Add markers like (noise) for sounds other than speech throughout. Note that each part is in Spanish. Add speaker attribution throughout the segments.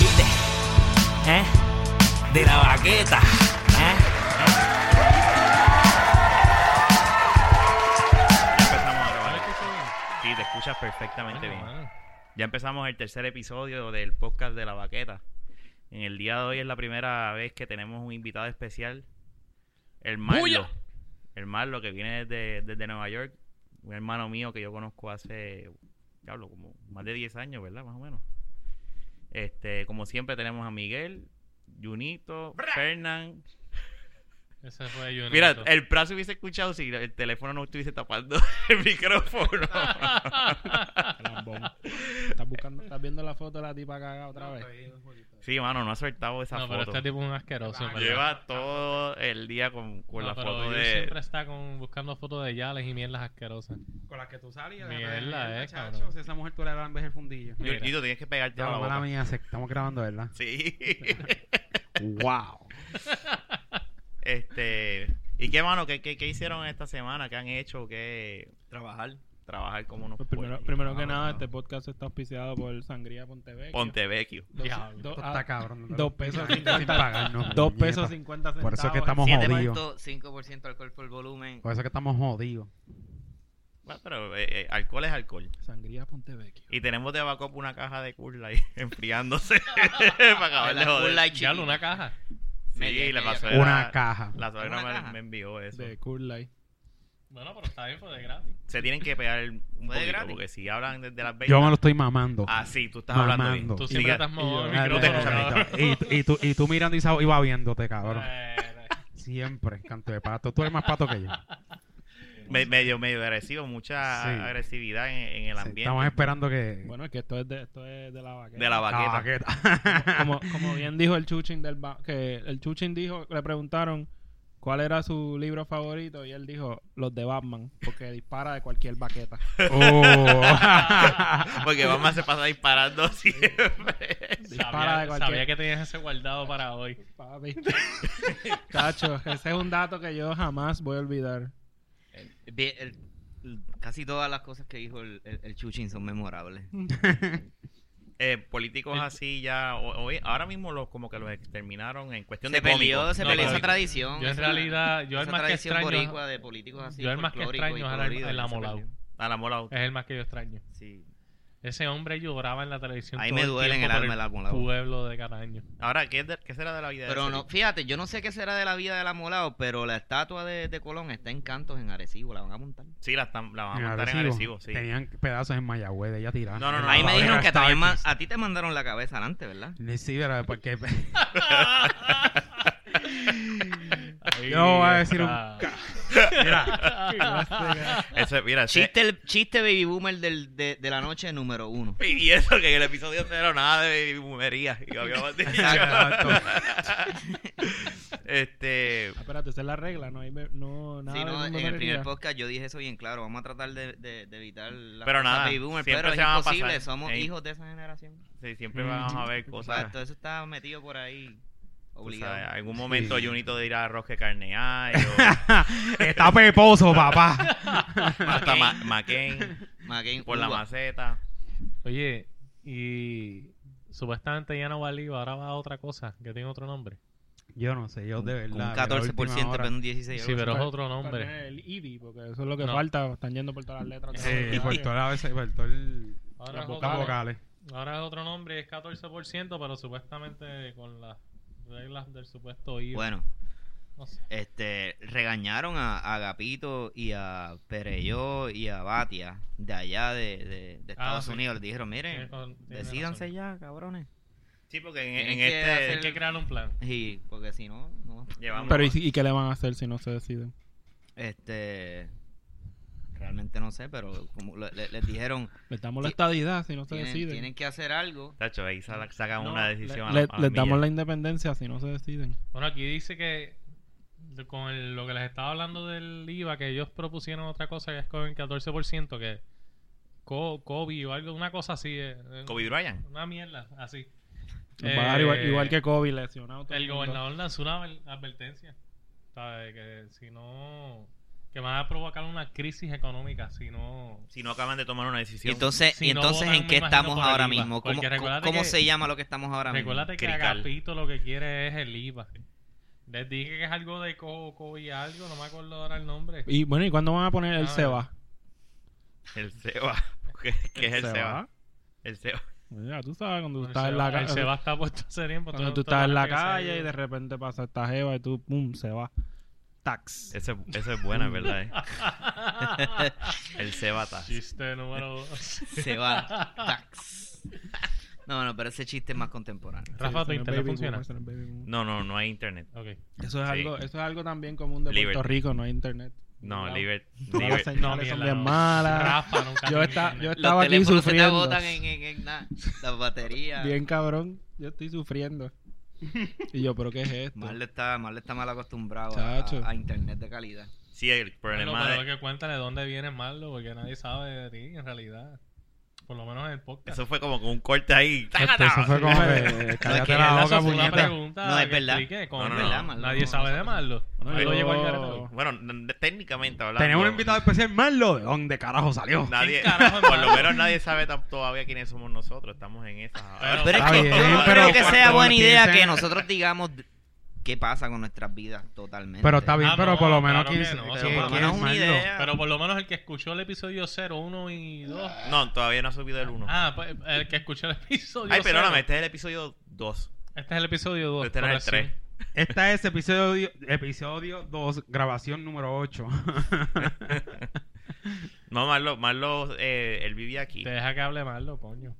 Speaker 1: ¿Viste? ¿Eh? De la baqueta. ¿Eh?
Speaker 2: Ya empezamos a grabar. este Sí, te escuchas perfectamente bien. Ya empezamos el tercer episodio del podcast de La Baqueta. En el día de hoy es la primera vez que tenemos un invitado especial. El Marlo. El Marlo que viene desde, desde Nueva York. Un hermano mío que yo conozco hace, diablo, como más de 10 años, ¿verdad? Más o menos. Este, como siempre tenemos a Miguel, Junito, Fernán.
Speaker 3: Ese fue yo.
Speaker 2: Mira,
Speaker 1: eh,
Speaker 2: el brazo hubiese escuchado si el teléfono no estuviese tapando (laughs) el
Speaker 3: (laughs)
Speaker 2: micrófono.
Speaker 4: Lambón. ¿Estás, buscando, estás viendo la foto de la tipa cagada otra vez.
Speaker 2: Sí, mano, no ha soltado esa
Speaker 3: No, pero
Speaker 2: foto.
Speaker 3: este tipo es un asqueroso. ¿verdad?
Speaker 2: Lleva todo el día con, con
Speaker 3: No,
Speaker 2: la
Speaker 3: pero
Speaker 2: foto
Speaker 3: Dios
Speaker 2: de...
Speaker 3: siempre está con, buscando fotos de Yales y mierdas asquerosas.
Speaker 4: Con las que tú salías.
Speaker 3: Mierda,
Speaker 4: la- la-
Speaker 3: eh,
Speaker 4: chacho,
Speaker 3: cabrón.
Speaker 4: si esa mujer tú le lambes
Speaker 5: (laughs)
Speaker 4: el fundillo.
Speaker 2: Yo- Tito, tienes que pegarte a la
Speaker 4: Ya,
Speaker 2: boca.
Speaker 4: mala mía, se- estamos grabando, ¿verdad?
Speaker 2: (laughs) Sí. (laughs)
Speaker 4: ¡Wow!
Speaker 2: este... ¿Y qué, mano? ¿Qué, qué, qué hicieron esta semana? ¿Qué han hecho? ¿Qué... Trabajar. Trabajar como unos... Ah,
Speaker 4: Pues primero,
Speaker 2: puercos.
Speaker 4: primero que
Speaker 2: Mano,
Speaker 4: nada,
Speaker 2: mano.
Speaker 4: este podcast está auspiciado por Sangría Pontevecchia.
Speaker 2: Pontevecchio.
Speaker 4: Dos,
Speaker 3: Diablo.
Speaker 4: dos-
Speaker 3: Esto
Speaker 4: ah,
Speaker 5: Está cabrón. no te
Speaker 4: dos
Speaker 5: lo-
Speaker 4: pesos
Speaker 5: sin pagarnos.
Speaker 4: dos
Speaker 5: puñeta.
Speaker 4: pesos cincuenta centavos.
Speaker 5: Por eso es que estamos jodidos.
Speaker 1: 7.5% alcohol por volumen.
Speaker 5: Por eso es que estamos jodidos.
Speaker 2: Bueno, pero eh, eh, alcohol es alcohol.
Speaker 4: Sangría Pontevecchia.
Speaker 2: Y tenemos de backup una caja de curla ahí (laughs) enfriándose para acabar de
Speaker 1: La
Speaker 2: joder.
Speaker 1: full light
Speaker 3: Yale,
Speaker 1: chiquita.
Speaker 3: una caja.
Speaker 2: Sí,
Speaker 1: Media,
Speaker 2: la
Speaker 1: media.
Speaker 2: pasó.
Speaker 5: Una caja.
Speaker 2: La suegra
Speaker 1: ¿Una
Speaker 2: me- me,
Speaker 1: caja?
Speaker 2: envió eso.
Speaker 4: De Cool Light.
Speaker 3: Bueno, pero está bien, fue de gratis.
Speaker 2: Se tienen que pegar un poquito,
Speaker 1: gratis?
Speaker 2: porque si hablan desde las 20...
Speaker 5: Yo me lo estoy mamando.
Speaker 2: Ah, sí, tú estás
Speaker 5: Mamando.
Speaker 2: hablando bien.
Speaker 3: Tú
Speaker 2: Y
Speaker 3: siempre
Speaker 2: que-
Speaker 3: estás moviendo el
Speaker 2: yo- no Eh. te
Speaker 5: Dale,
Speaker 3: micrófono.
Speaker 2: escuchas,
Speaker 3: cabrón.
Speaker 5: dale, y, y tú, y tú mirando y sa- y babiéndote, cabrón.
Speaker 3: Bueno,
Speaker 5: Siempre, canto de pato. Tú eres más pato que yo.
Speaker 2: me- medio, medio agresivo, mucha
Speaker 5: Sí.
Speaker 2: agresividad en, en el
Speaker 5: Sí,
Speaker 2: ambiente
Speaker 5: estamos esperando que...
Speaker 4: Bueno, es que esto es de, esto es de
Speaker 1: (laughs)
Speaker 4: la vaqueta.
Speaker 2: de la
Speaker 5: la
Speaker 2: baqueta. (laughs)
Speaker 5: baqueta.
Speaker 4: como, como bien dijo el Chuchin del ba- que el Chuchin dijo, le preguntaron cuál era su libro favorito y él dijo los de Batman, porque dispara de cualquier baqueta. (laughs)
Speaker 5: Oh.
Speaker 2: (laughs) Porque mamá se pasa
Speaker 5: (laughs)
Speaker 2: disparando siempre.
Speaker 4: Dispara de
Speaker 3: sabía,
Speaker 4: cualquier
Speaker 3: sabía que tenías ese guardado para hoy.
Speaker 4: Papi. Cacho, ese es un dato que yo jamás voy a olvidar.
Speaker 1: Bien, el- el- casi todas las cosas que dijo el, el, el Chuchin son memorables.
Speaker 2: Eh, políticos así ya, o- hoy, ahora mismo los como que los exterminaron en cuestión
Speaker 1: Se
Speaker 2: de cómicos.
Speaker 1: perdió, se
Speaker 3: No,
Speaker 1: perdió
Speaker 3: pero
Speaker 1: esa tradición.
Speaker 3: Yo en
Speaker 1: esa-
Speaker 3: realidad, yo el
Speaker 1: esa
Speaker 3: más que
Speaker 1: tradición
Speaker 3: extraño
Speaker 1: boricua de políticos así.
Speaker 3: yo el más que
Speaker 1: folclóricos
Speaker 3: extraño
Speaker 1: y
Speaker 3: era el-
Speaker 1: coloridos,
Speaker 3: el
Speaker 1: ya se
Speaker 3: amolao.
Speaker 1: perdió.
Speaker 2: A la mola.
Speaker 5: Eh.
Speaker 3: es el más que yo extraño.
Speaker 1: Sí.
Speaker 3: Ese hombre lloraba en la televisión.
Speaker 1: Ahí
Speaker 3: todo
Speaker 1: me
Speaker 3: el
Speaker 1: duele en
Speaker 3: tiempo
Speaker 1: el
Speaker 3: por
Speaker 1: alma el amolao.
Speaker 3: Pueblo de Caraño.
Speaker 2: Ahora, ¿qué, es de- qué será de la vida de
Speaker 1: Pero
Speaker 2: ese
Speaker 1: no,
Speaker 2: tipo?
Speaker 1: fíjate, yo no sé qué será de la vida del amolao, pero la estatua de, de Colón está en cantos en Arecibo, la van a montar.
Speaker 2: Sí, la, están- la van a montar en agresivo, sí.
Speaker 5: Tenían pedazos en Mayagüez de ella tirada.
Speaker 2: No, no, no,
Speaker 1: Ahí me
Speaker 2: Ahora
Speaker 1: dijeron que también ma-
Speaker 5: pues.
Speaker 1: a ti te mandaron la cabeza adelante, ¿verdad?
Speaker 5: Sí, pero porque... (laughs)
Speaker 3: Ahí
Speaker 5: Yo voy a decir un
Speaker 3: está.
Speaker 2: Eso, es- mira, ese-
Speaker 1: Chiste, el, chiste baby boomer del, de, de la noche
Speaker 6: (laughs)
Speaker 1: número uno.
Speaker 2: (laughs) y eso que en el episodio cero nada de bumería. y habíamos dicho.
Speaker 5: Exacto.
Speaker 2: este,
Speaker 4: Ah, espérate, esa es la regla, no hay me- no nada.
Speaker 1: Sí,
Speaker 4: de
Speaker 1: no, en el
Speaker 4: memoria.
Speaker 1: primer podcast yo dije eso bien claro. Vamos a tratar de, de- de evitar la
Speaker 2: Pero nada,
Speaker 1: baby boomer,
Speaker 2: siempre
Speaker 1: pero es
Speaker 2: se van a
Speaker 1: imposible.
Speaker 2: pasar.
Speaker 1: Somos
Speaker 2: Ey.
Speaker 1: hijos de esa generación.
Speaker 2: sí, siempre vamos a ver
Speaker 1: O
Speaker 2: cosas.
Speaker 1: sea, todo eso está metido por ahí.
Speaker 2: O sea,
Speaker 1: Obligado.
Speaker 2: en algún momento Junito dirá arroz que carneal
Speaker 5: (laughs) Está peposo, papá.
Speaker 2: o hasta ma Maquén
Speaker 1: McCain,
Speaker 2: por la
Speaker 1: uva.
Speaker 2: maceta.
Speaker 3: Oye, y supuestamente ya no va al IVA, ahora va a otra cosa que tiene otro nombre.
Speaker 5: Yo no sé, yo de
Speaker 1: Con
Speaker 5: verdad.
Speaker 1: Un 14%, pero
Speaker 5: pero...
Speaker 1: un 16%.
Speaker 3: Sí, pero es
Speaker 4: Para-
Speaker 3: otro
Speaker 4: Para
Speaker 3: nombre.
Speaker 4: tener el IDI, porque eso es lo que
Speaker 3: No.
Speaker 4: falta, están yendo por todas las letras.
Speaker 5: Y por toda la vez, por todo el...
Speaker 3: Ahora
Speaker 5: Las
Speaker 3: es
Speaker 5: bocas
Speaker 3: otro-
Speaker 5: vocales.
Speaker 3: Ahora es otro nombre y es 14%, pero supuestamente con las reglas del supuesto IVA.
Speaker 1: Bueno,
Speaker 3: No sé.
Speaker 1: este, regañaron a, a Agapito y a Pereyó y a Batia de allá de, de- de Estados
Speaker 3: Ah, sí.
Speaker 1: Unidos. Les dijeron,
Speaker 3: Tiene
Speaker 5: eh,
Speaker 1: miren,
Speaker 3: con- tiene
Speaker 1: decídanse
Speaker 3: razón.
Speaker 1: ya, cabrones.
Speaker 6: Sí, porque en, en
Speaker 1: Tienen que
Speaker 6: este
Speaker 3: Hay que crear un plan.
Speaker 1: Y porque si no, no.
Speaker 6: llevamos
Speaker 4: Pero ¿y, si- y qué le van a hacer si no se deciden?
Speaker 1: Este, realmente no sé, pero como le- le- les dijeron,
Speaker 4: Les damos la
Speaker 1: Ti-
Speaker 4: estadidad si no se
Speaker 1: tienen,
Speaker 4: deciden.
Speaker 1: tienen que hacer algo.
Speaker 6: Tacho, ahí sa- sacan
Speaker 3: No,
Speaker 6: una decisión
Speaker 4: Le-
Speaker 6: a la, a la
Speaker 4: les damos la
Speaker 6: milla.
Speaker 4: independencia si no se deciden.
Speaker 3: Bueno, aquí dice que de- con el- lo que les estaba hablando del IVA, que ellos propusieron otra cosa que es con el 14%, que co COVID o algo, una cosa así. eh, eh,
Speaker 6: Kobe Bryant.
Speaker 3: Una mierda, así.
Speaker 4: Nos van a dar igual,
Speaker 3: Eh,
Speaker 4: igual que Kobe lesionado. todo
Speaker 3: El
Speaker 4: mundo.
Speaker 3: gobernador lanzó una adver- advertencia. ¿Sabe? Que si no. Que van a provocar una crisis económica si no.
Speaker 6: Si no acaban de tomar una
Speaker 1: Y
Speaker 6: decisión.
Speaker 1: entonces,
Speaker 3: Si
Speaker 1: y
Speaker 3: no
Speaker 1: entonces
Speaker 3: votan,
Speaker 1: ¿en
Speaker 3: me
Speaker 1: qué
Speaker 3: imagino,
Speaker 1: estamos
Speaker 3: por el
Speaker 1: ahora
Speaker 3: IVA,
Speaker 1: mismo? ¿Cómo,
Speaker 3: porque recuérdate
Speaker 1: cómo
Speaker 3: que-
Speaker 1: se llama lo que estamos ahora mismo?
Speaker 3: Recuérdate que
Speaker 6: Crical.
Speaker 3: Agapito lo que quiere es el IVA. Les dije que es algo de Coco y algo, no me acuerdo ahora el nombre.
Speaker 4: Y bueno, ¿y cuándo van a poner el
Speaker 3: Ah,
Speaker 4: Seba?
Speaker 6: El (laughs) Seba. ¿Qué, qué es el Seba? El Seba.
Speaker 4: Ya, tú sabes, cuando tú
Speaker 3: El
Speaker 4: estás en
Speaker 3: Seba-
Speaker 4: la
Speaker 3: el
Speaker 4: calle.
Speaker 3: Seba está puesto hace tiempo.
Speaker 4: Cuando
Speaker 3: entonces
Speaker 4: tú
Speaker 3: no te
Speaker 4: estás en la
Speaker 3: parece que sea
Speaker 4: calle y
Speaker 3: ayuda.
Speaker 4: de repente pasa esta jeva y tú, pum, se va. Tax.
Speaker 6: Ese, ese es bueno, es verdad. eh. El Seba está.
Speaker 3: Chiste
Speaker 4: (laughs)
Speaker 3: número dos.
Speaker 1: Se
Speaker 3: (laughs)
Speaker 1: va. Tax. No, no, pero ese chiste es más contemporáneo.
Speaker 3: Rafa,
Speaker 4: Sí,
Speaker 3: ¿tu
Speaker 4: son los
Speaker 3: internet
Speaker 4: baby
Speaker 3: funciona?
Speaker 4: boomers, son los baby boomers.
Speaker 6: No, no, no hay internet.
Speaker 3: Ok.
Speaker 4: Eso es,
Speaker 6: Sí.
Speaker 4: algo, eso es algo también común de
Speaker 6: Liberty.
Speaker 4: Puerto Rico, no hay internet.
Speaker 6: No,
Speaker 4: Wow.
Speaker 6: Liber.
Speaker 4: Todas las
Speaker 6: Liber-
Speaker 4: señales
Speaker 3: No,
Speaker 4: son
Speaker 3: Miguel,
Speaker 4: bien
Speaker 3: no.
Speaker 4: malas.
Speaker 3: Rafa nunca
Speaker 4: Yo,
Speaker 3: tuvo
Speaker 4: esta- yo
Speaker 3: internet.
Speaker 4: estaba
Speaker 1: Los
Speaker 4: aquí
Speaker 1: teléfonos se te
Speaker 4: sufriendo.
Speaker 1: agotan en, en, en nada. Las baterías.
Speaker 4: Bien cabrón, yo estoy sufriendo. Y yo, ¿pero qué es esto?
Speaker 1: Marle está, Marle está mal acostumbrado a,
Speaker 4: Chacho.
Speaker 1: a- a internet de calidad.
Speaker 6: Sí, el
Speaker 3: Bueno,
Speaker 6: problema
Speaker 3: pero
Speaker 6: de.
Speaker 3: que cuéntale dónde viene Marlo, porque nadie sabe de ti en realidad. Por lo menos en el podcast.
Speaker 6: Eso fue como con un corte ahí.
Speaker 5: Este, eso fue como que.
Speaker 1: es que
Speaker 5: Cállate
Speaker 1: él
Speaker 3: Hazle
Speaker 5: la boca,
Speaker 3: su- una
Speaker 5: puñeta.
Speaker 3: pregunta
Speaker 1: No, es
Speaker 3: que
Speaker 1: verdad.
Speaker 3: explique,
Speaker 6: No, no,
Speaker 3: coño.
Speaker 6: no.
Speaker 1: ¿Verdad, Marlo?
Speaker 3: Nadie
Speaker 1: No,
Speaker 3: sabe
Speaker 1: no
Speaker 3: de
Speaker 1: sabe.
Speaker 3: Marlo.
Speaker 4: Bueno,
Speaker 3: Marlo
Speaker 4: yo-
Speaker 3: llegó al garete hoy.
Speaker 6: Bueno, n- técnicamente hablando.
Speaker 5: Tenemos un invitado especial, Marlo. ¿De dónde carajo salió?
Speaker 6: Nadie,
Speaker 3: ¿Quién carajo es
Speaker 6: por lo
Speaker 3: Marlo?
Speaker 6: menos nadie sabe tam- todavía quiénes somos nosotros. Estamos en esa.
Speaker 1: Pero es
Speaker 5: Está
Speaker 1: que
Speaker 5: bien,
Speaker 1: yo no
Speaker 5: pero
Speaker 1: creo que sea
Speaker 5: cuando
Speaker 1: buena idea
Speaker 5: empiecen-
Speaker 1: que nosotros digamos qué pasa con nuestras vidas totalmente.
Speaker 5: Pero está bien,
Speaker 3: Ah,
Speaker 5: pero
Speaker 3: no,
Speaker 5: por lo menos.
Speaker 3: claro
Speaker 5: ¿quién-
Speaker 3: que no,
Speaker 5: quién-
Speaker 1: Pero por lo
Speaker 5: quién
Speaker 1: menos
Speaker 5: es
Speaker 1: una
Speaker 5: Marlo?
Speaker 1: idea.
Speaker 3: Pero por lo menos el que escuchó el episodio 0, 1 y 2.
Speaker 6: No, todavía no ha subido el 1.
Speaker 3: Ah, pues el que escuchó el episodio
Speaker 6: Ay, perdóname,
Speaker 3: cero.
Speaker 6: este es el episodio 2.
Speaker 3: Este es el episodio 2.
Speaker 6: Este era el 3.
Speaker 5: Esta
Speaker 4: Este
Speaker 5: es episodio episodio 2, grabación número 8.
Speaker 6: No, Marlo, Marlo eh, él vivía aquí.
Speaker 3: Te deja que hable Marlo, coño.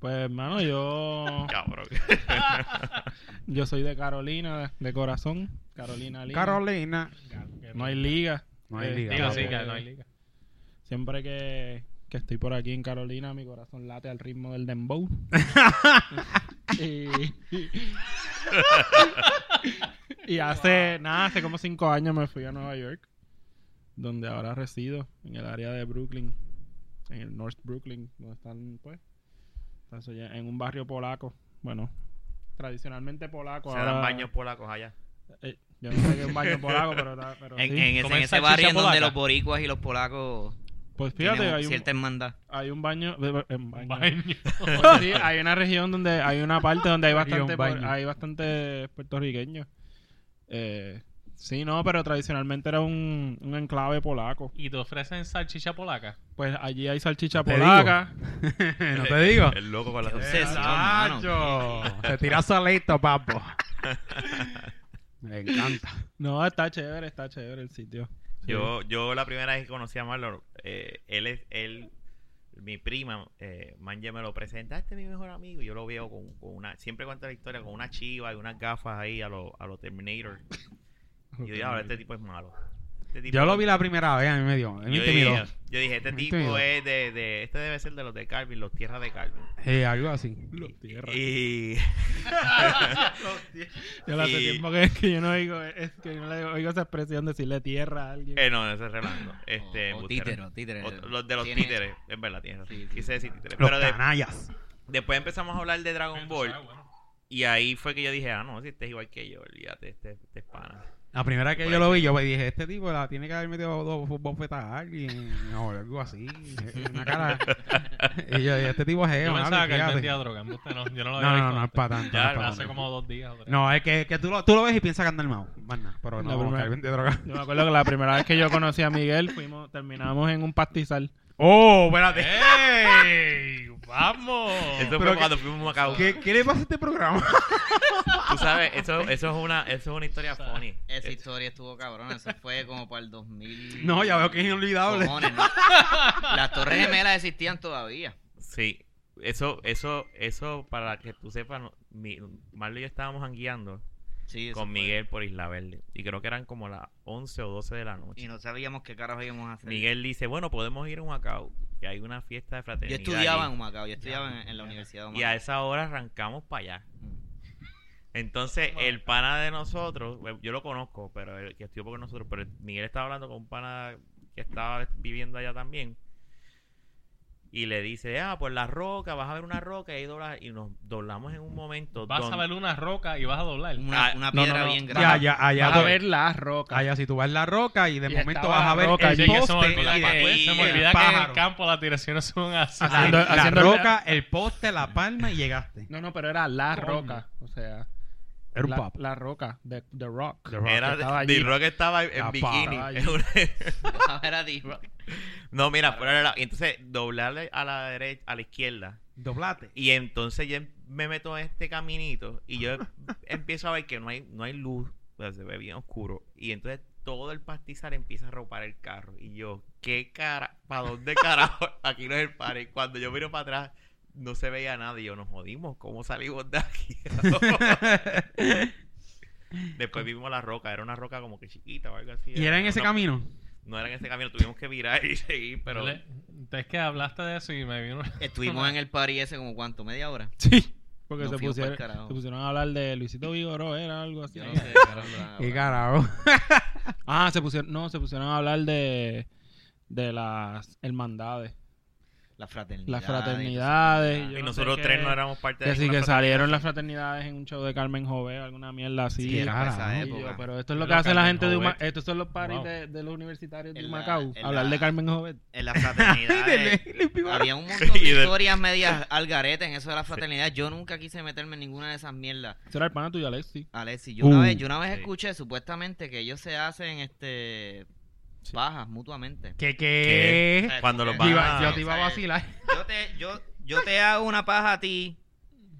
Speaker 4: Pues,
Speaker 3: (laughs)
Speaker 4: hermano, yo,
Speaker 6: Cabrón.
Speaker 4: (laughs) yo soy de Carolina, de, de corazón. Carolina Liga.
Speaker 5: Carolina.
Speaker 4: No hay liga.
Speaker 5: No hay
Speaker 4: Eh,
Speaker 5: liga,
Speaker 3: Digo,
Speaker 5: Claro.
Speaker 3: sí, que no hay liga.
Speaker 4: Siempre que, que estoy por aquí en Carolina, mi corazón late al ritmo del dembow. y, y hace, nada, hace como cinco años me fui a Nueva York, donde ahora resido, en el área de Brooklyn, en el North Brooklyn, donde están, pues, entonces, ya en un barrio polaco, bueno, tradicionalmente polaco.
Speaker 6: Se dan
Speaker 5: Ah.
Speaker 4: ahora-
Speaker 6: baños polacos allá.
Speaker 4: eh, yo no sé qué es un barrio polaco, pero... está- pero
Speaker 1: en,
Speaker 4: sí.
Speaker 1: en ese,
Speaker 3: Como
Speaker 1: en
Speaker 3: es
Speaker 1: ese
Speaker 3: salchicha
Speaker 1: barrio en donde
Speaker 3: polaca.
Speaker 1: los boricuas y los polacos
Speaker 4: pues fíjate,
Speaker 1: tienen
Speaker 4: hay un,
Speaker 1: cierta hermandad.
Speaker 4: hay un baño... (laughs) en baño.
Speaker 3: Baño.
Speaker 5: (laughs)
Speaker 4: Sí, hay una región donde hay una parte donde hay
Speaker 5: Haría un
Speaker 4: bastante
Speaker 5: baño.
Speaker 4: hay bastante puertorriqueños. Eh, sí, no, pero tradicionalmente era un, un enclave polaco.
Speaker 3: Y te ofrecen salchicha polaca.
Speaker 4: Pues allí hay salchicha
Speaker 5: Te
Speaker 4: polaca.
Speaker 5: no te digo.
Speaker 6: El loco con la
Speaker 1: Qué obsesión, mano.
Speaker 5: Nacho, Te tiras solito,
Speaker 1: (laughs)
Speaker 5: papo. Me encanta.
Speaker 4: No, está chévere, está chévere el sitio.
Speaker 6: Yo, yo la primera vez que conocí a Marlon, eh, él es, él, mi prima, eh, Manje me lo presenta, este es mi mejor amigo, y yo lo veo con, con una, siempre cuento la historia, con una chiva y unas gafas ahí a los a lo Terminator. Y yo dije, ahora este tipo es malo. Este tipo-
Speaker 5: Yo lo vi la primera vez, a mí me dio. Él me
Speaker 6: yo
Speaker 5: intimidó.
Speaker 6: dije, yo dije, este
Speaker 5: Me
Speaker 6: tipo
Speaker 5: intimidó.
Speaker 6: es de, de, este debe ser de los de Calvin, los tierras de Calvin.
Speaker 5: Sí, algo así.
Speaker 6: Y
Speaker 4: Yo hace
Speaker 6: Y-
Speaker 4: tiempo que, que yo no oigo, es que yo no le oigo esa expresión de decirle tierra a alguien.
Speaker 6: eh, no, ese es
Speaker 1: (laughs)
Speaker 6: Rolando. Este,
Speaker 1: O- o
Speaker 6: embustero.
Speaker 1: títeros, títeres.
Speaker 6: O- los de los
Speaker 1: Tiene-
Speaker 6: títeres, es verdad, tienes razón.
Speaker 1: Sí, sí.
Speaker 6: Quise decir títeres.
Speaker 5: Los
Speaker 6: Pero de-
Speaker 5: canallas.
Speaker 6: después empezamos a hablar de Dragon Ball.
Speaker 3: Ah, bueno.
Speaker 6: Y ahí fue que yo dije, ah, no, si este es igual que yo, olvídate, este, este es pana.
Speaker 1: Oh.
Speaker 5: La primera que yo lo vi, yo me dije, este tipo la tiene que haber metido dos bofetas a alguien (laughs) o algo así. eh, Una cara. (laughs) y yo dije, este tipo es
Speaker 3: Yo
Speaker 5: geo,
Speaker 3: pensaba
Speaker 5: mano,
Speaker 3: que él
Speaker 5: fíjate.
Speaker 3: vendía droga. en usted No, yo no lo
Speaker 5: No,
Speaker 3: había
Speaker 5: no,
Speaker 3: visto
Speaker 5: no, no es
Speaker 3: antes.
Speaker 5: para tanto.
Speaker 6: Ya,
Speaker 5: no es pa'
Speaker 6: no,
Speaker 3: Hace
Speaker 5: tanto.
Speaker 3: como dos días o
Speaker 5: (laughs)
Speaker 3: tres.
Speaker 5: No, es que, que tú, lo, tú lo ves y piensas que anda armado. Más nada, pero
Speaker 4: La
Speaker 5: no,
Speaker 4: primera-
Speaker 5: que él vende droga. (laughs)
Speaker 4: Yo me acuerdo que la primera vez que yo conocí a Miguel, fuimos, terminamos en un pastizal.
Speaker 5: ¡Oh, espérate!
Speaker 3: ¡Ey! ¡Vamos!
Speaker 6: Eso
Speaker 5: Pero
Speaker 6: fue
Speaker 5: que-
Speaker 6: cuando fuimos a Macao.
Speaker 5: ¿Qué, ¿Qué le pasa a este programa?
Speaker 6: (laughs) Tú sabes,
Speaker 1: (laughs)
Speaker 6: eso, eso, es una, eso es una historia funny. Eh,
Speaker 1: Esa historia estuvo cabrona. Eso fue como para el 2000.
Speaker 5: No, ya veo que es inolvidable.
Speaker 1: Cojones,
Speaker 5: (laughs)
Speaker 1: ¿no? Las Torres Gemelas existían todavía.
Speaker 6: Sí. Eso, eso, eso, para que tú sepas, no- mi, Marlo y yo estábamos jangueando
Speaker 1: Sí, eso
Speaker 6: con
Speaker 1: fue.
Speaker 6: Miguel por Isla Verde. Y creo que eran como las 11 o 12 de la noche.
Speaker 1: Y no sabíamos qué carajo íbamos a hacer.
Speaker 6: Miguel dice, bueno, podemos ir a Macao, que hay una fiesta de
Speaker 1: Yo
Speaker 6: fraternidad.
Speaker 1: estudiaba en
Speaker 6: allí".
Speaker 1: Humacao, yo estudiaba en, en la Universidad de
Speaker 6: Y a
Speaker 1: Humacao.
Speaker 6: esa hora arrancamos para allá. Entonces, el pana de nosotros, bueno, yo lo conozco, pero él, que estudió por nosotros, pero Miguel estaba hablando con un pana que estaba viviendo allá también. Y le dice, ah, pues la roca, vas a ver una roca y ahí doblas. Y nos doblamos en un momento.
Speaker 3: Vas
Speaker 6: don-
Speaker 3: a ver una roca y vas a doblar.
Speaker 1: Una,
Speaker 6: Ah,
Speaker 1: una
Speaker 4: no,
Speaker 1: piedra
Speaker 4: no, no.
Speaker 1: bien
Speaker 5: Ya,
Speaker 1: grande.
Speaker 5: ya, allá.
Speaker 4: Vas a
Speaker 5: tú-
Speaker 4: ver las rocas.
Speaker 5: Allá, si tú vas en la roca y de
Speaker 4: Y
Speaker 5: momento
Speaker 4: estaba
Speaker 5: vas a
Speaker 4: la
Speaker 5: ver
Speaker 4: roca,
Speaker 5: el
Speaker 3: Sí,
Speaker 4: allí.
Speaker 3: que eso
Speaker 5: poste
Speaker 3: me olvida,
Speaker 5: y
Speaker 3: que-
Speaker 5: después
Speaker 3: se me olvida que en
Speaker 5: pájaro.
Speaker 3: el campo las direcciones son así.
Speaker 4: Ah,
Speaker 5: La- la
Speaker 4: haciendo-
Speaker 5: roca, el poste, la palma y llegaste.
Speaker 4: No, no, pero era la roca. O sea,
Speaker 5: Era un
Speaker 4: la,
Speaker 5: papo.
Speaker 4: la roca, the, the Rock.
Speaker 5: The Rock.
Speaker 6: Era, (laughs)
Speaker 4: estaba allí.
Speaker 6: The Rock estaba en
Speaker 5: Estaba
Speaker 6: bikini.
Speaker 4: allí.
Speaker 6: en una-
Speaker 1: (laughs) Era di-
Speaker 6: (laughs) no, mira, fuera de la- Entonces, doblarle a la derecha, a la izquierda.
Speaker 5: Doblate.
Speaker 6: Y entonces yo em- me meto en este caminito y
Speaker 5: (laughs)
Speaker 6: yo em, empiezo a ver que no hay, no hay luz, o sea, se ve bien oscuro. Y entonces todo el pastizal empieza a ropar el carro. Y yo, ¿qué cara? ¿Para dónde carajo? (laughs) Aquí no es el par. Y cuando yo miro para atrás, no se veía nada. Y yo, nos jodimos, ¿cómo salimos de
Speaker 5: (laughs)
Speaker 6: aquí? Después vimos la roca, era una roca como que chiquita o algo así.
Speaker 5: ¿Y era en ese
Speaker 6: no-
Speaker 5: camino?
Speaker 6: No era en ese camino, tuvimos que virar y seguir, pero...
Speaker 3: Pero le- es que hablaste de eso y me vino.
Speaker 4: (laughs)
Speaker 1: Estuvimos en el party ese como cuánto, media hora.
Speaker 4: Sí. Porque
Speaker 1: No
Speaker 4: se,
Speaker 1: fuimos pa'l
Speaker 4: pusieron,
Speaker 1: carajo.
Speaker 4: se pusieron a hablar de Luisito Vigoró, era algo así.
Speaker 1: Yo
Speaker 5: (laughs)
Speaker 1: no sé,
Speaker 5: Qué
Speaker 1: carajo.
Speaker 5: carajo.
Speaker 4: (laughs) Ah, se pusieron, no, se pusieron a hablar de, de las hermandades,
Speaker 1: La fraternidad.
Speaker 4: las fraternidades. yo
Speaker 6: y
Speaker 4: no
Speaker 6: nosotros
Speaker 4: sé
Speaker 6: tres
Speaker 4: qué.
Speaker 6: no éramos parte de
Speaker 4: Que sí,
Speaker 6: ninguna
Speaker 4: que
Speaker 6: fraternidad.
Speaker 4: salieron las fraternidades en un show de Carmen Jové, alguna mierda así.
Speaker 1: Sí, era para esa
Speaker 5: Carajo.
Speaker 4: Y yo,
Speaker 1: época.
Speaker 4: pero esto es lo
Speaker 3: Pero
Speaker 4: que hace la
Speaker 3: Carmen
Speaker 4: gente de
Speaker 3: Jovet.
Speaker 4: Humacao. Estos son los paris
Speaker 3: Wow.
Speaker 4: de, de los universitarios de
Speaker 1: En la-
Speaker 4: Humacao.
Speaker 1: en
Speaker 4: Hablar
Speaker 1: la-
Speaker 4: de Carmen Jovet.
Speaker 5: (laughs)
Speaker 1: En la fraternidad. eh, Había un montón
Speaker 6: (laughs) Y
Speaker 1: de
Speaker 6: de-
Speaker 1: historias medias al garete en eso de la fraternidad. Yo nunca quise meterme en ninguna de esas mierdas.
Speaker 4: Ese era el pana tuyo, Alexi.
Speaker 1: Alexi, yo una
Speaker 5: Uh,
Speaker 1: vez, yo una vez
Speaker 6: sí.
Speaker 1: escuché supuestamente que ellos se hacen este bajas mutuamente.
Speaker 6: ¿Qué?
Speaker 5: ¿Qué, qué?
Speaker 1: sea,
Speaker 6: Cuando
Speaker 1: como
Speaker 6: los van
Speaker 1: que-
Speaker 5: Yo
Speaker 6: a-
Speaker 5: iba- Yo te iba a
Speaker 1: O sea,
Speaker 5: vacilar.
Speaker 1: Yo te, yo, yo te hago una paja a ti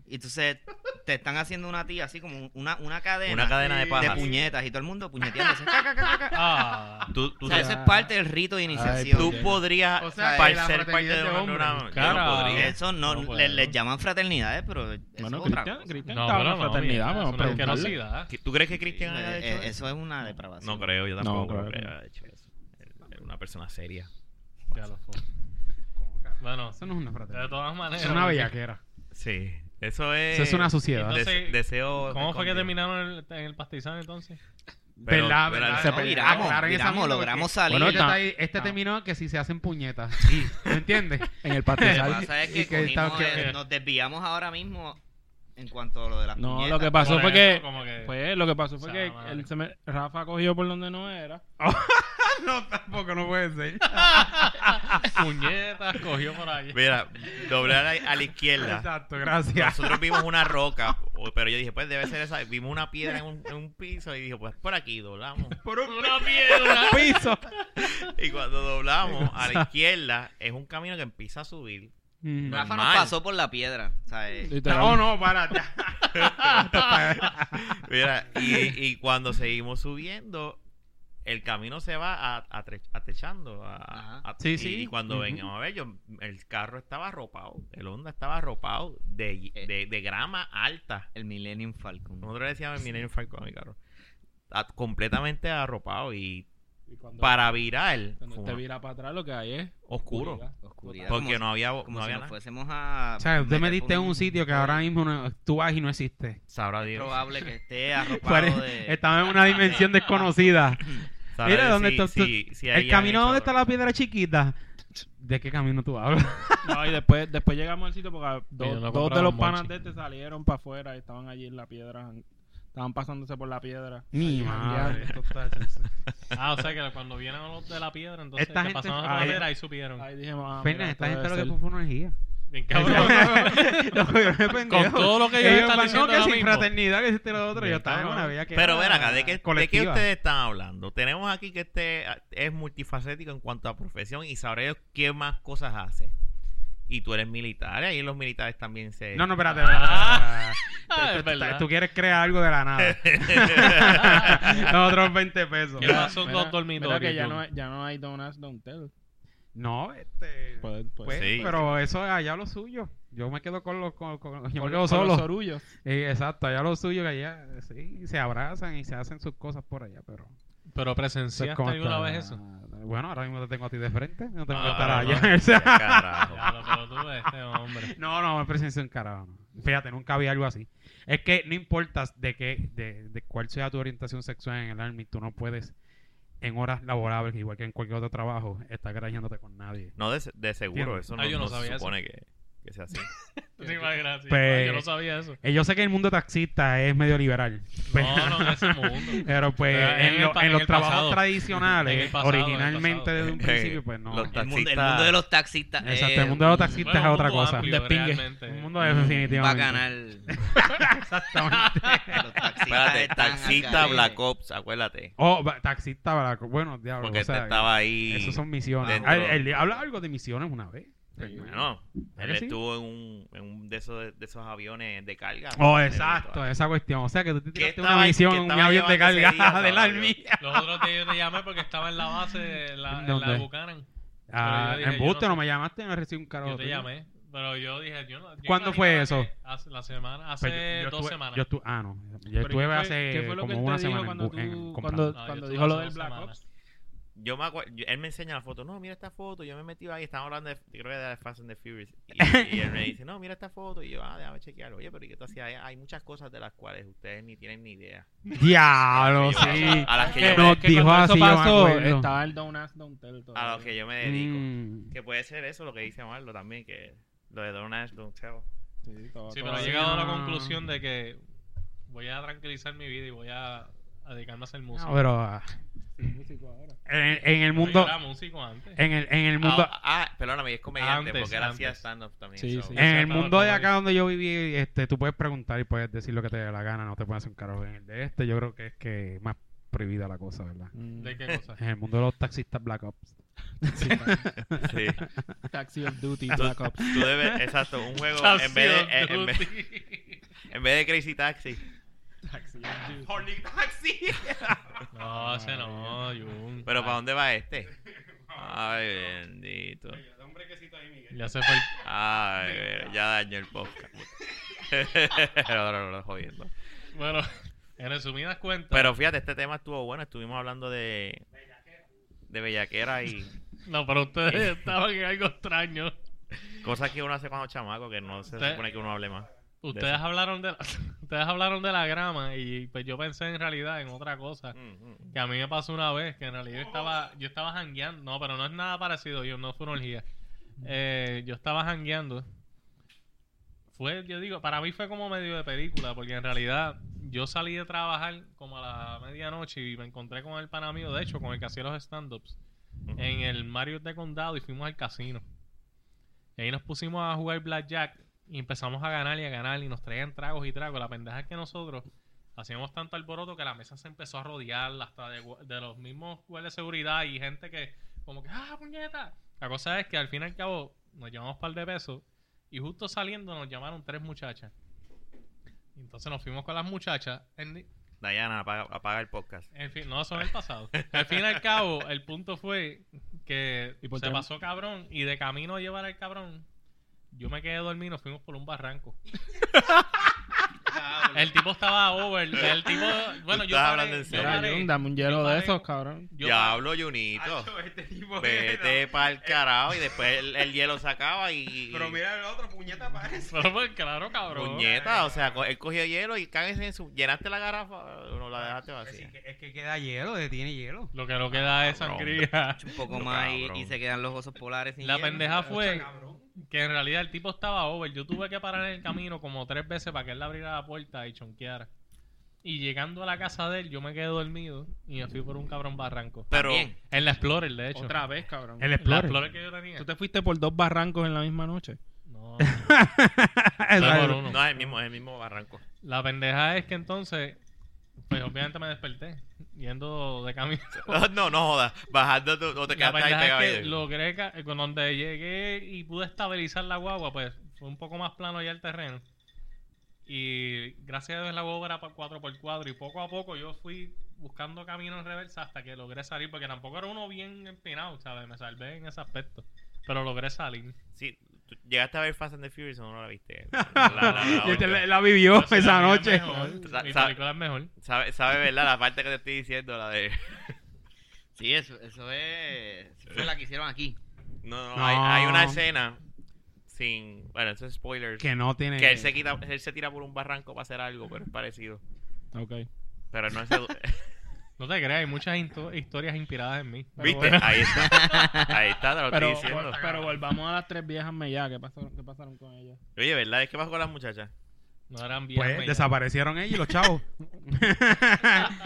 Speaker 1: y entonces te están haciendo una tía así como un- una, una cadena,
Speaker 6: Una cadena de
Speaker 1: de
Speaker 6: pajas.
Speaker 1: puñetas y todo el mundo puñeteándose. Ca, ca, ca, ca, ca.
Speaker 3: Ah,
Speaker 6: Tú, tú
Speaker 1: O sea,
Speaker 6: sabes-
Speaker 1: eso es parte del rito de
Speaker 4: Ay,
Speaker 1: iniciación.
Speaker 6: tú podrías
Speaker 5: O sea,
Speaker 6: par-
Speaker 5: que la
Speaker 6: ser parte
Speaker 5: fraternidad
Speaker 6: de
Speaker 5: de
Speaker 6: una,
Speaker 5: hombres.
Speaker 6: una- yo no
Speaker 3: Claro.
Speaker 6: podría.
Speaker 1: Eso no,
Speaker 3: No,
Speaker 1: le-
Speaker 3: bueno.
Speaker 1: les llaman fraternidades, pero eso
Speaker 4: Bueno,
Speaker 1: es otra
Speaker 4: Cristian,
Speaker 1: cosa.
Speaker 4: Cristian
Speaker 3: no,
Speaker 4: estaba en
Speaker 3: pero
Speaker 4: la
Speaker 3: no, mira,
Speaker 4: fraternidad. vamos a
Speaker 3: es una
Speaker 4: preguntarle.
Speaker 3: asquerosidad.
Speaker 6: ¿Tú crees que Cristian haya
Speaker 1: Eh,
Speaker 6: hecho
Speaker 1: eh,
Speaker 6: eso?
Speaker 1: eso es una depravación.
Speaker 6: No creo, yo tampoco
Speaker 4: No, creo
Speaker 6: creo que
Speaker 4: que no.
Speaker 6: haya hecho eso. Él es una persona seria.
Speaker 3: Ya lo fue. Bueno,
Speaker 5: Eso no es una
Speaker 3: de
Speaker 5: fraternidad.
Speaker 3: todas maneras.
Speaker 5: Eso es una
Speaker 3: porque-
Speaker 5: bellaquera.
Speaker 6: Sí, eso es...
Speaker 5: Eso es una suciedad.
Speaker 3: Entonces,
Speaker 6: des- deseo...
Speaker 3: ¿Cómo fue que
Speaker 6: escondido.
Speaker 3: terminaron el- en el pastizal entonces?
Speaker 6: Pero-
Speaker 5: ¿Verdad,
Speaker 6: pero-
Speaker 5: verdad?
Speaker 4: se
Speaker 1: No,
Speaker 4: pe-
Speaker 1: viramos,
Speaker 5: aclaren esa
Speaker 1: viramos,
Speaker 5: mierda porque-
Speaker 1: logramos salir.
Speaker 5: Bueno,
Speaker 4: Bueno,
Speaker 5: este,
Speaker 4: ta-
Speaker 5: ahí- este
Speaker 4: ah.
Speaker 5: terminó que si se hacen puñetas. (laughs) ¿Me entiendes?
Speaker 4: En el
Speaker 5: (laughs)
Speaker 1: Lo que
Speaker 4: pastizal.
Speaker 1: pasa es
Speaker 5: Y
Speaker 1: que,
Speaker 5: que está-
Speaker 1: cogimos
Speaker 5: que-
Speaker 1: el-
Speaker 3: que-
Speaker 1: nos desviamos ahora mismo en cuanto a lo de las
Speaker 4: No,
Speaker 1: puñetas.
Speaker 4: lo que pasó
Speaker 3: Por
Speaker 4: fue
Speaker 3: eso,
Speaker 4: que...
Speaker 3: como que-
Speaker 4: Pues lo que pasó fue
Speaker 3: Sa
Speaker 4: que
Speaker 3: madre.
Speaker 4: él se me- Rafa cogió por donde no era.
Speaker 5: (laughs) no, tampoco no puede ser.
Speaker 3: puñetas
Speaker 4: (laughs)
Speaker 3: cogió por ahí.
Speaker 6: Mira, doblar a, a la izquierda.
Speaker 5: Exacto, (laughs) gracias.
Speaker 6: Nosotros vimos una roca, o- pero yo dije, pues debe ser esa. Vimos una piedra en un, en un piso y dijo, pues por aquí doblamos.
Speaker 5: Por un
Speaker 3: Una piedra.
Speaker 5: piso.
Speaker 6: (laughs) Y cuando doblamos a (laughs) la izquierda, es un camino que empieza a subir.
Speaker 1: Rafa nos
Speaker 6: Normal.
Speaker 1: pasó por la piedra. o sea, eh,
Speaker 4: Literal.
Speaker 5: No, no, párate.
Speaker 6: Mira, y, y cuando seguimos subiendo, el camino se va a, a tre- atechando. A,
Speaker 1: Ajá.
Speaker 6: a-
Speaker 5: Sí,
Speaker 6: y,
Speaker 5: sí.
Speaker 6: Y cuando
Speaker 5: Ujú.
Speaker 6: venimos a ver, yo, el carro estaba arropado, el Honda estaba arropado de, de, de grama alta.
Speaker 1: el Millennium Falcon.
Speaker 6: Nosotros le decíamos el Millennium Falcon a mi carro. A- completamente arropado y
Speaker 4: Y cuando-
Speaker 6: para virar,
Speaker 4: Cuando
Speaker 6: como
Speaker 4: te vira para atrás lo que hay es...
Speaker 6: oscuro.
Speaker 1: Oscuridad.
Speaker 6: Porque
Speaker 1: Como
Speaker 6: no había,
Speaker 1: Como
Speaker 6: no
Speaker 1: si
Speaker 6: había
Speaker 1: nos
Speaker 6: nada.
Speaker 1: fuésemos a...
Speaker 5: O sea, usted
Speaker 1: meter
Speaker 5: me
Speaker 1: por
Speaker 5: diste un sitio que ahora mismo no- tú vas y no existe.
Speaker 6: Sabrá
Speaker 1: Es
Speaker 6: Dios.
Speaker 1: probable que
Speaker 5: (laughs)
Speaker 1: esté arropado
Speaker 5: Pare-
Speaker 1: de...
Speaker 5: Estaba en una
Speaker 3: (laughs)
Speaker 5: dimensión desconocida.
Speaker 6: Sabrá
Speaker 5: Mira,
Speaker 6: Dios
Speaker 5: ¿dónde
Speaker 6: si-
Speaker 5: está- tú-
Speaker 6: si- si ahí
Speaker 5: El camino
Speaker 6: han
Speaker 5: donde
Speaker 6: hecho-
Speaker 5: está la piedra chiquita. ¿De qué camino tú hablas?
Speaker 4: No, y después, después llegamos al sitio porque a-
Speaker 3: Y yo
Speaker 4: dos,
Speaker 3: no
Speaker 4: dos de
Speaker 3: compraba
Speaker 4: los
Speaker 3: mochi.
Speaker 4: panas de este salieron para afuera y estaban allí en la piedra. Estaban pasándose por la piedra.
Speaker 5: Mi madre.
Speaker 3: Ah, o sea que cuando vienen los de la piedra, entonces
Speaker 5: Esta
Speaker 3: que
Speaker 5: gente-
Speaker 3: pasaron por la
Speaker 5: Ay.
Speaker 3: piedra ahí supieron.
Speaker 4: Ahí dijimos, ah,
Speaker 5: Fernan,
Speaker 4: mira,
Speaker 5: esta
Speaker 4: esto
Speaker 5: gente lo
Speaker 4: debe
Speaker 5: que
Speaker 4: ser-
Speaker 5: fue fue una energía.
Speaker 3: Bien (laughs) cabrón.
Speaker 5: Lo (laughs)
Speaker 3: (laughs) Ah,
Speaker 5: que yo me pendejo.
Speaker 3: todo lo que ellos están
Speaker 5: van,
Speaker 3: diciendo
Speaker 5: no, que
Speaker 3: ahora
Speaker 5: sin
Speaker 3: mismo.
Speaker 5: fraternidad que hiciste lo otro,
Speaker 3: Bien,
Speaker 5: yo estaba en
Speaker 3: cabrón.
Speaker 5: una vida que
Speaker 6: Pero
Speaker 5: era
Speaker 6: ven acá, ¿de qué, ¿de qué
Speaker 5: colectiva.
Speaker 6: ustedes están hablando? Tenemos aquí que este es multifacético en cuanto a profesión y sabré qué más cosas hace. Y tú eres militar, y ahí los militares también se...
Speaker 5: No, no, (laughs) espérate. espérate, espérate,
Speaker 3: Ah, es
Speaker 5: espérate.
Speaker 3: verdad.
Speaker 5: Tú quieres crear algo de
Speaker 3: (laughs)
Speaker 5: la nada. Nosotros 20 pesos.
Speaker 3: ¿Qué pasó con los
Speaker 4: Mira que
Speaker 3: dormitorios?
Speaker 4: ya
Speaker 3: tú?
Speaker 4: no, hay- ya no hay don't ask, don't tell.
Speaker 5: No, este.
Speaker 4: Puede- puede-
Speaker 5: pues,
Speaker 6: Sí.
Speaker 5: Pero eso es allá lo suyo. Yo me quedo con los. Con, con- yo me
Speaker 4: con-
Speaker 5: quedo
Speaker 4: con
Speaker 5: solo.
Speaker 4: los orullos.
Speaker 5: Eh, exacto, allá lo suyo que allá. eh, Sí, se abrazan y se hacen sus cosas por allá, pero.
Speaker 3: Pero
Speaker 5: eso es
Speaker 3: presenciaste
Speaker 5: como
Speaker 3: alguna
Speaker 5: estar-
Speaker 3: vez eso.
Speaker 5: Bueno, ahora mismo te tengo a ti de frente. No tengo que
Speaker 3: Ah,
Speaker 5: estar
Speaker 3: no,
Speaker 5: allá.
Speaker 3: no.
Speaker 5: en el-
Speaker 6: Ya, carajo.
Speaker 3: Ya lo- pero tú, este (laughs) hombre.
Speaker 5: No, no, me presencia un carajo. no. Fíjate, nunca había algo así. Es que no importa de qué, de, de cuál sea tu orientación sexual en el Army, tú no puedes en horas laborables, igual que en cualquier otro trabajo, estar grajeándote con nadie.
Speaker 6: No, de, de seguro,
Speaker 5: Entiendo.
Speaker 6: eso no,
Speaker 3: Ah, yo no
Speaker 6: no se
Speaker 3: sabía eso.
Speaker 6: supone que, que sea así.
Speaker 3: Sí, más gracias.
Speaker 5: Pues-
Speaker 3: Yo no sabía eso.
Speaker 5: Eh, yo sé que el mundo taxista es medio liberal, pe-
Speaker 3: No, no, en ese mundo.
Speaker 5: (laughs) pero pues
Speaker 3: Pero en
Speaker 5: en,
Speaker 3: el
Speaker 5: lo-
Speaker 3: pa-
Speaker 5: en
Speaker 3: en
Speaker 5: los
Speaker 3: el
Speaker 5: trabajos
Speaker 3: pasado. En
Speaker 5: tradicionales,
Speaker 3: el pasado, en el
Speaker 5: originalmente
Speaker 3: pasado.
Speaker 5: desde un
Speaker 6: Eh,
Speaker 5: principio, pues no.
Speaker 6: los
Speaker 5: Exacto,
Speaker 6: taxistas-
Speaker 1: El mundo, el mundo de los taxistas. eh,
Speaker 5: el mundo de los taxistas
Speaker 3: Eh, Bueno,
Speaker 5: es otra
Speaker 3: un mundo
Speaker 5: cosa.
Speaker 3: amplio,
Speaker 4: Despingue.
Speaker 3: realmente.
Speaker 5: Un mundo de definitivamente.
Speaker 1: Bacanal.
Speaker 5: Exactamente.
Speaker 1: (laughs) Los taxistas.
Speaker 6: Espérate,
Speaker 1: están al
Speaker 6: taxista
Speaker 1: garete.
Speaker 6: Black Ops, acuérdate.
Speaker 5: Oh, ba- taxista, baraco. bueno, diablo.
Speaker 6: Porque
Speaker 5: o sea,
Speaker 6: este estaba ahí.
Speaker 5: Esas son misiones.
Speaker 6: dentro.
Speaker 5: Ah, él- él habla algo de misiones una vez. Pues,
Speaker 6: Bueno, él
Speaker 5: que sí?
Speaker 6: estuvo en un, en un de, esos, de esos aviones de carga.
Speaker 5: Oh, exacto, esa cuestión. O sea, que tú te tiraste
Speaker 6: estaba-
Speaker 5: una misión,
Speaker 6: qué
Speaker 5: un
Speaker 6: estaba
Speaker 5: avión de
Speaker 6: llevando ese
Speaker 5: carga
Speaker 6: día,
Speaker 5: del
Speaker 6: caballo?
Speaker 5: Army.
Speaker 3: Los otros días yo te llamé porque estaba en la base, en la, en la
Speaker 5: ¿Dónde?
Speaker 3: de Buchanan.
Speaker 5: Ah,
Speaker 3: Pero yo dije,
Speaker 5: en
Speaker 3: yo
Speaker 5: Busto
Speaker 3: no
Speaker 5: no
Speaker 3: sé.
Speaker 5: me llamaste, no recibí un carajo.
Speaker 3: Yo te
Speaker 5: tuyo.
Speaker 3: llamé, pero yo dije, yo no. yo
Speaker 5: ¿Cuándo fue
Speaker 3: imaginaba
Speaker 5: eso?
Speaker 3: que Hace la semana, hace
Speaker 5: Pues yo- yo
Speaker 3: dos
Speaker 5: estuve-
Speaker 3: semanas.
Speaker 5: Yo estuve, ah, no. Yo
Speaker 4: Pero ¿qué
Speaker 5: estuve
Speaker 4: fue-
Speaker 5: hace
Speaker 4: qué fue lo
Speaker 5: como
Speaker 4: que él te
Speaker 5: una
Speaker 4: dijo
Speaker 5: semana en
Speaker 4: cuando
Speaker 5: Bu- en,
Speaker 4: tú-
Speaker 5: comprando.
Speaker 4: cuando-
Speaker 3: No, yo
Speaker 4: cuando
Speaker 3: estuve
Speaker 4: dijo lo
Speaker 3: hace
Speaker 4: del
Speaker 3: dos
Speaker 4: Black
Speaker 3: semanas.
Speaker 4: Ops.
Speaker 6: Yo me acuerdo, yo- él me enseña la foto. No, mira esta foto. Yo me metí ahí. Estaban hablando de, creo que de Fast and the Furious. Y, y él me dice, no, mira esta foto. Y yo, ah, déjame chequear. Oye, pero ¿y qué tú hacías? ahí? Hay muchas cosas de las cuales ustedes ni tienen ni idea.
Speaker 5: (laughs) Diablo,
Speaker 6: Y yo,
Speaker 5: sí.
Speaker 6: A las que
Speaker 4: Eh,
Speaker 6: yo,
Speaker 5: Nos
Speaker 4: que
Speaker 5: dijo
Speaker 4: cuando eso
Speaker 5: así, yo me
Speaker 4: pasó,
Speaker 5: acuerdo.
Speaker 4: estaba el don't ask, don't tell
Speaker 6: me, a
Speaker 4: todavía.
Speaker 6: las que yo me dedico.
Speaker 5: Mm.
Speaker 6: Que puede ser eso lo que dice Marlo también, que lo de Don't Ask, Don't Tell.
Speaker 7: Sí, todo-
Speaker 3: Sí,
Speaker 7: todo
Speaker 3: pero he
Speaker 7: así.
Speaker 3: llegado a la
Speaker 5: no.
Speaker 3: conclusión de que voy a tranquilizar mi vida y voy a, a dedicarme a ser músico.
Speaker 5: No, pero. ah, En, en el mundo.
Speaker 3: Yo era músico antes.
Speaker 5: En el, en el mundo.
Speaker 6: Ah, ah, perdóname, y es comediante
Speaker 3: Antes,
Speaker 6: porque él hacía
Speaker 3: antes.
Speaker 6: stand-up también.
Speaker 4: Sí,
Speaker 6: so.
Speaker 4: sí.
Speaker 5: En
Speaker 3: Exacto,
Speaker 5: el mundo
Speaker 3: como
Speaker 5: de
Speaker 3: dice.
Speaker 5: acá donde yo viví, este, tú puedes preguntar y puedes decir lo que te dé la gana, no te puedes hacer un carajo. En el de este, yo creo que es que es más prohibida la cosa, ¿verdad?
Speaker 4: Mm,
Speaker 3: ¿De
Speaker 5: (laughs)
Speaker 3: qué cosa?
Speaker 5: En el mundo de los taxistas Black Ops.
Speaker 6: Sí.
Speaker 4: Taxi of
Speaker 6: (laughs)
Speaker 4: Duty,
Speaker 6: Tú,
Speaker 4: Black Ops.
Speaker 6: tú debes, exacto, un
Speaker 3: (laughs)
Speaker 6: juego en vez, de, eh, en, vez, en vez de Crazy Taxi.
Speaker 3: No, ese no, Jun.
Speaker 6: Pero ¿para dónde va este? Ay, bendito.
Speaker 3: Ya se fue. el-
Speaker 6: Ay, mira, ya dañó el podcast. Pero (laughs) no, no, no, jodiendo.
Speaker 3: Bueno, (laughs) en resumidas cuentas.
Speaker 6: Pero fíjate, este tema estuvo bueno. Estuvimos hablando de. De bellaquera y
Speaker 3: No, pero ustedes estaban en algo extraño.
Speaker 6: cosas que uno hace cuando es chamaco que no se
Speaker 3: Usted-
Speaker 6: supone que uno hable más.
Speaker 3: Ustedes
Speaker 6: eso.
Speaker 3: hablaron de la, (laughs) ustedes hablaron de la grama y pues yo pensé en realidad en otra cosa.
Speaker 6: Mm, mm.
Speaker 3: Que a mí me pasó una vez, que en realidad yo estaba, yo estaba jangueando. No, pero no es nada parecido, yo no fue una orgía. Eh, yo estaba jangueando. Fue, yo digo, para mí fue como medio de película, porque en realidad yo salí de trabajar como a la medianoche y me encontré con el pana mío, de hecho, con el que hacía los stand-ups, en el Mario de Condado y fuimos al casino. Y ahí nos pusimos a jugar Blackjack y empezamos a ganar y a ganar y nos traían tragos y tragos. La pendeja es que nosotros hacíamos tanto alboroto que la mesa se empezó a rodear hasta de, gu- de los mismos guardias de seguridad y gente que como que ¡ah, puñeta! La cosa es que al fin y al cabo nos llevamos un par de pesos y justo saliendo nos llamaron tres muchachas. Y entonces nos fuimos con las muchachas. En,
Speaker 6: Dayana, apaga, apaga el podcast.
Speaker 3: en fin, no, eso en el pasado. al fin y al cabo, el punto fue que
Speaker 4: ¿Y por
Speaker 3: se
Speaker 4: qué?
Speaker 3: pasó cabrón y de camino a llevar al cabrón, yo me quedé dormido, nos fuimos por
Speaker 6: (laughs)
Speaker 3: un barranco. el tipo estaba over. El tipo, bueno, yo
Speaker 6: estás
Speaker 3: paré,
Speaker 6: hablando en
Speaker 3: yo
Speaker 6: serio.
Speaker 4: Mira,
Speaker 3: paré,
Speaker 4: Jun, dame un
Speaker 3: yo
Speaker 4: hielo de
Speaker 3: paré-
Speaker 4: esos, cabrón.
Speaker 3: yo paré-
Speaker 6: Diablo, Junito. Vete pa'l carajo y después el, el hielo se acaba y.
Speaker 5: mira el otro, puñeta parece.
Speaker 3: Pero pues, claro, cabrón.
Speaker 6: Puñeta, o sea, co- él cogió hielo y cáguese en su. ¿Llenaste la garrafa o no la dejaste
Speaker 5: Es
Speaker 6: vacía?
Speaker 5: que, es que queda hielo, detiene hielo.
Speaker 3: Lo que no queda es
Speaker 6: Cabrón.
Speaker 3: sangría.
Speaker 1: Un poco
Speaker 6: No,
Speaker 1: más y,
Speaker 6: cabrón.
Speaker 1: y se quedan los osos polares sin
Speaker 3: La
Speaker 1: hielo.
Speaker 3: pendeja fue que en realidad el tipo estaba over. Yo tuve que parar en el camino como tres veces para que él le abriera la puerta y chonqueara. Y llegando a la casa de él, yo me quedé dormido y me fui por un cabrón barranco.
Speaker 6: Pero.
Speaker 1: También.
Speaker 3: En la Explorer, de hecho.
Speaker 4: Otra vez, cabrón.
Speaker 5: El
Speaker 3: La
Speaker 5: Explorer.
Speaker 3: Explorer que yo tenía.
Speaker 4: ¿Tú te fuiste por dos barrancos en la misma noche?
Speaker 3: (laughs) No,
Speaker 5: Exacto.
Speaker 3: fue por uno.
Speaker 6: No, es el mismo, es el mismo barranco.
Speaker 3: La pendeja es que entonces, pues obviamente me desperté. yendo de camino.
Speaker 6: (laughs) No, no jodas. Bajando tú, no te
Speaker 3: La
Speaker 6: quedaste ahí
Speaker 3: verdad
Speaker 6: pegado.
Speaker 3: es que
Speaker 6: ahí.
Speaker 3: logré, ca- eh, con donde llegué y pude estabilizar la guagua, pues fue un poco más plano ya el terreno. Y gracias a Dios la guagua era pa- 4x4 y poco a poco yo fui buscando camino en reversa hasta que logré salir, porque tampoco era uno bien empinado, ¿sabes? Me salvé en ese aspecto. Pero logré salir.
Speaker 6: Sí, tú llegaste a ver Fast and the Furious o no la viste. La- la- la-
Speaker 5: Y este la,
Speaker 6: la-
Speaker 5: la vivió
Speaker 3: Pero si
Speaker 5: (laughs) esa
Speaker 3: la mía
Speaker 5: noche.
Speaker 3: es mejor,
Speaker 6: Sa-
Speaker 3: Mi
Speaker 6: sa-
Speaker 3: película es mejor.
Speaker 6: Sabe, sabe, ¿verdad? La parte que te estoy diciendo, la de...
Speaker 1: Sí, eso, eso es. eso fue la que hicieron aquí.
Speaker 6: No, no,
Speaker 5: No.
Speaker 6: Hay, hay una escena sin... Bueno, eso es spoilers.
Speaker 5: Que no tiene.
Speaker 6: Que él se, quita, él se tira por un barranco para hacer algo, pero es parecido.
Speaker 4: Ok.
Speaker 6: Pero no
Speaker 3: (laughs)
Speaker 6: es... edu-
Speaker 3: No te creas, hay muchas histo- historias inspiradas en mí.
Speaker 6: ¿Viste? Ahí
Speaker 3: (laughs)
Speaker 6: está. Ahí está, te lo
Speaker 4: Pero,
Speaker 6: estoy diciendo.
Speaker 4: pero volvamos a las tres viejas mellá. ¿Qué pasaron, qué pasaron con ellas?
Speaker 6: Oye, ¿verdad? ¿Qué pasó con las muchachas?
Speaker 3: No eran bien.
Speaker 5: Pues
Speaker 3: bellas.
Speaker 5: desaparecieron ellos y los chavos.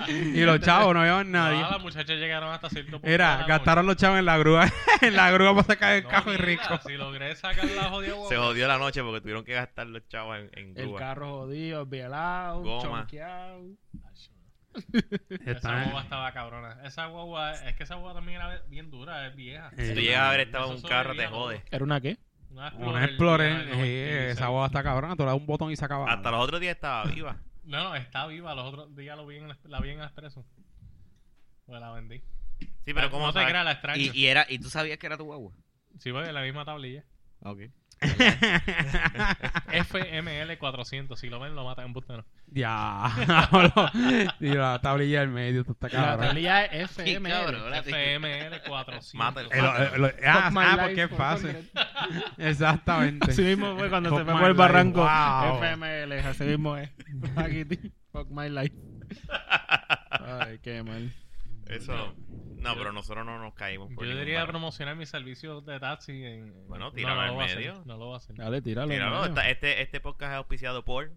Speaker 5: y los chavos, no vieron nadie.
Speaker 3: Ah, las muchachas llegaron hasta cierto punto. de
Speaker 5: Era,
Speaker 3: la
Speaker 5: gastaron los chavos en la grúa. (laughs) en la grúa para sacar el
Speaker 3: No,
Speaker 5: cajo y
Speaker 3: mierda,
Speaker 5: rico.
Speaker 3: Si logré sacar la jodida guagua.
Speaker 6: Se jodió la noche porque tuvieron que gastar los chavos en, en
Speaker 4: El
Speaker 6: grúa.
Speaker 4: carro jodido, violado,
Speaker 6: Goma.
Speaker 4: chonqueado.
Speaker 3: Esa
Speaker 5: Están-
Speaker 3: guagua estaba cabrona. Esa guagua, es que esa guagua también era bien dura, es vieja.
Speaker 5: eh,
Speaker 6: Si tú llegas a haber estado en
Speaker 3: Eso
Speaker 6: un carro, te
Speaker 3: sobrevivía todo.
Speaker 6: jode.
Speaker 4: ¿Era una qué?
Speaker 5: Una Explorer, eh, esa boda está cabrona, tú le das un botón y se acaba.
Speaker 6: Hasta los otros días
Speaker 3: (laughs)
Speaker 6: estaba viva.
Speaker 3: No, no, está viva. Los otros días lo vi en, la- la vi en el expreso. Pues la vendí. Ah,
Speaker 6: Sí, pero ¿cómo
Speaker 3: no te
Speaker 6: sabes?
Speaker 3: creas, la extraño.
Speaker 1: Y, y era, y tú sabías que era tu guagua.
Speaker 3: Sí, porque la misma tablilla.
Speaker 1: Ok.
Speaker 3: FML400. Si lo ven, lo matan en bustero.
Speaker 5: Ya, (laughs) y la tablilla del medio, tú está
Speaker 4: La
Speaker 5: cabrón.
Speaker 4: tablilla es
Speaker 1: Sí,
Speaker 4: FM.
Speaker 1: cabrón, la-
Speaker 3: FML400.
Speaker 6: Mátalo.
Speaker 5: El- el- el- ah,
Speaker 4: Fuck my
Speaker 5: ah,
Speaker 4: life,
Speaker 5: porque es
Speaker 4: fuck
Speaker 5: fácil. Exactamente.
Speaker 4: Así mismo fue cuando
Speaker 5: Fuck
Speaker 4: se fue
Speaker 5: my
Speaker 4: por el
Speaker 5: life,
Speaker 4: barranco.
Speaker 5: wow.
Speaker 4: FML, así mismo es. Aquí, ti, fuck my life. Ay, qué mal.
Speaker 6: Eso no. No, pero nosotros no nos caímos.
Speaker 3: Yo
Speaker 6: Por ningún
Speaker 3: debería
Speaker 6: barro.
Speaker 3: promocionar mis servicios de taxi en...
Speaker 6: Bueno,
Speaker 3: no,
Speaker 6: tíralo
Speaker 3: no
Speaker 6: al
Speaker 3: lo voy a
Speaker 6: medio.
Speaker 3: hacer, No lo voy a hacer.
Speaker 4: Dale, tíralo.
Speaker 6: Míralo,
Speaker 4: mano.
Speaker 6: está- este, este podcast es auspiciado por,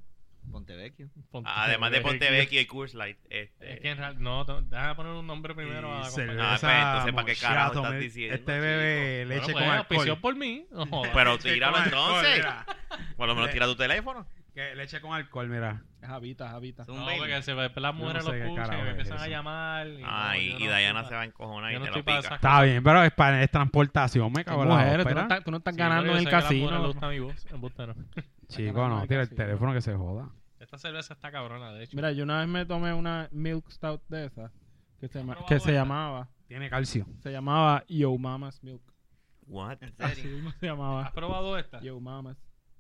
Speaker 1: Pontevecchio.
Speaker 3: Ponte-
Speaker 6: además de Pontevecchio y Curse Light. Este,
Speaker 3: Es que en realidad... No, no, déjame poner un nombre primero a la
Speaker 5: Y
Speaker 3: compañía.
Speaker 6: Ah,
Speaker 5: cerveza,
Speaker 6: pues, entonces, ¿para qué carajo
Speaker 5: mochiato,
Speaker 6: estás
Speaker 5: me-
Speaker 6: diciendo,
Speaker 5: Este bebe
Speaker 3: Bueno,
Speaker 5: leche
Speaker 3: pues,
Speaker 5: con
Speaker 3: auspició
Speaker 5: alcohol.
Speaker 3: por mí. No jodas. (laughs)
Speaker 6: Pero
Speaker 5: Leche con
Speaker 6: tíralo
Speaker 5: alcohol,
Speaker 6: entonces.
Speaker 5: mira.
Speaker 6: Por lo menos tira tu teléfono.
Speaker 5: Que leche con alcohol, mira.
Speaker 4: Es Javita, Javita.
Speaker 1: Es un
Speaker 3: No,
Speaker 1: baby.
Speaker 3: porque se, después las
Speaker 5: no
Speaker 3: mujeres
Speaker 5: sé
Speaker 3: lo
Speaker 5: qué
Speaker 3: escuchan y
Speaker 5: carajo
Speaker 3: me
Speaker 5: es
Speaker 3: empiezan a
Speaker 5: eso.
Speaker 3: llamar. y
Speaker 6: Ah,
Speaker 3: no,
Speaker 6: y,
Speaker 3: yo
Speaker 6: y
Speaker 3: no
Speaker 6: Diana
Speaker 3: estoy
Speaker 6: se va a encojonar
Speaker 3: yo
Speaker 6: y
Speaker 3: no
Speaker 6: te
Speaker 3: estoy
Speaker 6: lo
Speaker 3: para
Speaker 6: pica.
Speaker 3: esas
Speaker 5: Está bien, pero es para es transportación, me cago en la
Speaker 4: Mujeres, tú no
Speaker 5: ópera.
Speaker 4: estás, tú no estás
Speaker 3: Sí,
Speaker 4: ganando en
Speaker 3: porque
Speaker 4: el
Speaker 3: yo sé que a las
Speaker 4: casino.
Speaker 3: mujeres les gusta mi voz, embuste, no.
Speaker 5: Chico, no, tira el teléfono que se joda.
Speaker 3: Esta cerveza está cabrona, de hecho.
Speaker 4: Mira, yo una vez me tomé una milk stout de esa que se, llama-
Speaker 3: probado
Speaker 4: que se
Speaker 3: esta?
Speaker 4: llamaba
Speaker 5: Tiene calcio.
Speaker 4: se llamaba Yo Mama's Milk.
Speaker 6: What?
Speaker 1: En
Speaker 3: (laughs)
Speaker 4: Así
Speaker 1: serio.
Speaker 4: mismo se
Speaker 3: ¿Has
Speaker 4: llamaba
Speaker 3: probado esta?
Speaker 4: Yo Mama's.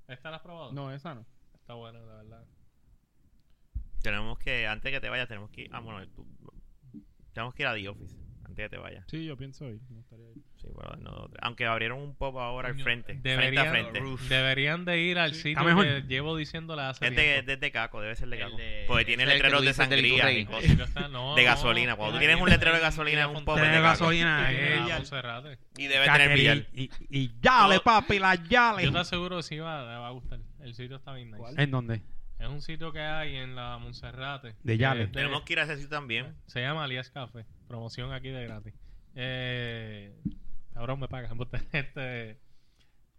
Speaker 3: ¿Esta la has probado?
Speaker 4: No, esa no.
Speaker 3: Está buena, la verdad.
Speaker 6: Tenemos que, antes que te vayas, tenemos que ir. Ah, bueno, tú- tenemos que ir a The Office. Antes que te vayas.
Speaker 4: Sí, yo pienso ir. Me gustaría ir.
Speaker 6: Sí, bueno, no- aunque abrieron un pop ahora al
Speaker 3: Coño,
Speaker 6: frente. Frente a
Speaker 3: deberían-
Speaker 6: frente.
Speaker 3: Deberían de ir al
Speaker 5: Está
Speaker 3: sitio
Speaker 5: mejor.
Speaker 3: que llevo diciéndole hace
Speaker 6: Gente que es
Speaker 3: tiempo.
Speaker 6: desde Caco, debe ser de
Speaker 1: El
Speaker 6: Caco.
Speaker 1: de-
Speaker 6: Porque tiene
Speaker 1: ese es el que
Speaker 6: letreros
Speaker 1: tú
Speaker 6: de
Speaker 1: dices del
Speaker 6: sangría y
Speaker 1: Iturrey.
Speaker 6: cosas.
Speaker 3: Yo está- no,
Speaker 6: De
Speaker 3: no,
Speaker 6: gasolina. Cuando tú
Speaker 3: aquí
Speaker 6: tienes un
Speaker 3: en-
Speaker 6: letrero de
Speaker 3: en
Speaker 6: gasolina en un
Speaker 3: Fontaine.
Speaker 6: pobre
Speaker 5: Tiene
Speaker 6: de Caco.
Speaker 5: gasolina.
Speaker 3: En la
Speaker 5: eh,
Speaker 3: Monserrate.
Speaker 6: Y debe tener
Speaker 5: Cateril.
Speaker 6: billar.
Speaker 5: Y, y yale,
Speaker 6: Todo-
Speaker 5: papi, la yale.
Speaker 3: Yo te aseguro que sí va, le va a gustar. El sitio está bien nice.
Speaker 5: ¿En dónde?
Speaker 3: Es un sitio que hay en la Monserrate.
Speaker 5: De Yale.
Speaker 3: Eh,
Speaker 6: Tenemos que ir a ese sitio también.
Speaker 3: Se llama Alias Café. Promoción aquí de gratis. Eh, cabrón, me pagan (laughs) por tener este.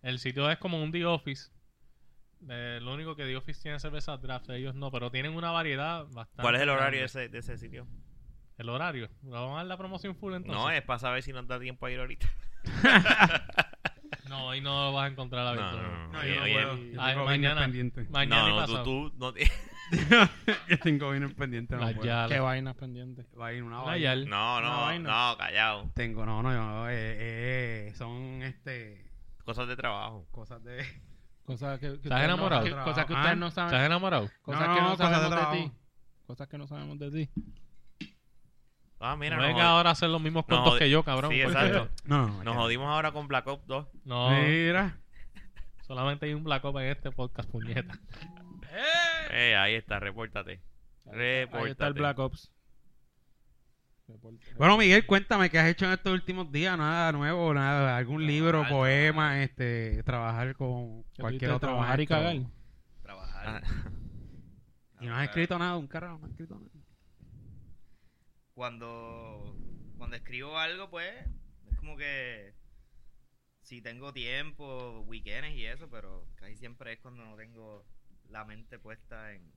Speaker 3: El sitio es como un The Office. Eh, lo único que The Office tiene cerveza draft, ellos no, pero tienen una variedad bastante.
Speaker 6: ¿Cuál es el horario
Speaker 3: grande.
Speaker 6: de ese, de ese sitio?
Speaker 3: El horario. ¿Lo vamos a dar la promoción full entonces?
Speaker 6: No, eh. es para saber si nos da tiempo a ir
Speaker 3: (laughs)
Speaker 6: ahorita.
Speaker 3: No, ahí no vas a encontrar la
Speaker 6: No,
Speaker 3: virtud.
Speaker 6: no, no.
Speaker 5: No,
Speaker 6: Oye,
Speaker 5: yo no
Speaker 6: oye,
Speaker 5: puedo. Yo
Speaker 3: Ay, mañana.
Speaker 5: tengo vainas pendientes.
Speaker 3: Mañana
Speaker 6: No,
Speaker 3: y
Speaker 6: no,
Speaker 3: pasado.
Speaker 6: tú, tú no te- (laughs)
Speaker 5: (laughs) Yo tengo vainas pendientes, no
Speaker 3: La
Speaker 5: puedo.
Speaker 3: yala.
Speaker 4: Qué vainas pendientes.
Speaker 5: Va a ir una
Speaker 3: La
Speaker 5: vaina.
Speaker 3: yala.
Speaker 6: No,
Speaker 4: Una
Speaker 6: no,
Speaker 4: vaina.
Speaker 6: no, callado.
Speaker 5: Tengo, no, no, yo, eh, eh, son este
Speaker 6: Cosas de trabajo.
Speaker 5: cosas de (laughs)
Speaker 4: Cosas que, que
Speaker 3: ¿Estás
Speaker 4: ustedes
Speaker 3: enamorado?
Speaker 4: No, que- cosas que ustedes
Speaker 5: Ah.
Speaker 4: no saben.
Speaker 3: ¿Estás enamorado?
Speaker 4: Cosas
Speaker 5: No,
Speaker 4: que no,
Speaker 5: no, cosas de
Speaker 4: sabemos de,
Speaker 5: trabajo.
Speaker 4: ti. Cosas que no sabemos de ti.
Speaker 6: Ah, mira,
Speaker 3: no
Speaker 6: nos
Speaker 3: venga
Speaker 6: jod-
Speaker 3: ahora a hacer los mismos
Speaker 6: nos
Speaker 3: cuentos
Speaker 6: jod-
Speaker 3: que yo, cabrón.
Speaker 6: Sí,
Speaker 3: porque-
Speaker 6: exacto.
Speaker 5: No, no,
Speaker 6: Nos jodimos ahora con Black Ops 2.
Speaker 3: (laughs) No,
Speaker 5: Mira,
Speaker 3: solamente hay un Black Ops en este podcast, puñeta.
Speaker 6: Eh, ahí está, repórtate.
Speaker 4: Ahí está el
Speaker 6: Repórtate.
Speaker 4: Black Ops.
Speaker 5: Bueno, Miguel, cuéntame qué has hecho en estos últimos días, nada nuevo, nada, algún libro, poema, este, trabajar con
Speaker 4: Que
Speaker 5: cualquier
Speaker 4: tuviste
Speaker 5: otro
Speaker 4: trabajar y
Speaker 5: maestro.
Speaker 4: cagar.
Speaker 6: Ah.
Speaker 1: Trabajar.
Speaker 5: Y no has escrito nada, un carajo, no has escrito nada.
Speaker 1: Cuando, cuando escribo algo, pues, es como que si tengo tiempo, weekends y eso, pero casi siempre es cuando no tengo la mente puesta en,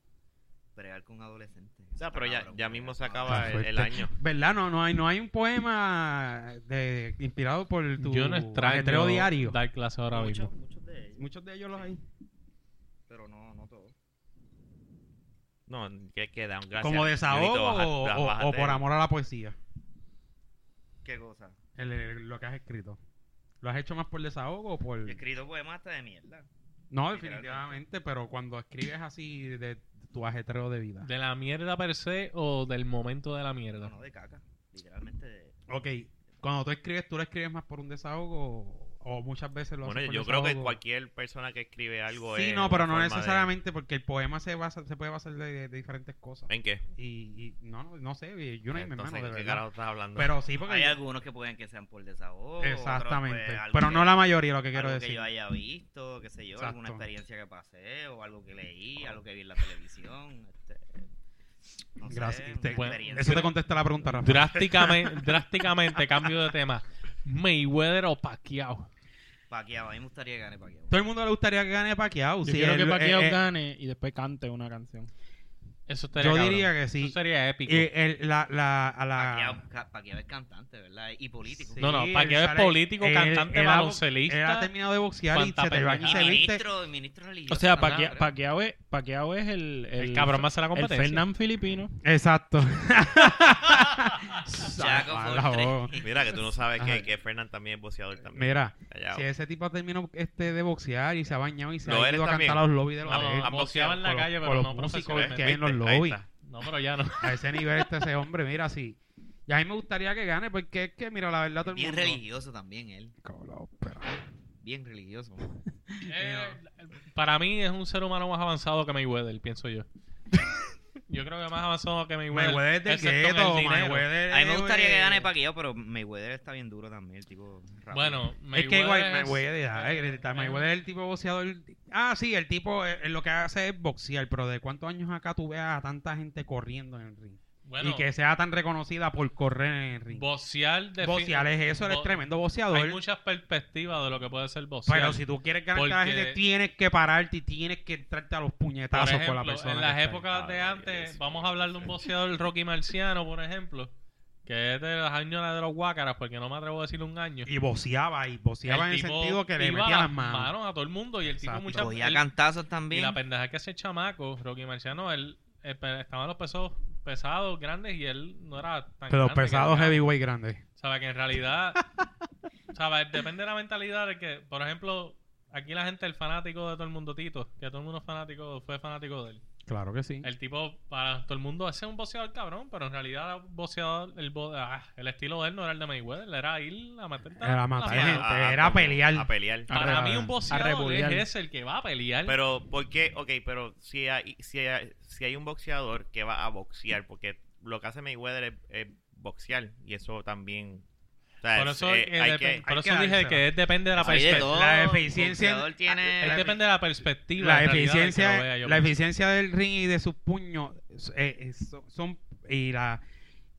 Speaker 1: bregar con adolescentes.
Speaker 6: O sea, pero ya, ya mismo se
Speaker 5: Tan
Speaker 6: acaba el,
Speaker 5: fuerte.
Speaker 6: el año.
Speaker 5: ¿Verdad? No, no hay, no hay un poema de, inspirado por tu
Speaker 3: Yo no extraño
Speaker 5: ajetreo diario.
Speaker 3: dar clases ahora mismo.
Speaker 1: Muchos, muchos de ellos,
Speaker 5: Muchos de ellos los hay.
Speaker 1: pero no, no todos.
Speaker 6: No, que queda un gracias.
Speaker 5: Como desahogo
Speaker 6: Ñonguito, baja-
Speaker 5: o,
Speaker 6: baja-
Speaker 5: o- o
Speaker 6: bájate.
Speaker 5: por amor a la poesía.
Speaker 1: ¿Qué cosa?
Speaker 5: El- el- lo que has escrito. ¿Lo has hecho más por desahogo o por...?
Speaker 1: Yo he escrito poemas hasta de mierda.
Speaker 5: No,
Speaker 1: Literalmente.
Speaker 5: definitivamente, pero cuando escribes así de tu ajetreo de vida.
Speaker 3: ¿De la mierda per se o del momento de la
Speaker 1: No,
Speaker 3: mierda?
Speaker 1: no, de caca. Literalmente de...
Speaker 5: Ok, cuando tú escribes, ¿tú lo escribes más por un desahogo o, o muchas veces lo
Speaker 6: Bueno,
Speaker 5: haces por
Speaker 6: yo creo que
Speaker 5: desahogo?
Speaker 6: cualquier persona que escribe algo
Speaker 5: Sí,
Speaker 6: es
Speaker 5: no, pero
Speaker 6: una
Speaker 5: no
Speaker 6: forma de-
Speaker 5: necesariamente porque el poema se basa, se puede basar de, de diferentes cosas.
Speaker 6: ¿En qué?
Speaker 5: Y, y no, no, no sé, yo no me hermano,
Speaker 6: Entonces, ¿de
Speaker 5: de
Speaker 6: qué
Speaker 5: verdad.
Speaker 6: carajo estás hablando?
Speaker 5: Pero sí, porque...
Speaker 1: Hay algunos que pueden que sean por desahogo. otros,
Speaker 5: Exactamente.
Speaker 1: pues, algo
Speaker 5: pero
Speaker 1: que-
Speaker 5: no la mayoría, lo que quiero
Speaker 1: Algo
Speaker 5: decir.
Speaker 1: que yo haya visto, qué sé yo, alguna
Speaker 5: Exacto.
Speaker 1: experiencia que pasé o algo que leí, algo que vi en la televisión. Este, no sé,
Speaker 5: Gracias.
Speaker 1: una
Speaker 5: Te-
Speaker 3: Bueno,
Speaker 1: experiencia.
Speaker 5: Eso te contesta la pregunta, Rafa.
Speaker 3: Drásticamente,
Speaker 5: (laughs)
Speaker 3: drásticamente cambio de tema. Mayweather o Pacquiao.
Speaker 1: Pacquiao, a mí me gustaría que gane Pacquiao.
Speaker 5: Todo el mundo le gustaría que gane Pacquiao.
Speaker 4: Yo
Speaker 5: sí,
Speaker 4: quiero que
Speaker 5: él-
Speaker 4: Pacquiao
Speaker 5: eh, eh,
Speaker 4: gane y después cante una canción.
Speaker 3: Eso
Speaker 5: Yo
Speaker 3: estaría cabrón.
Speaker 5: diría que sí.
Speaker 3: Eso sería épico.
Speaker 5: Eh, el- la, la, a la...
Speaker 1: Pacquiao, ca- Pacquiao es cantante, ¿verdad? Y político.
Speaker 3: No, no,
Speaker 5: Sí,
Speaker 3: Pacquiao
Speaker 5: él
Speaker 3: es
Speaker 5: sale-
Speaker 3: político,
Speaker 5: él-
Speaker 3: cantante,
Speaker 5: él ha-
Speaker 3: baloncelista.
Speaker 5: Él ha terminado de boxear y se, te
Speaker 3: Cuanta
Speaker 5: va y
Speaker 1: Y
Speaker 5: se viste...
Speaker 1: ministro, y ministro religioso.
Speaker 4: O sea,
Speaker 1: también,
Speaker 4: Pacquiao,
Speaker 1: creo.
Speaker 4: Pacquiao es, Pacquiao es el,
Speaker 3: El cabrón más de la competencia.
Speaker 4: El Fernán filipino.
Speaker 1: (laughs)
Speaker 5: Exacto.
Speaker 1: Jaco
Speaker 5: Ah,
Speaker 1: Fortrey.
Speaker 5: la voz.
Speaker 6: Mira, que tú no sabes
Speaker 5: Ajá.
Speaker 6: que, que Fernán también es boxeador también.
Speaker 5: Mira,
Speaker 6: Callao.
Speaker 5: si ese tipo terminó este, de boxear y se ha bañado y se
Speaker 6: Lo
Speaker 5: ha
Speaker 6: eres
Speaker 5: ido a
Speaker 6: también.
Speaker 5: cantar a los lobbies de los
Speaker 6: Vamos,
Speaker 5: hoteles,
Speaker 6: vamos.
Speaker 3: Boxeaba en la
Speaker 5: con los-
Speaker 3: calle,
Speaker 5: con
Speaker 3: pero
Speaker 5: los
Speaker 3: no
Speaker 5: músicos que hay
Speaker 3: profesionalmente.
Speaker 5: en los
Speaker 6: ¿Viste? Ahí
Speaker 5: lobbies.
Speaker 6: está.
Speaker 3: No, pero ya
Speaker 5: (laughs)
Speaker 3: no.
Speaker 5: A ese nivel está ese hombre, mira, sí. Y a mí me gustaría que gane, porque es que, mira, la verdad, todo el
Speaker 1: Bien
Speaker 5: mundo...
Speaker 1: religioso también él. Bien religioso.
Speaker 3: Eh, para mí es un ser humano más avanzado que Mayweather, pienso
Speaker 5: (laughs)
Speaker 3: yo. Yo creo que más avanzado que Mayweather.
Speaker 5: Mayweather del
Speaker 3: excepto en el
Speaker 5: gueto,
Speaker 3: dinero.
Speaker 5: Mayweather
Speaker 1: A mí me gustaría que
Speaker 5: es-
Speaker 1: gane Pacquiao, pero Mayweather está bien duro también, el tipo. rápido.
Speaker 3: Bueno,
Speaker 5: Es que igual
Speaker 3: es-
Speaker 5: Mayweather, ay, grita,
Speaker 3: eh,
Speaker 5: Mayweather es el tipo boxeador. Ah, sí, el tipo eh, lo que hace es boxear, pero ¿de cuántos años acá tú veas a tanta gente corriendo en el ring?
Speaker 3: bueno,
Speaker 5: y que sea tan reconocida por correr en el ring.
Speaker 3: boxear de
Speaker 5: Boxear es eso, eres
Speaker 3: bo-
Speaker 5: tremendo
Speaker 3: Hay
Speaker 5: boxeador.
Speaker 3: muchas perspectivas de lo que puede ser boxear.
Speaker 5: Pero si tú quieres ganar a la
Speaker 3: porque-
Speaker 5: gente, tienes que pararte y tienes que entrarte a los
Speaker 3: Por
Speaker 5: puñetazos
Speaker 3: ejemplo,
Speaker 5: con la persona.
Speaker 3: en
Speaker 5: que
Speaker 3: las
Speaker 5: está ahí.
Speaker 3: épocas de
Speaker 6: Ah,
Speaker 3: antes,
Speaker 6: Dios.
Speaker 3: vamos a hablar de un boxeador Rocky Marciano, por ejemplo, que es de los años de los guácaras, porque no me atrevo a decir un año.
Speaker 5: Y boceaba, y boceaba en el
Speaker 3: tipo
Speaker 5: sentido que le
Speaker 3: iba a
Speaker 5: metía las manos.
Speaker 3: a todo el mundo y el tipo
Speaker 5: Exacto.
Speaker 3: muchas
Speaker 1: Cogía
Speaker 3: él-
Speaker 1: cantazos
Speaker 3: Y
Speaker 1: también.
Speaker 3: la pendeja que ese chamaco, Rocky Marciano, él, eh, pe- estaban los pesos pesados grandes y él no era tan
Speaker 5: Pero
Speaker 3: grande,
Speaker 5: pesados
Speaker 3: que era-
Speaker 5: heavyweight grandes.
Speaker 3: Sabe que en realidad, sabe, depende de la mentalidad de que, por ejemplo, aquí la gente, el fanático de todo el mundo, Tito, que todo el mundo es fanático, fue fanático de él.
Speaker 5: Claro que sí.
Speaker 3: El tipo, para todo el mundo, ese es un boxeador cabrón, pero en realidad el boxeador, el, bo- ah, el estilo de él no era el de Mayweather, era ir a meter
Speaker 5: Era matar
Speaker 3: mano.
Speaker 5: gente, era pelear.
Speaker 6: A pelear.
Speaker 4: a
Speaker 3: Para
Speaker 4: re-
Speaker 3: mí
Speaker 4: a
Speaker 3: un boxeador es
Speaker 4: rebuliar.
Speaker 3: ese el que va a pelear.
Speaker 6: Pero, ¿por qué? Ok, pero si hay, si, hay, si hay un boxeador que va a boxear, porque lo que hace Mayweather es, es boxear, y eso también... O sea,
Speaker 3: por
Speaker 6: es-
Speaker 3: eso,
Speaker 6: eh,
Speaker 3: eh,
Speaker 6: hay
Speaker 3: depe-
Speaker 6: que...
Speaker 3: por
Speaker 5: hay
Speaker 3: eso
Speaker 5: que
Speaker 3: dije
Speaker 5: dársela.
Speaker 3: que es depende de la
Speaker 1: Hay de
Speaker 3: perspectiva.
Speaker 1: todo.
Speaker 5: la eficiencia-
Speaker 1: Un boxeador tiene-
Speaker 3: Es depende de la perspectiva.
Speaker 5: la
Speaker 3: en realidad, del que lo
Speaker 5: eficiencia
Speaker 3: vea, yo
Speaker 5: la
Speaker 3: pienso.
Speaker 5: eficiencia del ring y de sus puños eh, eh, son, son- y la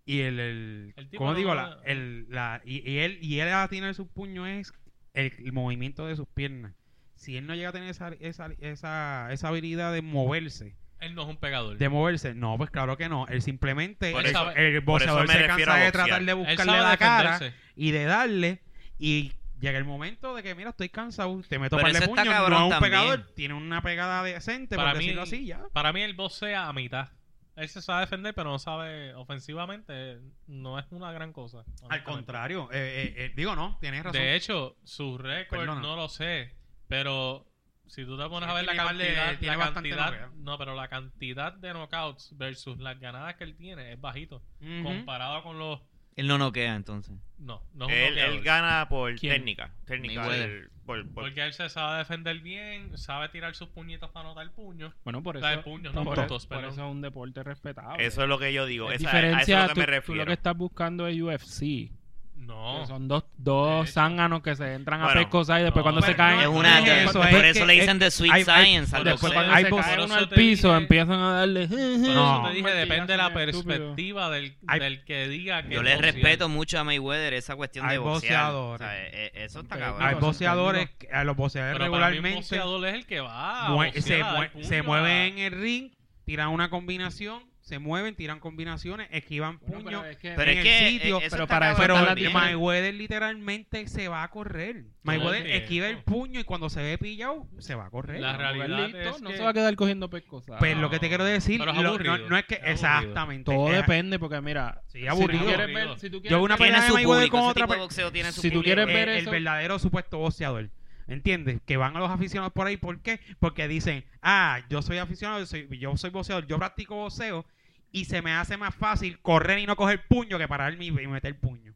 Speaker 5: y el, el,
Speaker 3: El tipo
Speaker 5: ¿cómo
Speaker 3: no-
Speaker 5: digo la, el, la y, y él y él a tener sus puños es el, el movimiento de sus piernas si él no llega a tener esa, esa, esa, esa habilidad de moverse
Speaker 3: Él no es un pegador.
Speaker 5: de moverse no pues claro que no él simplemente
Speaker 6: Por
Speaker 5: el-
Speaker 3: eso-
Speaker 5: el
Speaker 6: por eso
Speaker 5: boxeador
Speaker 6: me
Speaker 5: se
Speaker 6: refiero
Speaker 5: cansa
Speaker 6: a
Speaker 5: de
Speaker 6: boxear.
Speaker 5: tratar de
Speaker 3: Él
Speaker 5: buscarle
Speaker 3: sabe
Speaker 5: la cara
Speaker 3: defenderse.
Speaker 5: y de darle y llega el momento de que mira estoy cansado te meto
Speaker 1: Pero
Speaker 5: para el
Speaker 1: eso está
Speaker 5: puño no
Speaker 1: cabrón
Speaker 5: es un
Speaker 1: también.
Speaker 5: pegador tiene una pegada decente
Speaker 3: Para
Speaker 5: por
Speaker 3: mí-
Speaker 5: decirlo así ya
Speaker 3: Para mí él boxea a mitad. Él se sabe defender, pero no sabe ofensivamente. No es una gran cosa.
Speaker 5: al
Speaker 3: honestamente.
Speaker 5: contrario eh, eh, eh, digo no tienes razón
Speaker 3: De hecho, su récord
Speaker 5: Perdona.
Speaker 3: no lo sé. Pero si tú te pones
Speaker 5: Sí,
Speaker 3: a ver la
Speaker 5: tiene par de-
Speaker 3: cantidad,
Speaker 5: tiene
Speaker 3: la
Speaker 5: bastante
Speaker 3: cantidad
Speaker 5: knockout.
Speaker 3: no, pero la cantidad de knockouts versus las ganadas que él tiene es bajito.
Speaker 5: Ujú.
Speaker 3: Comparado con los...
Speaker 1: Él no noquea entonces.
Speaker 3: No, no es un
Speaker 6: Él,
Speaker 3: noqueador.
Speaker 6: él gana por
Speaker 3: ¿Quién?
Speaker 6: técnica. Técnica.
Speaker 1: Mayweather.
Speaker 6: el- por, por-
Speaker 3: Porque él se sabe defender bien, sabe tirar sus puñitos para anotar puños.
Speaker 4: Bueno, por
Speaker 3: O
Speaker 4: eso,
Speaker 3: sea, de puños, no
Speaker 4: por,
Speaker 3: puntos,
Speaker 4: eso- por
Speaker 3: perdón.
Speaker 4: eso es un deporte respetable.
Speaker 6: Eso es lo que yo digo.
Speaker 4: Es
Speaker 6: esa- a eso es
Speaker 4: diferencia,
Speaker 6: lo que me
Speaker 4: tú- tú, lo
Speaker 6: refiero.
Speaker 4: que estás buscando es UFC.
Speaker 3: No.
Speaker 4: que Son dos,
Speaker 3: De
Speaker 4: dos
Speaker 3: hecho.
Speaker 4: zánganos que se entran
Speaker 6: Bueno,
Speaker 4: a pescosar y después
Speaker 3: no,
Speaker 4: cuando se
Speaker 3: pero
Speaker 4: caen...
Speaker 1: Es
Speaker 5: no
Speaker 1: una.
Speaker 5: es
Speaker 1: de-
Speaker 5: eso,
Speaker 1: por
Speaker 5: es
Speaker 1: eso
Speaker 5: que-
Speaker 1: le
Speaker 5: es-
Speaker 1: dicen The Sweet
Speaker 5: hay- hay-
Speaker 1: Science. al
Speaker 4: Después
Speaker 1: boxeo.
Speaker 4: cuando
Speaker 3: Hay
Speaker 4: se
Speaker 3: boxeo.
Speaker 4: cae
Speaker 3: Por
Speaker 4: uno
Speaker 3: eso
Speaker 4: al
Speaker 3: te
Speaker 4: piso
Speaker 3: dije-
Speaker 4: empiezan a darle...
Speaker 3: Por
Speaker 5: No.
Speaker 3: eso te dije,
Speaker 4: Martillazo
Speaker 3: depende de la
Speaker 4: bien estúpido.
Speaker 3: perspectiva del,
Speaker 5: Hay-
Speaker 3: del que diga que.
Speaker 1: Yo
Speaker 3: es
Speaker 1: le
Speaker 3: boxear.
Speaker 1: respeto mucho a Mayweather esa cuestión
Speaker 5: Hay
Speaker 1: de boxear.
Speaker 5: boxeadores.
Speaker 1: O sea, eh, eh, eso está
Speaker 4: Pero-
Speaker 1: cabrón.
Speaker 5: hay boxeadores que- a los boxeadores
Speaker 3: Pero para mí un ah,
Speaker 5: regularmente
Speaker 3: boxeador es el que va. a
Speaker 5: mue-
Speaker 3: boxear,
Speaker 5: se,
Speaker 3: a dar
Speaker 5: mue- se
Speaker 3: puño, a-
Speaker 5: mueven en el ring tiran una combinación, se mueven, tiran combinaciones, esquivan
Speaker 3: Bueno,
Speaker 5: puños.
Speaker 3: pero es que-
Speaker 5: Pero en
Speaker 6: es
Speaker 5: el
Speaker 6: que,
Speaker 5: sitio,
Speaker 6: eh, eso
Speaker 3: pero
Speaker 6: está
Speaker 3: para eso
Speaker 6: cabrón
Speaker 5: Pero
Speaker 3: está
Speaker 5: la-
Speaker 3: bien.
Speaker 6: también.
Speaker 5: Mayweather literalmente se va a correr. Mayweather
Speaker 3: tiempo.
Speaker 5: esquiva el puño y cuando se ve pillado, se va a correr.
Speaker 3: La
Speaker 5: Vamos a
Speaker 3: realidad
Speaker 5: ver, listo,
Speaker 3: es
Speaker 5: no
Speaker 3: que-
Speaker 5: se
Speaker 4: se
Speaker 5: va
Speaker 4: va
Speaker 5: a
Speaker 4: a quedar cogiendo pescosas.
Speaker 5: Pues lo
Speaker 3: No,
Speaker 5: que te quiero decir,
Speaker 3: pero es
Speaker 5: lo-
Speaker 3: aburrido,
Speaker 5: no, no es que
Speaker 3: es aburrido.
Speaker 5: exactamente.
Speaker 4: Todo
Speaker 5: es-
Speaker 4: depende porque mira,
Speaker 5: Sí, aburrido.
Speaker 4: si tú quieres
Speaker 3: Aburrido.
Speaker 4: ver, si tú quieres
Speaker 5: Yo vi una
Speaker 4: ver-
Speaker 5: pelea
Speaker 8: Tiene
Speaker 5: de
Speaker 8: su
Speaker 5: Mayweather
Speaker 8: público,
Speaker 5: con
Speaker 8: ese
Speaker 5: otra
Speaker 8: tipo de
Speaker 5: pe-
Speaker 8: boxeo tiene su
Speaker 4: si tú
Speaker 8: público.
Speaker 4: quieres
Speaker 5: el,
Speaker 4: ver
Speaker 1: Eh,
Speaker 5: el
Speaker 4: eso-
Speaker 5: verdadero supuesto boxeador. ¿Entiendes? Que van a los aficionados por ahí. ¿Por qué? Porque dicen, ah, yo soy aficionado, yo soy, yo soy boxeador, yo practico boxeo y se me hace más fácil correr y no coger puño que pararme y, y meter puño.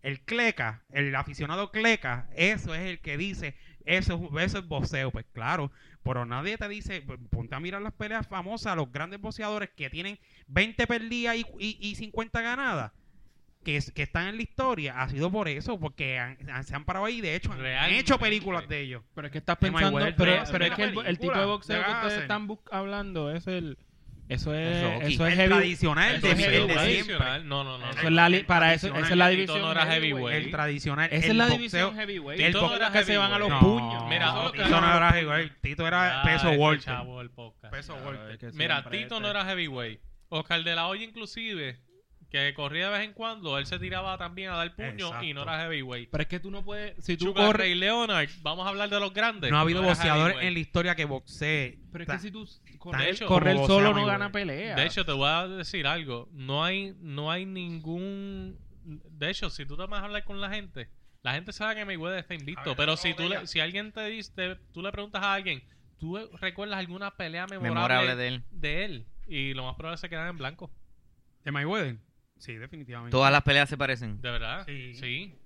Speaker 5: El cleca, el aficionado cleca, eso es el que dice, eso, es- eso es boxeo. Pues claro, pero nadie te dice, p- ponte a mirar las peleas famosas, los grandes boxeadores que tienen 20 perdidas y, y, y 50 ganadas, que, es- que están en la historia, ha sido por eso, porque han- han- se han parado ahí, de hecho, han- han
Speaker 3: Realmente.
Speaker 5: hecho películas de ellos.
Speaker 4: pero es que estás
Speaker 5: De
Speaker 4: pensando,
Speaker 5: Mayweather,
Speaker 4: pero,
Speaker 5: de-
Speaker 4: pero
Speaker 5: de
Speaker 4: es que el,
Speaker 5: la
Speaker 4: el tipo de
Speaker 5: película,
Speaker 4: boxeo
Speaker 5: de
Speaker 4: que ustedes
Speaker 5: Gassen.
Speaker 4: están bus- hablando es el eso es
Speaker 5: Eh,
Speaker 8: El Rocky.
Speaker 4: eso es
Speaker 5: El
Speaker 4: heavy,
Speaker 5: tradicional,
Speaker 3: El
Speaker 5: de-
Speaker 3: boxeo
Speaker 5: el de
Speaker 3: tradicional.
Speaker 5: siempre.
Speaker 3: No, no, no.
Speaker 4: eso es la li- para eso esa es la
Speaker 3: Tradicional.
Speaker 4: división
Speaker 3: Y todo no era
Speaker 4: heavyweight.
Speaker 3: heavyweight.
Speaker 5: El tradicional.
Speaker 4: Esa
Speaker 5: el
Speaker 4: es la
Speaker 5: boxeo-
Speaker 4: división heavyweight.
Speaker 5: el
Speaker 4: Tito
Speaker 5: boxeo
Speaker 4: era
Speaker 3: que se van a los
Speaker 4: heavyweight.
Speaker 5: No,
Speaker 3: puños. Mira,
Speaker 5: no,
Speaker 3: solo que-
Speaker 5: Tito no era heavyweight, Tito era
Speaker 3: Ah,
Speaker 5: peso
Speaker 3: este
Speaker 5: Walter.
Speaker 3: chavo, el podcast.
Speaker 5: Peso Walter.
Speaker 4: Es que
Speaker 3: Mira,
Speaker 4: siempre
Speaker 3: Tito
Speaker 4: este-
Speaker 3: no era heavyweight. Oscar de la Hoya, inclusive, que corría de vez en cuando, él se tiraba también a dar puño y no
Speaker 5: Exacto.
Speaker 3: era heavyweight.
Speaker 4: Pero es que tú no puedes si tú
Speaker 3: Sugar
Speaker 4: corres
Speaker 3: Ray Leonard, vamos a hablar de los grandes.
Speaker 5: No ha habido
Speaker 3: era
Speaker 5: boxeador
Speaker 3: heavyweight.
Speaker 5: en la historia que boxee.
Speaker 4: Pero es
Speaker 5: Ta-
Speaker 4: que si tú
Speaker 3: De
Speaker 4: correr,
Speaker 3: hecho,
Speaker 4: correr
Speaker 5: como
Speaker 4: solo
Speaker 5: sea,
Speaker 4: no
Speaker 5: mi
Speaker 4: gana
Speaker 5: güey.
Speaker 4: pelea.
Speaker 3: De hecho, te voy a decir algo. No hay, no hay ningún. De hecho, si tú te vas a hablar con la gente, la gente sabe que Mayweather está
Speaker 5: A
Speaker 3: invicto.
Speaker 5: ver,
Speaker 3: pero
Speaker 5: vamos
Speaker 3: si
Speaker 5: a
Speaker 3: tú, le,
Speaker 5: pelear.
Speaker 3: si alguien te dice, te- tú le preguntas a alguien, ¿tú recuerdas alguna pelea memorable,
Speaker 8: Memorable
Speaker 3: de...
Speaker 8: de él.
Speaker 3: él? Y lo más probable es que se quedan en blanco.
Speaker 5: ¿De Mayweather? Sí, definitivamente.
Speaker 8: Todas las peleas se parecen.
Speaker 3: De verdad.
Speaker 5: Sí.
Speaker 3: sí.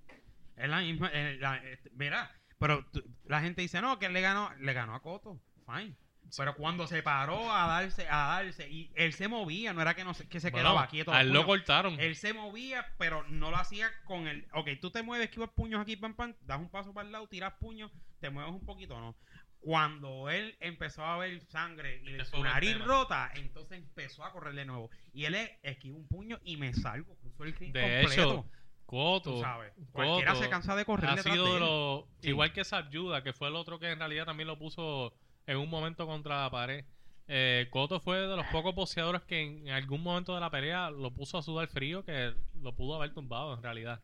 Speaker 5: Es la misma. eh, la- eh, verá, pero tú- la gente dice, no, que él le ganó, le ganó a Coto. Fine. Pero cuando se paró a darse, a darse, y él se movía, no era que, no, se- que se
Speaker 3: Bueno,
Speaker 5: quedaba quieto.
Speaker 3: a él lo
Speaker 5: puño.
Speaker 3: cortaron.
Speaker 5: Él se movía, pero no lo hacía con el. Ok, tú te mueves, esquivas puños aquí, pam, pam, das un paso para el lado, tiras puños, te mueves un poquito, no. Cuando él empezó a ver sangre y
Speaker 3: Este fue
Speaker 5: su
Speaker 3: un
Speaker 5: nariz
Speaker 3: tema.
Speaker 5: rota, entonces empezó a correr de nuevo. Y él es- esquiva un puño y me salgo. Cruzó el ring
Speaker 3: De
Speaker 5: completo.
Speaker 3: hecho, Coto
Speaker 5: tú sabes. Cualquiera
Speaker 3: Cotto
Speaker 5: se cansa de correr.
Speaker 3: ha
Speaker 5: detrás
Speaker 3: sido
Speaker 5: de
Speaker 3: de
Speaker 5: él.
Speaker 3: los.
Speaker 5: Sí.
Speaker 3: Igual que Sabyuda, que fue el otro que en realidad también lo puso en un momento contra la pared. Eh, Coto fue de los pocos boxeadores que en algún momento de la pelea lo puso a sudar frío, que lo pudo haber tumbado en realidad.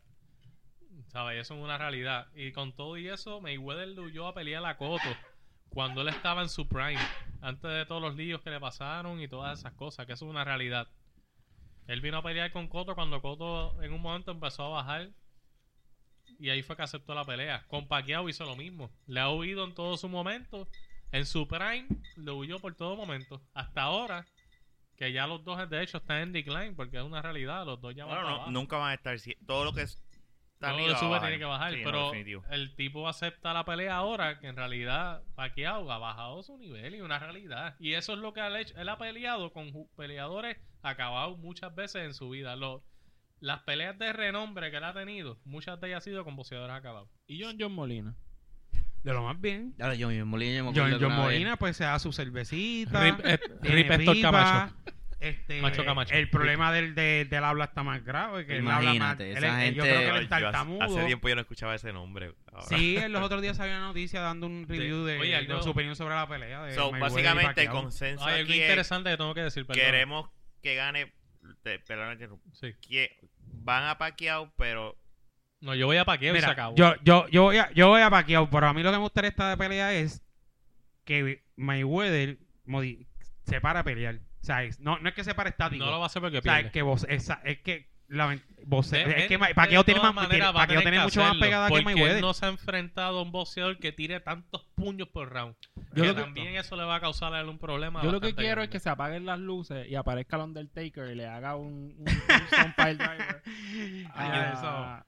Speaker 3: ¿Sabes? Eso es una realidad. Y con todo y eso, Mayweather le huyó a pelear a Coto cuando él estaba en su prime, antes de todos los líos que le pasaron y todas esas cosas, que eso es una realidad. Él vino a pelear con Coto cuando Coto en un momento empezó a bajar y ahí fue que aceptó la pelea. Con Pacquiao hizo lo mismo. Le ha huido en todo su momento. En su prime le huyó por todo momento. Hasta ahora, que ya los dos de hecho están en decline porque es una realidad. Los dos ya van
Speaker 6: Bueno,
Speaker 3: para
Speaker 6: no,
Speaker 3: abajo.
Speaker 6: nunca van a estar. si- Todo lo que es- está
Speaker 3: Todo lo
Speaker 6: arriba
Speaker 3: que
Speaker 6: va a
Speaker 3: sube
Speaker 6: bajar.
Speaker 3: tiene que bajar,
Speaker 6: Sí, no,
Speaker 3: pero
Speaker 6: definitivo.
Speaker 3: el tipo acepta la pelea ahora, que en realidad Pacquiao ha bajado su nivel y una realidad. Y eso es lo que ha hecho. Él ha peleado con ju- peleadores acabados muchas veces en su vida. Lo- las peleas de renombre que él ha tenido, muchas de ellas han sido con boxeadores acabados.
Speaker 4: y John John Molina.
Speaker 5: De lo más bien.
Speaker 8: Dale, John, John Molina, yo me acuerdo
Speaker 5: John,
Speaker 8: que
Speaker 5: John
Speaker 8: una vez-
Speaker 5: Molina, pues se da su cervecita.
Speaker 3: Rip- eh,
Speaker 5: tiene
Speaker 3: Rip Héctor
Speaker 5: pipa,
Speaker 3: Camacho.
Speaker 5: Este,
Speaker 3: Macho Camacho.
Speaker 5: El problema del, del, del habla está más grave. Que él
Speaker 8: Imagínate,
Speaker 5: habla más- él- él- Yo
Speaker 8: esa
Speaker 5: creo que
Speaker 6: Ay,
Speaker 5: él es
Speaker 6: yo hace-
Speaker 5: tartamudo.
Speaker 6: hace tiempo yo no escuchaba ese nombre. ahora.
Speaker 5: Sí, en los otros días había una noticia dando un review de,
Speaker 3: Oye,
Speaker 5: de
Speaker 3: algo-
Speaker 5: su opinión sobre la pelea.
Speaker 3: eh,
Speaker 5: De
Speaker 6: So,
Speaker 5: Mayweather y
Speaker 6: básicamente el
Speaker 5: Pacquiao.
Speaker 6: consenso
Speaker 3: Hay algo
Speaker 6: aquí es
Speaker 3: interesante que tengo que decir, perdón.
Speaker 6: queremos que gane te- perdón, interrumpo,
Speaker 3: Sí.
Speaker 6: que van a Pacquiao, pero
Speaker 3: No, yo voy a Pacquiao y se
Speaker 5: Mira,
Speaker 3: acabó.
Speaker 5: yo, yo, yo voy a, yo voy a Pacquiao, pero a mí lo que me gustaría de esta pelea es que Mayweather modi- se para a pelear. O sea, es- no, no es que se para estático.
Speaker 3: no lo va a hacer porque
Speaker 5: O sea, es
Speaker 3: pierde.
Speaker 5: que vos, esa- es que lamen- vos-
Speaker 3: De-
Speaker 5: es que
Speaker 3: él,
Speaker 5: Ma-
Speaker 3: eh, de
Speaker 5: Pacquiao tiene
Speaker 3: todas
Speaker 5: más
Speaker 3: maneras,
Speaker 5: tiene-
Speaker 3: va a
Speaker 5: Pacquiao
Speaker 3: tener
Speaker 5: tiene
Speaker 3: que
Speaker 5: mucho más
Speaker 3: hacerlo,
Speaker 5: pegada que
Speaker 3: porque él
Speaker 5: Mayweather.
Speaker 3: no se ha enfrentado a un boxeador que tire tantos puños por round. que
Speaker 4: Yo lo que-
Speaker 3: también eso le va a causar a él un problema.
Speaker 4: Yo lo que
Speaker 3: bastante
Speaker 4: quiero es
Speaker 3: grande.
Speaker 4: que se apaguen las luces y aparezca el Undertaker y le haga un, (laughs) un, un pile
Speaker 3: (laughs)
Speaker 4: driver. Ah,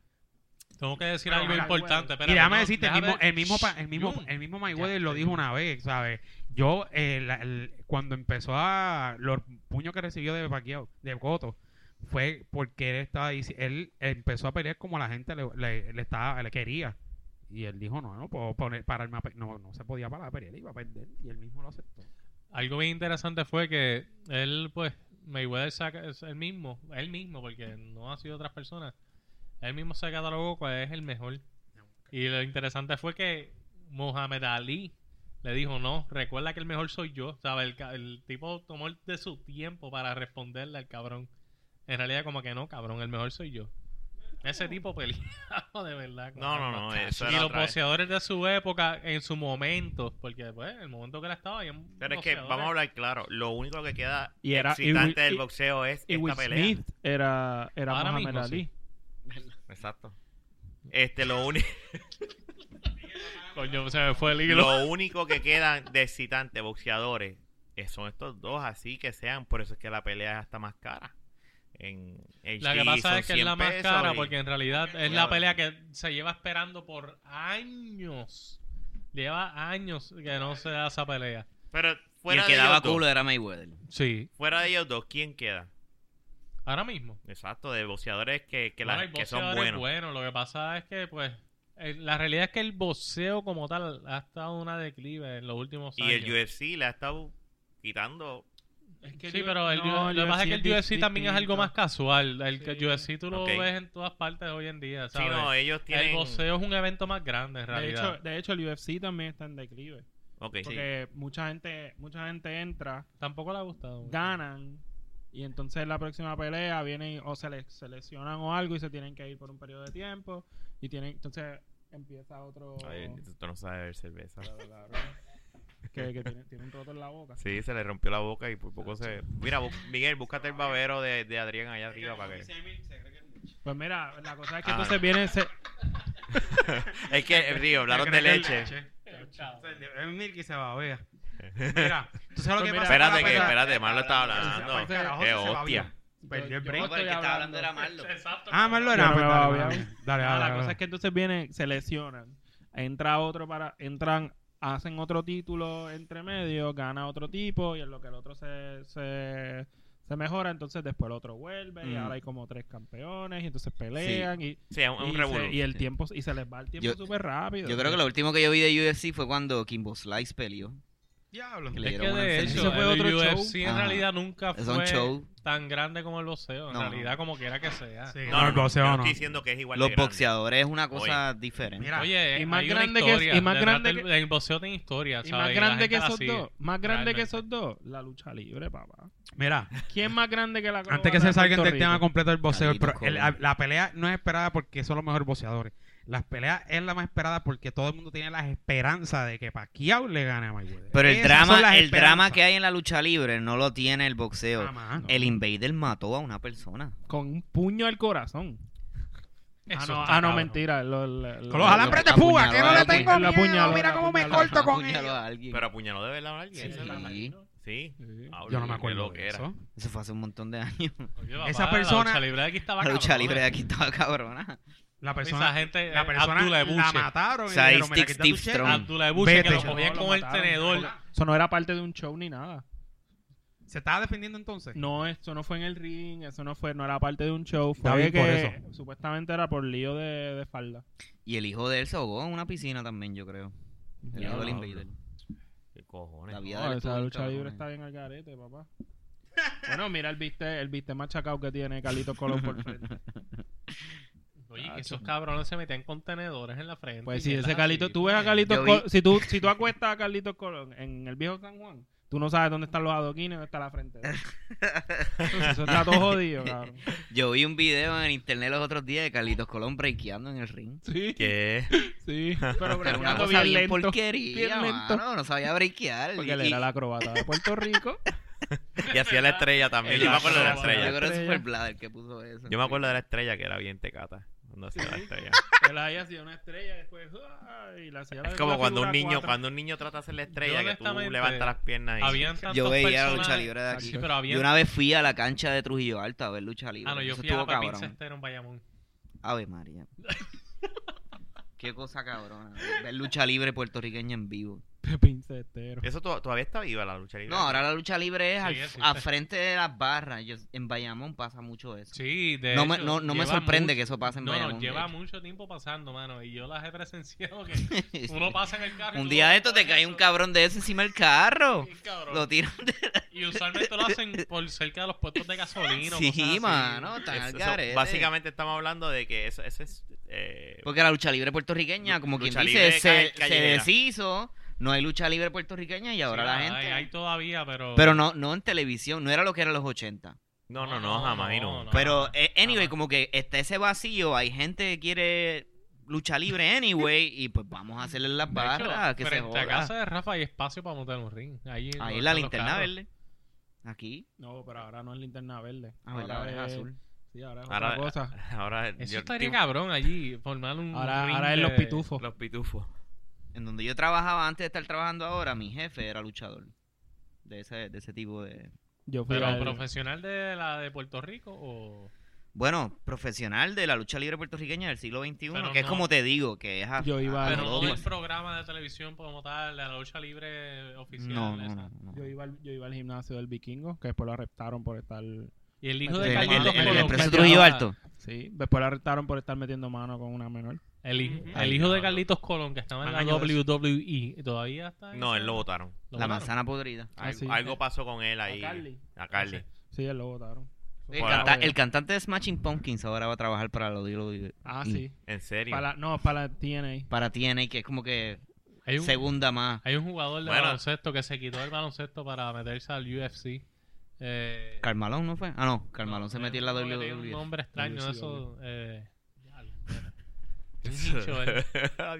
Speaker 3: Tengo que decir
Speaker 5: Pero
Speaker 3: algo
Speaker 5: mira,
Speaker 3: importante.
Speaker 5: y
Speaker 3: espérate,
Speaker 5: déjame
Speaker 3: no,
Speaker 5: decirte, el
Speaker 3: deja
Speaker 5: mismo,
Speaker 3: ver.
Speaker 5: el mismo, pa- el mismo,
Speaker 3: Jun.
Speaker 5: el mismo Mayweather lo dijo una vez, ¿sabes? Yo, eh, la- el- cuando empezó a. Los puños que recibió de Pacquiao, de Cotto, fue porque él estaba dic- Él empezó a pelear como la gente le, le, le estaba, le quería. Y él dijo, no, no puedo poner, pararme a pe- No, no se podía parar a pelear, iba a perder. Y él mismo lo aceptó.
Speaker 3: Algo bien interesante fue que él, pues, Mayweather saca, es él mismo, él mismo, porque no ha sido otras personas, él mismo se catalogó cuál es el mejor. Y lo interesante fue que Mohamed Ali le dijo, no, recuerda que el mejor soy yo. ¿Sabes? El, ca- el tipo tomó el- de su tiempo para responderle al cabrón. En realidad, como que no, cabrón, el mejor soy yo. Ese tipo peleado (laughs) de verdad. con
Speaker 6: No, no,
Speaker 3: ambas
Speaker 6: no, eso
Speaker 3: y
Speaker 6: era
Speaker 3: los
Speaker 6: otra vez.
Speaker 3: boxeadores de su época, en su momento, porque pues, el momento que él estaba, había
Speaker 6: Pero es que
Speaker 3: boxeadores.
Speaker 6: vamos a hablar claro, lo único que queda
Speaker 4: Y era- y
Speaker 6: excitante
Speaker 4: Will-
Speaker 6: del
Speaker 4: y-
Speaker 6: boxeo es
Speaker 4: Y Will
Speaker 6: esta pelea.
Speaker 4: Smith era, era
Speaker 3: Ahora
Speaker 4: Muhammad
Speaker 3: mismo,
Speaker 4: Ali.
Speaker 3: sí.
Speaker 6: Exacto. Este, lo, uni-
Speaker 3: Coño, se me fue el hilo.
Speaker 6: lo único que quedan de excitantes boxeadores eh, son estos dos, así que sean, por eso es que la pelea es hasta más cara. En
Speaker 3: La que
Speaker 6: HD
Speaker 3: pasa
Speaker 6: son
Speaker 3: es que es
Speaker 6: 100
Speaker 3: la más
Speaker 6: pesos
Speaker 3: cara
Speaker 6: y-
Speaker 3: porque en realidad es
Speaker 6: Claro.
Speaker 3: la pelea que se lleva esperando por años. Lleva años que no se da esa pelea.
Speaker 6: Pero
Speaker 1: Y el
Speaker 6: fuera
Speaker 1: que
Speaker 6: de,
Speaker 1: daba
Speaker 6: ellos
Speaker 1: culo
Speaker 6: dos,
Speaker 1: era Mayweather.
Speaker 3: Sí.
Speaker 6: fuera de ellos dos, ¿quién queda?
Speaker 3: Ahora mismo.
Speaker 6: Exacto, de boxeadores que, que, la-
Speaker 3: Bueno, hay
Speaker 6: que son
Speaker 3: boxeadores
Speaker 6: buenos.
Speaker 3: Lo que pasa es que, pues, eh, la realidad es que el boxeo como tal ha estado una declive en los últimos
Speaker 6: Y
Speaker 3: años.
Speaker 6: el UFC le ha estado quitando.
Speaker 3: sí, pero el, E
Speaker 4: No,
Speaker 3: lo que pasa es que el UFC
Speaker 4: es
Speaker 3: también es algo
Speaker 4: distinto.
Speaker 3: más casual. El que- UFC tú lo
Speaker 6: Ok.
Speaker 3: ves en todas partes hoy en día,
Speaker 6: Sí,
Speaker 3: ¿sabes?
Speaker 6: no, ellos tienen.
Speaker 3: El boxeo es un evento más grande en
Speaker 4: De
Speaker 3: realidad.
Speaker 4: hecho, de hecho, el UFC también está en declive.
Speaker 6: Ok.
Speaker 4: Porque mucha gente mucha gente entra,
Speaker 3: Tampoco le ha gustado. mucho.
Speaker 4: ganan, y entonces la próxima pelea vienen o se, les, se lesionan o algo y se tienen que ir por un periodo de tiempo. y tienen Entonces empieza otro
Speaker 6: Ay, tú no sabes beber cerveza.
Speaker 4: que, que tiene, tiene un roto en la boca.
Speaker 6: Sí, se le rompió la boca y por poco se. Mira, bu- Miguel, búscate el babero de, de Adrián allá arriba para que.
Speaker 4: Pues mira, la cosa es que
Speaker 6: Ah,
Speaker 4: entonces viene ese...
Speaker 6: Es que, eh, digo, hablaron de leche.
Speaker 5: Es Milky se va a ver.
Speaker 6: (laughs)
Speaker 5: Mira, tú sabes lo que
Speaker 4: Pues mira,
Speaker 5: pasa.
Speaker 6: Espérate,
Speaker 5: con la
Speaker 6: que,
Speaker 5: pelea?
Speaker 6: espérate, Marlo estaba
Speaker 5: Aparte
Speaker 6: hablando.
Speaker 5: de
Speaker 6: Qué
Speaker 5: la Jota se va a
Speaker 6: hostia.
Speaker 5: ver. Perdió el
Speaker 4: Yo-
Speaker 5: break.
Speaker 4: yo-
Speaker 1: Porque el que estaba hablando era Marlo.
Speaker 5: Ah, Marlo
Speaker 4: Yo
Speaker 5: era.
Speaker 4: no me
Speaker 5: pues,
Speaker 4: va a
Speaker 5: Dale,
Speaker 4: ver.
Speaker 5: dale, dale.
Speaker 4: Ah, la
Speaker 5: dale,
Speaker 4: cosa
Speaker 5: dale.
Speaker 4: es que entonces vienen, se lesionan, entra otro para, entran, hacen otro título entre medio, gana otro tipo y en lo que el otro se, se, se mejora, entonces después el otro vuelve y
Speaker 1: Mm.
Speaker 4: ahora hay como tres campeones y entonces pelean y,
Speaker 6: Sí, es un, es
Speaker 4: y
Speaker 6: un
Speaker 4: se-
Speaker 6: revolú.
Speaker 4: y el tiempo y se les va el tiempo
Speaker 1: Yo-
Speaker 4: súper rápido.
Speaker 1: Yo creo que lo último que yo vi de UFC fue cuando Kimbo Slice peleó.
Speaker 5: Diablo.
Speaker 1: Que le
Speaker 3: Es
Speaker 1: dieron
Speaker 3: que
Speaker 1: una
Speaker 3: de
Speaker 1: excelente-
Speaker 3: hecho,
Speaker 4: Ese fue
Speaker 3: el
Speaker 4: otro show.
Speaker 3: UFC en
Speaker 1: Ajá.
Speaker 3: realidad nunca
Speaker 1: Es un
Speaker 3: fue
Speaker 1: show.
Speaker 3: tan grande como el boxeo. En
Speaker 1: No, no.
Speaker 3: realidad, como quiera que sea.
Speaker 5: Sí.
Speaker 6: No,
Speaker 5: No,
Speaker 6: no,
Speaker 5: el
Speaker 6: no,
Speaker 5: boxeo
Speaker 6: yo no
Speaker 5: no.
Speaker 6: estoy diciendo que es igual
Speaker 1: Los
Speaker 6: de grande.
Speaker 1: boxeadores es una cosa diferente.
Speaker 5: Mira,
Speaker 3: Oye,
Speaker 4: Y más
Speaker 3: hay una
Speaker 4: grande que-
Speaker 3: historia,
Speaker 4: y más
Speaker 3: detrás
Speaker 4: grande
Speaker 3: del-
Speaker 4: que-
Speaker 3: del boxeo tiene historia,
Speaker 4: y
Speaker 3: ¿sabes?
Speaker 4: más
Speaker 3: la
Speaker 4: grande
Speaker 3: gente
Speaker 4: que
Speaker 3: la
Speaker 4: esos
Speaker 3: sigue.
Speaker 4: dos, más grande que
Speaker 3: realmente.
Speaker 4: esos dos, la lucha libre, papá.
Speaker 5: mira.
Speaker 4: ¿Quién más grande que la
Speaker 5: Antes que se salgan del tema
Speaker 4: con
Speaker 5: completo del boxeo,
Speaker 1: Carlitos
Speaker 5: pero el- la,
Speaker 1: Colón.
Speaker 5: la pelea no es esperada porque son los mejores boxeadores. Las peleas es la más esperada porque todo el mundo tiene las esperanzas de que Pacquiao le gane a Mayweather.
Speaker 1: Pero el drama, el drama que hay en la lucha libre no lo tiene el boxeo.
Speaker 5: Ah,
Speaker 1: El Invader mató a una persona.
Speaker 4: con un puño al corazón. Ah,
Speaker 5: Eso está
Speaker 4: no, ah, no
Speaker 5: cabrón.
Speaker 4: mentira. lo- lo- lo-
Speaker 5: Con los alambres de púa, que no le
Speaker 1: Apuñaló,
Speaker 5: tengo
Speaker 4: apuñaló,
Speaker 5: miedo.
Speaker 4: apuñaló,
Speaker 5: Mira cómo me
Speaker 4: apuñaló,
Speaker 5: corto con
Speaker 1: Apuñaló
Speaker 5: ella.
Speaker 1: a alguien.
Speaker 6: Pero apuñaló de verdad a alguien.
Speaker 1: Sí.
Speaker 6: Sí.
Speaker 4: Sí.
Speaker 6: Hablo,
Speaker 5: Yo no
Speaker 6: qué
Speaker 5: me acuerdo
Speaker 6: lo que
Speaker 5: de
Speaker 6: era.
Speaker 5: eso.
Speaker 1: Eso fue hace un montón de años.
Speaker 3: Oye, papá,
Speaker 5: Esa persona-
Speaker 3: La lucha libre de aquí estaba
Speaker 1: La lucha
Speaker 3: cabrona.
Speaker 1: libre de aquí estaba cabrona.
Speaker 5: La
Speaker 3: Esa
Speaker 5: persona,
Speaker 3: gente,
Speaker 5: la persona
Speaker 3: Abdullah
Speaker 5: la
Speaker 3: Ebuche.
Speaker 5: mataron. y le dijeron, "Mira,
Speaker 1: Sadistic
Speaker 5: quita tu
Speaker 1: Steve
Speaker 5: chela".
Speaker 1: Strong.
Speaker 3: Abdullah Ebuche,
Speaker 5: Vete.
Speaker 3: que lo
Speaker 5: No,
Speaker 3: cogían
Speaker 4: lo
Speaker 3: con el
Speaker 4: mataron.
Speaker 3: tenedor.
Speaker 4: Eso no era parte de un show ni nada.
Speaker 5: ¿Se estaba defendiendo entonces?
Speaker 4: No, eso no fue en el ring, eso no fue, no era parte de un show. Fue
Speaker 5: David,
Speaker 4: que
Speaker 5: por eso.
Speaker 4: supuestamente era por lío de, de falda.
Speaker 1: Y el hijo de él se ahogó en una piscina también, yo creo. El hijo del
Speaker 6: Diablo.
Speaker 1: Invader.
Speaker 6: ¿Qué cojones?
Speaker 1: La vida
Speaker 4: No,
Speaker 1: de él
Speaker 4: Ah, esa
Speaker 1: estuvo bien
Speaker 4: lucha
Speaker 1: cabrona.
Speaker 4: libre está bien al garete, papá. bueno, mira el viste, el viste machacado que tiene Carlitos Colón
Speaker 3: (laughs)
Speaker 4: por frente.
Speaker 3: Oye, que esos cabrones se metían con tenedores en la frente.
Speaker 4: Pues
Speaker 3: y
Speaker 4: si
Speaker 3: mierdas
Speaker 4: ese Carlitos,
Speaker 3: así,
Speaker 4: tú ves a
Speaker 3: pues.
Speaker 4: Carlitos,
Speaker 1: Yo
Speaker 4: Col-
Speaker 1: vi-
Speaker 4: si tú, si tú acuestas a Carlitos Colón en el viejo San Juan, tú no sabes dónde están los adoquines, dónde está la
Speaker 3: (laughs)
Speaker 4: frente. de él. Entonces, eso está todo jodido, cabrón.
Speaker 1: Yo vi un video en el internet los otros días de Carlitos Colón breakeando en el ring.
Speaker 4: Sí,
Speaker 6: ¿Qué?
Speaker 4: sí. Pero
Speaker 1: Pero una
Speaker 4: brequeando bien
Speaker 1: cosa bien
Speaker 4: lento.
Speaker 1: porquería,
Speaker 4: bien lento.
Speaker 1: mano. No sabía breakear.
Speaker 4: Porque él
Speaker 1: Y-
Speaker 4: era la acrobata de
Speaker 3: (laughs)
Speaker 4: Puerto Rico.
Speaker 6: Y hacía la estrella también. Yo me acuerdo de la
Speaker 1: Yo
Speaker 6: estrella.
Speaker 1: creo que
Speaker 4: Estrella.
Speaker 1: fue el Blader que puso eso.
Speaker 6: Yo me acuerdo de la estrella que era bien tecata. Cuando hacía la estrella.
Speaker 4: él ahí hacía una estrella después. ¡ah! Y la hacía la
Speaker 6: Es como
Speaker 4: la
Speaker 6: cuando un
Speaker 4: figura
Speaker 6: niño,
Speaker 4: cuatro.
Speaker 6: cuando un niño trata de hacer la estrella,
Speaker 3: Yo
Speaker 6: que tú
Speaker 3: honestamente,
Speaker 6: levantas las piernas y.
Speaker 3: Habían tantos
Speaker 1: Yo veía la
Speaker 3: personajes-
Speaker 1: lucha libre de aquí.
Speaker 3: Sí, pero
Speaker 1: Y
Speaker 3: habían...
Speaker 1: una vez fui a la cancha de Trujillo Alto a ver lucha libre.
Speaker 3: Ah, no, yo
Speaker 1: Eso
Speaker 3: fui a la
Speaker 1: estuvo
Speaker 3: Pepín
Speaker 1: cabrón.
Speaker 3: Cestero en Bayamón.
Speaker 1: Ave María. (laughs) Qué cosa cabrona. Ver lucha libre puertorriqueña en vivo.
Speaker 4: Pepín Cetero.
Speaker 6: Eso to- todavía está viva la lucha libre.
Speaker 1: No, ahora la lucha libre es
Speaker 3: Sí,
Speaker 1: al,
Speaker 3: existe.
Speaker 1: al frente de las barras. Yo- en Bayamón pasa mucho eso.
Speaker 3: Sí, de
Speaker 1: no me,
Speaker 3: hecho,
Speaker 1: no, no me
Speaker 3: lleva
Speaker 1: sorprende
Speaker 3: mucho-
Speaker 1: que eso pase en
Speaker 3: No,
Speaker 1: Bayamón.
Speaker 3: no,
Speaker 1: de (laughs)
Speaker 3: lleva
Speaker 1: hecho.
Speaker 3: mucho tiempo pasando, mano. Y yo las he presenciado que uno pasa en el carro. y
Speaker 1: Un
Speaker 3: tú
Speaker 1: día
Speaker 3: vas
Speaker 1: de esto te
Speaker 3: por
Speaker 1: cae
Speaker 3: eso.
Speaker 1: un cabrón de eso encima del carro.
Speaker 3: Sí, cabrón.
Speaker 1: Lo tiran de
Speaker 3: Y usualmente lo hacen por cerca de los puestos de gasolina. o cosas
Speaker 1: sí,
Speaker 3: así.
Speaker 1: mano, tan
Speaker 6: Eso-
Speaker 1: al
Speaker 6: eso-
Speaker 1: garete.
Speaker 6: básicamente estamos hablando de que eso, eso es. eh,
Speaker 1: Pues, Porque la lucha libre puertorriqueña, como quien
Speaker 6: Lucha
Speaker 1: dice,
Speaker 6: libre
Speaker 1: se,
Speaker 6: ca-
Speaker 1: se
Speaker 6: callejera.
Speaker 1: deshizo No hay lucha libre puertorriqueña y ahora
Speaker 3: Sí,
Speaker 1: la
Speaker 3: hay-
Speaker 1: gente...
Speaker 3: Hay todavía, pero...
Speaker 1: Pero no, no en televisión, no era lo que era los 80.
Speaker 6: No, no, no, jamás y
Speaker 3: no,
Speaker 6: no.
Speaker 3: no.
Speaker 1: Pero, eh, anyway,
Speaker 3: Ajá.
Speaker 1: como que está ese vacío, hay gente que quiere lucha libre
Speaker 3: (laughs)
Speaker 1: anyway, y pues vamos a hacerle las
Speaker 3: De hecho, este
Speaker 1: barras, que se
Speaker 3: frente a
Speaker 1: joda.
Speaker 3: casa de Rafa hay espacio para montar un ring. Ahí, donde
Speaker 1: Ahí
Speaker 3: están
Speaker 1: la
Speaker 3: los
Speaker 1: linterna
Speaker 3: carros.
Speaker 1: verde. Aquí.
Speaker 4: No, pero ahora no es linterna verde.
Speaker 1: Ah, verdad, ahora es azul.
Speaker 4: Sí, ahora es
Speaker 6: Ahora, eh,
Speaker 4: otra cosa.
Speaker 6: (laughs) ahora
Speaker 3: Eso
Speaker 6: yo-
Speaker 3: estaría
Speaker 6: tipo,
Speaker 3: cabrón allí, formar un
Speaker 4: Ahora,
Speaker 3: ring
Speaker 4: ahora es los
Speaker 3: de-
Speaker 4: pitufos.
Speaker 6: los pitufos.
Speaker 1: En donde yo trabajaba antes de estar trabajando ahora, mi jefe era luchador. De ese, de ese tipo de...
Speaker 4: Yo fui
Speaker 3: Pero
Speaker 4: al-
Speaker 3: profesional de la de Puerto Rico o...
Speaker 1: Bueno, profesional de la lucha libre puertorriqueña del siglo XXI,
Speaker 3: Pero
Speaker 1: que es
Speaker 3: no-
Speaker 1: como te digo, que es... a-
Speaker 4: Yo iba
Speaker 1: a- pues.
Speaker 4: al-
Speaker 1: a
Speaker 3: Pero
Speaker 1: lo
Speaker 3: no
Speaker 1: loco.
Speaker 3: del programa de televisión como tal, de la lucha libre oficial.
Speaker 1: no, no,
Speaker 3: esa.
Speaker 1: no, no.
Speaker 4: yo, iba al, yo iba al gimnasio del vikingo, que después lo arrestaron por estar...
Speaker 3: Y el hijo
Speaker 4: El-
Speaker 3: de
Speaker 1: El, el,
Speaker 3: Carlitos
Speaker 1: el,
Speaker 3: Colón,
Speaker 1: expreso
Speaker 3: metió
Speaker 1: Trujillo
Speaker 3: a-
Speaker 1: Alto.
Speaker 4: Sí, después lo arrestaron por estar metiendo mano con una menor.
Speaker 3: El, hijo- el
Speaker 1: Ay,
Speaker 3: hijo de
Speaker 6: diablo.
Speaker 3: Carlitos Colón, que estaba en
Speaker 5: Más
Speaker 3: la
Speaker 5: años de
Speaker 3: WWE, todavía está. en
Speaker 6: No,
Speaker 3: esa-
Speaker 6: él lo votaron.
Speaker 3: ¿Lo
Speaker 1: la
Speaker 3: votaron?
Speaker 1: manzana podrida.
Speaker 4: Ah,
Speaker 6: Al-
Speaker 4: sí.
Speaker 6: Algo pasó con él ahí.
Speaker 4: Carly.
Speaker 6: A Carly.
Speaker 4: Sí, él lo votaron.
Speaker 1: El,
Speaker 6: Bueno.
Speaker 1: canta- el cantante de Smashing Pumpkins ahora va a trabajar para la WWE.
Speaker 4: Ah, sí.
Speaker 6: En serio. (laughs)
Speaker 4: Para, no, para la TNA.
Speaker 1: Para TNA, que es como que
Speaker 3: Hay un,
Speaker 1: segunda más.
Speaker 3: hay un jugador de
Speaker 6: Bueno.
Speaker 3: baloncesto que se quitó el baloncesto para meterse al UFC. Eh,
Speaker 1: Carmalón, ¿no fue? Ah, no, Carmalón
Speaker 3: no,
Speaker 1: se
Speaker 3: eh,
Speaker 1: metió en la E.
Speaker 3: uno que tiene Un
Speaker 1: WWE.
Speaker 3: nombre extraño de
Speaker 4: WCW.
Speaker 3: eso. Eh,
Speaker 1: (laughs)
Speaker 3: diablo, mira. Un hincho, eh.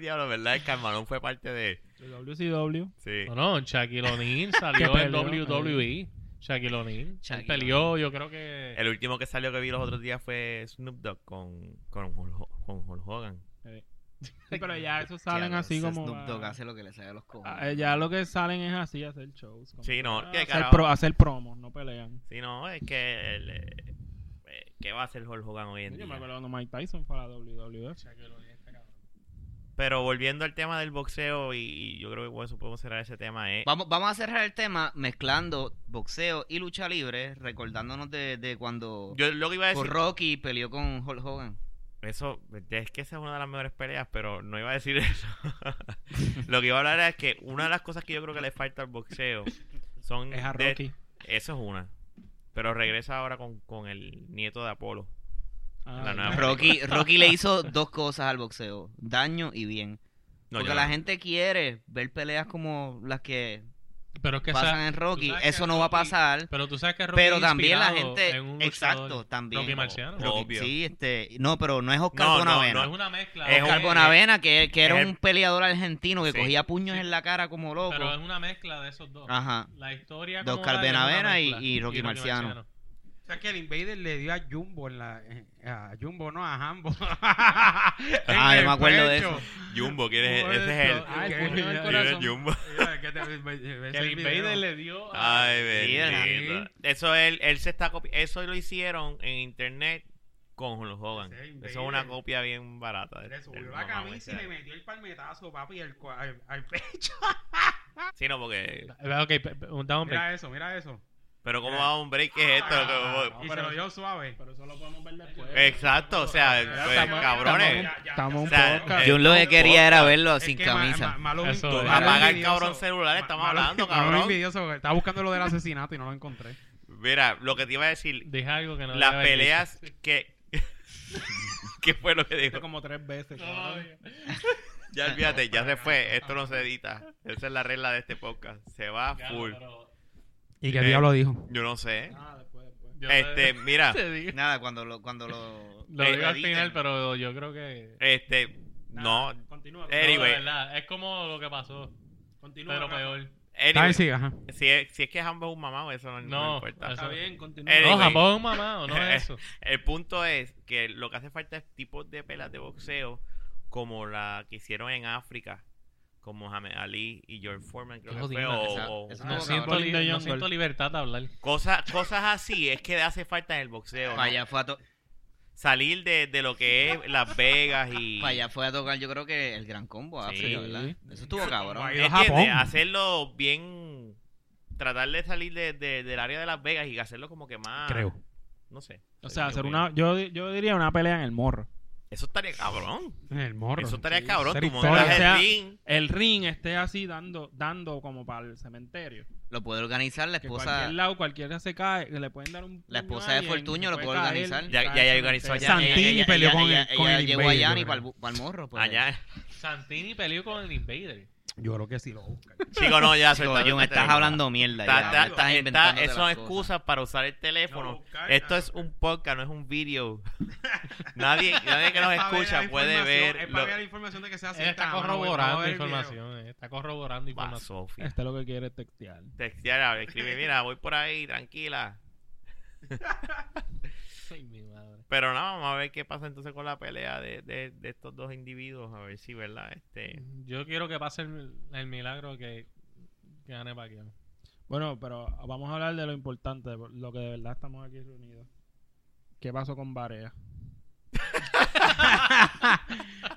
Speaker 6: (laughs) Diablo, ¿verdad? El Carmalón fue parte de.
Speaker 4: El WCW.
Speaker 6: Sí.
Speaker 3: no, no, Shaquille
Speaker 1: (laughs)
Speaker 3: O'Neal salió
Speaker 4: Que
Speaker 3: en
Speaker 4: peleó, eh.
Speaker 3: WWE. Shaquille O'Neal. Él
Speaker 1: Shaquille
Speaker 3: peleó, yo creo que.
Speaker 6: El último que salió que vi los otros días fue Snoop Dogg con, con, Hulk Ho- con Hulk Hogan.
Speaker 4: Sí, pero
Speaker 1: (laughs)
Speaker 4: ya esos salen
Speaker 1: Diablo,
Speaker 4: así
Speaker 1: ese
Speaker 4: como...
Speaker 1: Snoop Dogg
Speaker 4: ah,
Speaker 1: hace lo que le sale a los cojones.
Speaker 4: ah, ya lo que salen es así, hacer shows. como- ah,
Speaker 6: Sí, no, qué
Speaker 4: hacer,
Speaker 6: carajo.
Speaker 4: pro- hacer promos, no pelean.
Speaker 6: Sí, no, es que. el, eh, eh, ¿Qué va a hacer Hulk Hogan hoy en
Speaker 4: Yo me
Speaker 6: día?
Speaker 4: acuerdo cuando Mike Tyson fue a la E. WWF.
Speaker 6: Pero volviendo al tema del boxeo, y, y yo creo que con eso podemos cerrar ese tema. Eh.
Speaker 1: Vamos, vamos a cerrar el tema mezclando boxeo y lucha libre, recordándonos de, de cuando
Speaker 6: Yo lo que iba a decir.
Speaker 1: Rocky peleó con Hulk Hogan.
Speaker 6: Eso, es que esa es una de las mejores peleas, pero no iba a decir (laughs) eso. lo que iba a hablar es que una de las cosas que yo creo que le falta al boxeo son.
Speaker 4: Es a
Speaker 6: de-
Speaker 4: Rocky.
Speaker 6: Eso es una. Pero regresa ahora con, con el nieto de Apolo.
Speaker 4: Ah,
Speaker 6: la
Speaker 4: sí.
Speaker 6: nueva-
Speaker 1: Rocky, Rocky le hizo dos cosas al boxeo, daño y bien.
Speaker 6: No,
Speaker 1: Porque
Speaker 6: yo
Speaker 1: la
Speaker 6: no.
Speaker 1: gente quiere ver peleas como las que
Speaker 3: Pero es que
Speaker 1: pasan
Speaker 3: esa-
Speaker 1: en Rocky.
Speaker 3: tú sabes
Speaker 1: Eso
Speaker 3: que
Speaker 1: no va a
Speaker 3: Rocky-
Speaker 1: pasar.
Speaker 3: Pero tú sabes que Rocky
Speaker 1: Pero
Speaker 3: es
Speaker 1: también la
Speaker 3: inspirado
Speaker 1: gente.
Speaker 3: en un luchador.
Speaker 1: Exacto, también.
Speaker 3: Rocky Marciano.
Speaker 6: Rocky.
Speaker 1: Rocky,
Speaker 6: Obvio.
Speaker 1: sí, este. No, pero no es Oscar
Speaker 6: No, no,
Speaker 1: Bonavena.
Speaker 3: No, es una mezcla.
Speaker 6: Es
Speaker 1: Oscar
Speaker 6: un-
Speaker 1: Bonavena, que, que era
Speaker 6: es-
Speaker 1: un peleador argentino que
Speaker 6: Sí,
Speaker 1: cogía puños
Speaker 3: sí.
Speaker 1: en la cara como loco.
Speaker 3: Pero es una mezcla de esos dos.
Speaker 1: Ajá.
Speaker 3: La historia
Speaker 1: pues. Ah. De
Speaker 3: como
Speaker 1: Oscar
Speaker 3: tal es una
Speaker 1: Benavena y-
Speaker 3: mezcla.
Speaker 1: y Rocky Marciano.
Speaker 5: O sea, que el Invader le dio a Jumbo en la... eh, A Jumbo, no, a (laughs) Hambo.
Speaker 1: Ah, yo me acuerdo de eso.
Speaker 6: Jumbo, ¿quién es?
Speaker 5: Por
Speaker 6: Ese es
Speaker 5: eso.
Speaker 6: él.
Speaker 5: Ah, el
Speaker 6: ¿Quién
Speaker 5: puño en el
Speaker 6: es
Speaker 5: corazón.
Speaker 6: Jumbo.
Speaker 3: Que el Invader le dio a...
Speaker 6: Ay,
Speaker 1: Sí,
Speaker 6: bendito.
Speaker 5: ¿verdad?
Speaker 6: Eso él, él se está copi- Eso lo hicieron en internet con Hulk Hogan.
Speaker 5: Sí,
Speaker 6: Eso es
Speaker 5: Invader.
Speaker 6: una copia bien barata.
Speaker 5: Le
Speaker 6: del- del
Speaker 5: subió la
Speaker 6: mamá
Speaker 5: camisa y
Speaker 6: ese.
Speaker 5: le metió el palmetazo, papi, al, cua- al- al pecho.
Speaker 6: Sí, no, porque.
Speaker 3: Ok, pe- pe- un down break.
Speaker 5: Mira eso, mira eso.
Speaker 6: Pero ¿cómo va un break? ¿Qué es esto?
Speaker 5: Ah,
Speaker 6: ¿Cómo-
Speaker 5: y se lo dio suave.
Speaker 4: Pero eso lo podemos ver después.
Speaker 6: Exacto, o sea, pues,
Speaker 5: estamos-
Speaker 6: cabrones.
Speaker 5: estamos-
Speaker 4: Estamos un
Speaker 6: O sea,
Speaker 4: podcast.
Speaker 6: eh,
Speaker 1: Yo lo que quería era verlo
Speaker 5: Es
Speaker 1: sin
Speaker 5: que ma- ma-
Speaker 1: camisa.
Speaker 5: malo
Speaker 3: Eso,
Speaker 5: invidioso.
Speaker 3: apaga
Speaker 5: Malo
Speaker 6: el
Speaker 5: invidioso.
Speaker 6: cabrón celular,
Speaker 5: Ma-
Speaker 6: estamos
Speaker 5: malo-
Speaker 6: hablando,
Speaker 5: malo
Speaker 6: cabrón.
Speaker 5: invidioso, estaba buscando lo del asesinato y no lo encontré.
Speaker 6: Mira, lo que te iba a decir,
Speaker 3: Dije algo que no
Speaker 6: las
Speaker 3: debía haber
Speaker 6: peleas que. (laughs) ¿Qué fue lo que dijo?
Speaker 4: Fue como tres veces.
Speaker 3: dicho.
Speaker 4: cabrón.
Speaker 6: Ya olvídate, ya se fue. Esto no se edita. Esa es la regla de este podcast. Se va
Speaker 3: Ya,
Speaker 6: full.
Speaker 3: pero
Speaker 5: ¿Y
Speaker 6: qué diablo
Speaker 5: dijo?
Speaker 6: Yo no sé.
Speaker 4: Ah, después, después.
Speaker 3: yo
Speaker 6: Este, mira,
Speaker 3: te digo.
Speaker 1: Nada, cuando lo. Cuando lo
Speaker 3: Lo
Speaker 6: eh,
Speaker 3: digo al
Speaker 1: editen.
Speaker 3: final, pero yo creo que...
Speaker 6: este, no.
Speaker 4: Nada, Continúa.
Speaker 6: Eh,
Speaker 3: No, la
Speaker 6: Anyway.
Speaker 3: verdad, es como lo que pasó,
Speaker 4: continúa.
Speaker 3: pero
Speaker 4: Rafa.
Speaker 3: peor.
Speaker 6: anyway,
Speaker 5: sí, ajá.
Speaker 6: si, es, si es que ambos es un mamado, eso no, no
Speaker 3: No,
Speaker 6: importa.
Speaker 3: eso-
Speaker 4: Está bien, continúa.
Speaker 6: Anyway.
Speaker 3: No, Japón es un mamado, no
Speaker 6: (laughs)
Speaker 3: es eso.
Speaker 6: El punto es que lo que hace falta es tipos de pelas de boxeo como la que hicieron en África, como Mohamed Ali y George Foreman, creo
Speaker 3: Qué
Speaker 6: que fue,
Speaker 3: jodienda
Speaker 6: o-
Speaker 1: esa-
Speaker 6: o-
Speaker 1: esa-
Speaker 3: No
Speaker 1: Ah,
Speaker 3: siento,
Speaker 4: cabrón.
Speaker 3: li-
Speaker 4: Linda
Speaker 3: no
Speaker 4: Jungle.
Speaker 3: siento libertad de hablar.
Speaker 6: cosas, cosas así, es que hace falta en el boxeo. ¿no?
Speaker 1: Para allá fue a, to-
Speaker 6: Salir de, de lo que es Las Vegas y...
Speaker 1: para allá fue a tocar, yo creo que el gran combo. a
Speaker 6: Sí.
Speaker 1: África, ¿verdad? Eso estuvo cabrón.
Speaker 5: Ahí-
Speaker 6: ¿Entiendes?
Speaker 5: Japón.
Speaker 6: Hacerlo bien... Tratar de salir de- de- del área de Las Vegas y hacerlo como que más...
Speaker 5: Creo.
Speaker 6: No sé.
Speaker 4: O sea,
Speaker 6: Yo
Speaker 4: hacer
Speaker 6: creo.
Speaker 4: una. Yo, yo diría una pelea en el morro.
Speaker 6: Eso estaría cabrón.
Speaker 5: El morro.
Speaker 6: Eso estaría cabrón.
Speaker 5: Ser
Speaker 6: Tú
Speaker 5: historia.
Speaker 6: montas
Speaker 4: O sea,
Speaker 6: el ring.
Speaker 4: El ring esté así dando dando como para el cementerio.
Speaker 1: Lo puede organizar la
Speaker 4: Que
Speaker 1: esposa.
Speaker 4: cualquier lado, cualquiera se cae, que le pueden dar un.
Speaker 1: La
Speaker 4: puño a
Speaker 1: esposa de
Speaker 4: alguien,
Speaker 1: Fortuño
Speaker 4: se
Speaker 1: lo
Speaker 4: puede
Speaker 1: puede
Speaker 4: caer,
Speaker 1: organizar.
Speaker 6: Ya-
Speaker 4: caer
Speaker 6: ya Ah,
Speaker 4: al
Speaker 6: organizó
Speaker 4: cementerio.
Speaker 6: allá.
Speaker 5: Santini peleó con el- con el
Speaker 1: Llegó
Speaker 5: Invader,
Speaker 1: a
Speaker 5: yo
Speaker 1: Yanni
Speaker 5: creo.
Speaker 1: para el morro. pues.
Speaker 6: Allá.
Speaker 3: Santini peleó con el Invader.
Speaker 5: Yo creo que sí lo buscan.
Speaker 6: Chico, no, ya
Speaker 1: Chico,
Speaker 6: suéltate,
Speaker 1: Jun,
Speaker 6: te
Speaker 1: estás
Speaker 6: digo.
Speaker 1: hablando mierda.
Speaker 6: Está-
Speaker 1: ya,
Speaker 6: está-
Speaker 1: estás
Speaker 6: está-
Speaker 1: inventándote
Speaker 6: eso son
Speaker 1: las cosas.
Speaker 6: excusas para usar el teléfono.
Speaker 5: No, buscar,
Speaker 6: Esto
Speaker 5: no,
Speaker 6: es un podcast, no es un video. (laughs) nadie, nadie que nos escucha puede ver. Lo...
Speaker 5: la información de que sea
Speaker 3: Él está corroborando información. eh, Está corroborando
Speaker 6: Va,
Speaker 3: información.
Speaker 6: Sofía.
Speaker 4: Este es lo que quiere es textear.
Speaker 6: Textear, escribe, mira, voy por ahí, tranquila.
Speaker 3: Ay, mi madre.
Speaker 6: Pero nada, vamos a ver qué pasa entonces con la pelea de, de- de estos dos individuos. A ver si, ¿verdad? Este,
Speaker 3: Yo quiero que pase el, el milagro que que gane Paquiao.
Speaker 4: Bueno, pero vamos a hablar de lo importante, de lo que de verdad estamos aquí reunidos. ¿Qué pasó con Barea?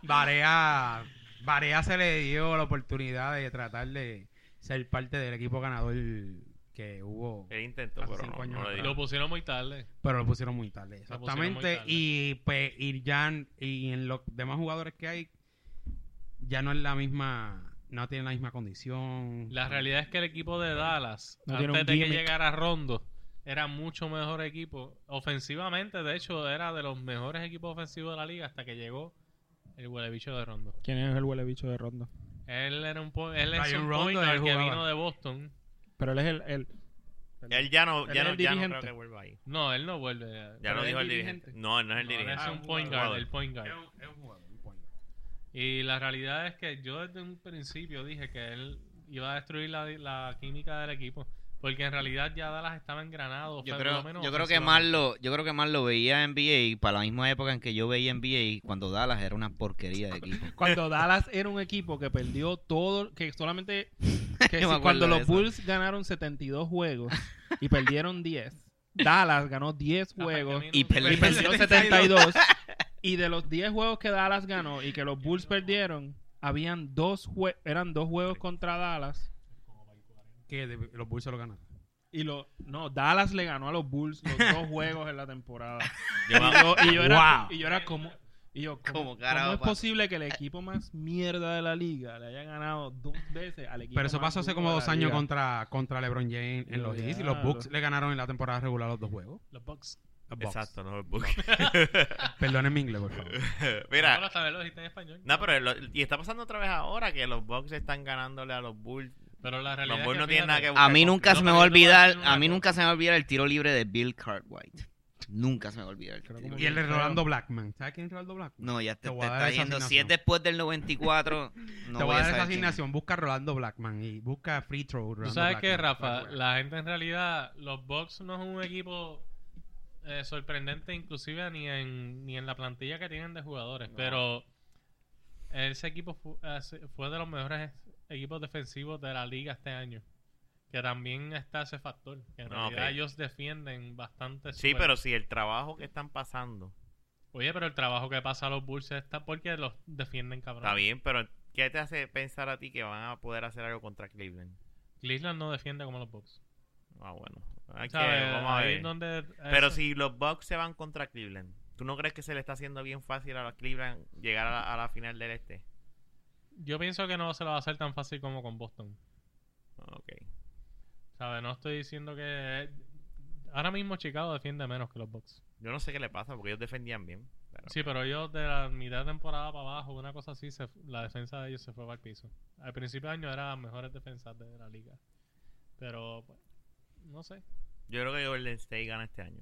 Speaker 5: Varea, Varea se le dio la oportunidad de tratar de ser parte del equipo ganador que hubo,
Speaker 6: el intento,
Speaker 5: Hace
Speaker 6: pero
Speaker 5: cinco
Speaker 6: no,
Speaker 5: años
Speaker 6: no lo
Speaker 5: atrás.
Speaker 6: digo.
Speaker 3: Lo pusieron muy tarde.
Speaker 5: pero lo pusieron muy tarde.
Speaker 3: Lo pusieron muy
Speaker 5: Exactamente.
Speaker 3: tarde.
Speaker 5: Y pues y ya en- y en los demás jugadores que hay ya no es la misma, no tienen la misma condición.
Speaker 3: La realidad es que el equipo de Dallas,
Speaker 4: No tiene
Speaker 3: antes
Speaker 4: un
Speaker 3: de que
Speaker 4: gimmick.
Speaker 3: llegara Rondo, era mucho mejor equipo. Ofensivamente, de hecho, era de los mejores equipos ofensivos de la liga hasta que llegó el huelebicho de Rondo.
Speaker 4: ¿Quién es el huele bicho de Rondo?
Speaker 3: Él era un po él es
Speaker 5: Ryan
Speaker 3: un
Speaker 5: Rondo,
Speaker 3: point
Speaker 5: él
Speaker 3: guard que
Speaker 5: jugaba.
Speaker 3: vino de Boston.
Speaker 4: Pero él es el. el
Speaker 6: Él ya no,
Speaker 4: Él
Speaker 6: ya
Speaker 4: es
Speaker 6: no,
Speaker 4: el
Speaker 6: ya no creo
Speaker 4: dirigente.
Speaker 6: que vuelva ahí.
Speaker 3: No, él no vuelve.
Speaker 6: Ya
Speaker 4: Pero
Speaker 6: lo
Speaker 4: él
Speaker 6: dijo
Speaker 4: es
Speaker 6: el dirigente.
Speaker 4: dirigente.
Speaker 6: No, él no es el
Speaker 3: No, él
Speaker 6: dirigente.
Speaker 3: es
Speaker 5: Ah,
Speaker 3: un
Speaker 5: un
Speaker 3: point
Speaker 6: jugador.
Speaker 3: guard, el point guard.
Speaker 5: Es un- es un jugador, un point guard.
Speaker 3: Y la realidad es que yo desde un principio dije que él iba a destruir la, la química del equipo. Porque en realidad ya Dallas estaba engranado.
Speaker 1: Yo
Speaker 3: fue- por lo
Speaker 1: creo,
Speaker 3: menos
Speaker 1: yo creo que más
Speaker 3: ofensivamente.
Speaker 1: lo, yo creo que más lo veía NBA para la misma época en que yo veía NBA cuando Dallas era una porquería de (laughs) equipo.
Speaker 4: (laughs) Cuando Dallas era un equipo que perdió todo, que (laughs) solamente que
Speaker 1: Yo me
Speaker 4: si-
Speaker 1: acuerdo
Speaker 4: cuando
Speaker 1: de
Speaker 4: los
Speaker 1: eso.
Speaker 4: Bulls ganaron 72 juegos y perdieron 10, Dallas ganó 10
Speaker 3: Hasta que
Speaker 4: juegos
Speaker 3: vino-
Speaker 1: Y
Speaker 4: y
Speaker 1: perdí.
Speaker 4: perdió 72 y de los 10 juegos que Dallas ganó y que los Bulls perdieron, habían dos jue- eran dos juegos contra Dallas
Speaker 5: Que de- los Bulls se lo ganaron.
Speaker 4: y lo no, Dallas le ganó a los Bulls los (laughs) dos juegos en la temporada.
Speaker 6: Yo me-
Speaker 4: Y yo, y yo era,
Speaker 5: Wow.
Speaker 4: y yo era como. Y yo, ¿cómo,
Speaker 1: Como
Speaker 4: cómo
Speaker 1: carajo
Speaker 4: es
Speaker 1: pasa?
Speaker 4: posible que el equipo más mierda de la liga le haya ganado dos veces al equipo
Speaker 5: Pero eso
Speaker 4: más
Speaker 5: pasó hace
Speaker 4: duro
Speaker 5: como
Speaker 4: de
Speaker 5: dos
Speaker 4: la
Speaker 5: años
Speaker 4: liga?
Speaker 5: contra, contra LeBron James en
Speaker 4: Lo
Speaker 5: los Heat y
Speaker 4: diablo.
Speaker 5: los Bucks le ganaron en la temporada regular los dos
Speaker 4: (laughs)
Speaker 5: juegos.
Speaker 3: Los Bucks.
Speaker 5: Los Bucks.
Speaker 6: Exacto, no el book.
Speaker 5: Perdonen mi inglés, por favor.
Speaker 6: (laughs) Mira,
Speaker 3: Ahora también lo dijiste en español.
Speaker 6: No, pero lo- y está pasando otra vez ahora que los Bucks están ganándole a los Bulls.
Speaker 3: Pero la realidad
Speaker 6: Los
Speaker 3: es
Speaker 6: Bulls
Speaker 3: que,
Speaker 6: no tienen nada que
Speaker 3: fíjate,
Speaker 6: buscar.
Speaker 1: A mí
Speaker 6: con-
Speaker 1: nunca
Speaker 3: no,
Speaker 1: se me
Speaker 3: pero
Speaker 1: va a
Speaker 3: yo te voy a
Speaker 1: olvidar,
Speaker 3: decir una
Speaker 1: a mí
Speaker 3: cosa.
Speaker 1: nunca se me va a olvidar el tiro libre de Bill Cartwright. Nunca se me va a olvidar. el tiro libre.
Speaker 5: Y el de Rolando Blackman. ¿Sabes quién es Rolando Blackman?
Speaker 1: No, ya te,
Speaker 5: Te voy
Speaker 1: te
Speaker 5: a dar
Speaker 1: está
Speaker 5: esa
Speaker 1: yendo. Si es
Speaker 5: asignación.
Speaker 1: después
Speaker 5: (laughs)
Speaker 1: del 94, no
Speaker 5: Te voy a dar esa
Speaker 1: saber quién es.
Speaker 5: asignación. Busca Rolando Blackman y busca Free Throw.
Speaker 3: Tú
Speaker 5: Rolando
Speaker 3: sabes
Speaker 5: Blackman.
Speaker 3: que, Rafa,
Speaker 5: Blackman.
Speaker 3: la gente en realidad, los Bucks no es un equipo eh, sorprendente, inclusive ni en, ni en la plantilla que tienen de jugadores. Pero ese equipo fu- eh, se- fue de los mejores equipos defensivos de la liga este año. Que también está ese factor. Que en
Speaker 6: No,
Speaker 3: realidad
Speaker 6: ok.
Speaker 3: ellos defienden bastante.
Speaker 6: Sí,
Speaker 3: súper.
Speaker 6: pero si el trabajo que están pasando
Speaker 3: Oye, pero el trabajo que pasa a los Bulls está porque los defienden, cabrón.
Speaker 6: está bien, pero ¿qué te hace pensar a ti que van a poder hacer algo contra Cleveland?
Speaker 3: Cleveland no defiende como los Bucks.
Speaker 6: Ah, bueno. Hay que-
Speaker 3: ¿Sabes?
Speaker 6: vamos a
Speaker 3: Ahí
Speaker 6: ver.
Speaker 3: es donde-
Speaker 6: Pero
Speaker 3: eso-
Speaker 6: si los Bucks se van contra Cleveland, ¿tú no crees que se le está haciendo bien fácil a los Cleveland llegar a la, a la final del este?
Speaker 3: Yo pienso que no se lo va a hacer tan fácil como con Boston.
Speaker 6: Ok.
Speaker 3: ¿Sabes? No estoy diciendo que. eh, Ahora mismo Chicago defiende menos que los Bucks.
Speaker 6: Yo no sé qué le pasa porque ellos defendían bien. pero-
Speaker 3: Sí, pero ellos de la mitad de temporada para abajo, una cosa así, se- la defensa de ellos se fue para el piso. Al principio de año eran las mejores defensas de la liga. Pero, pues, no sé.
Speaker 6: Yo creo que Golden State gana este año.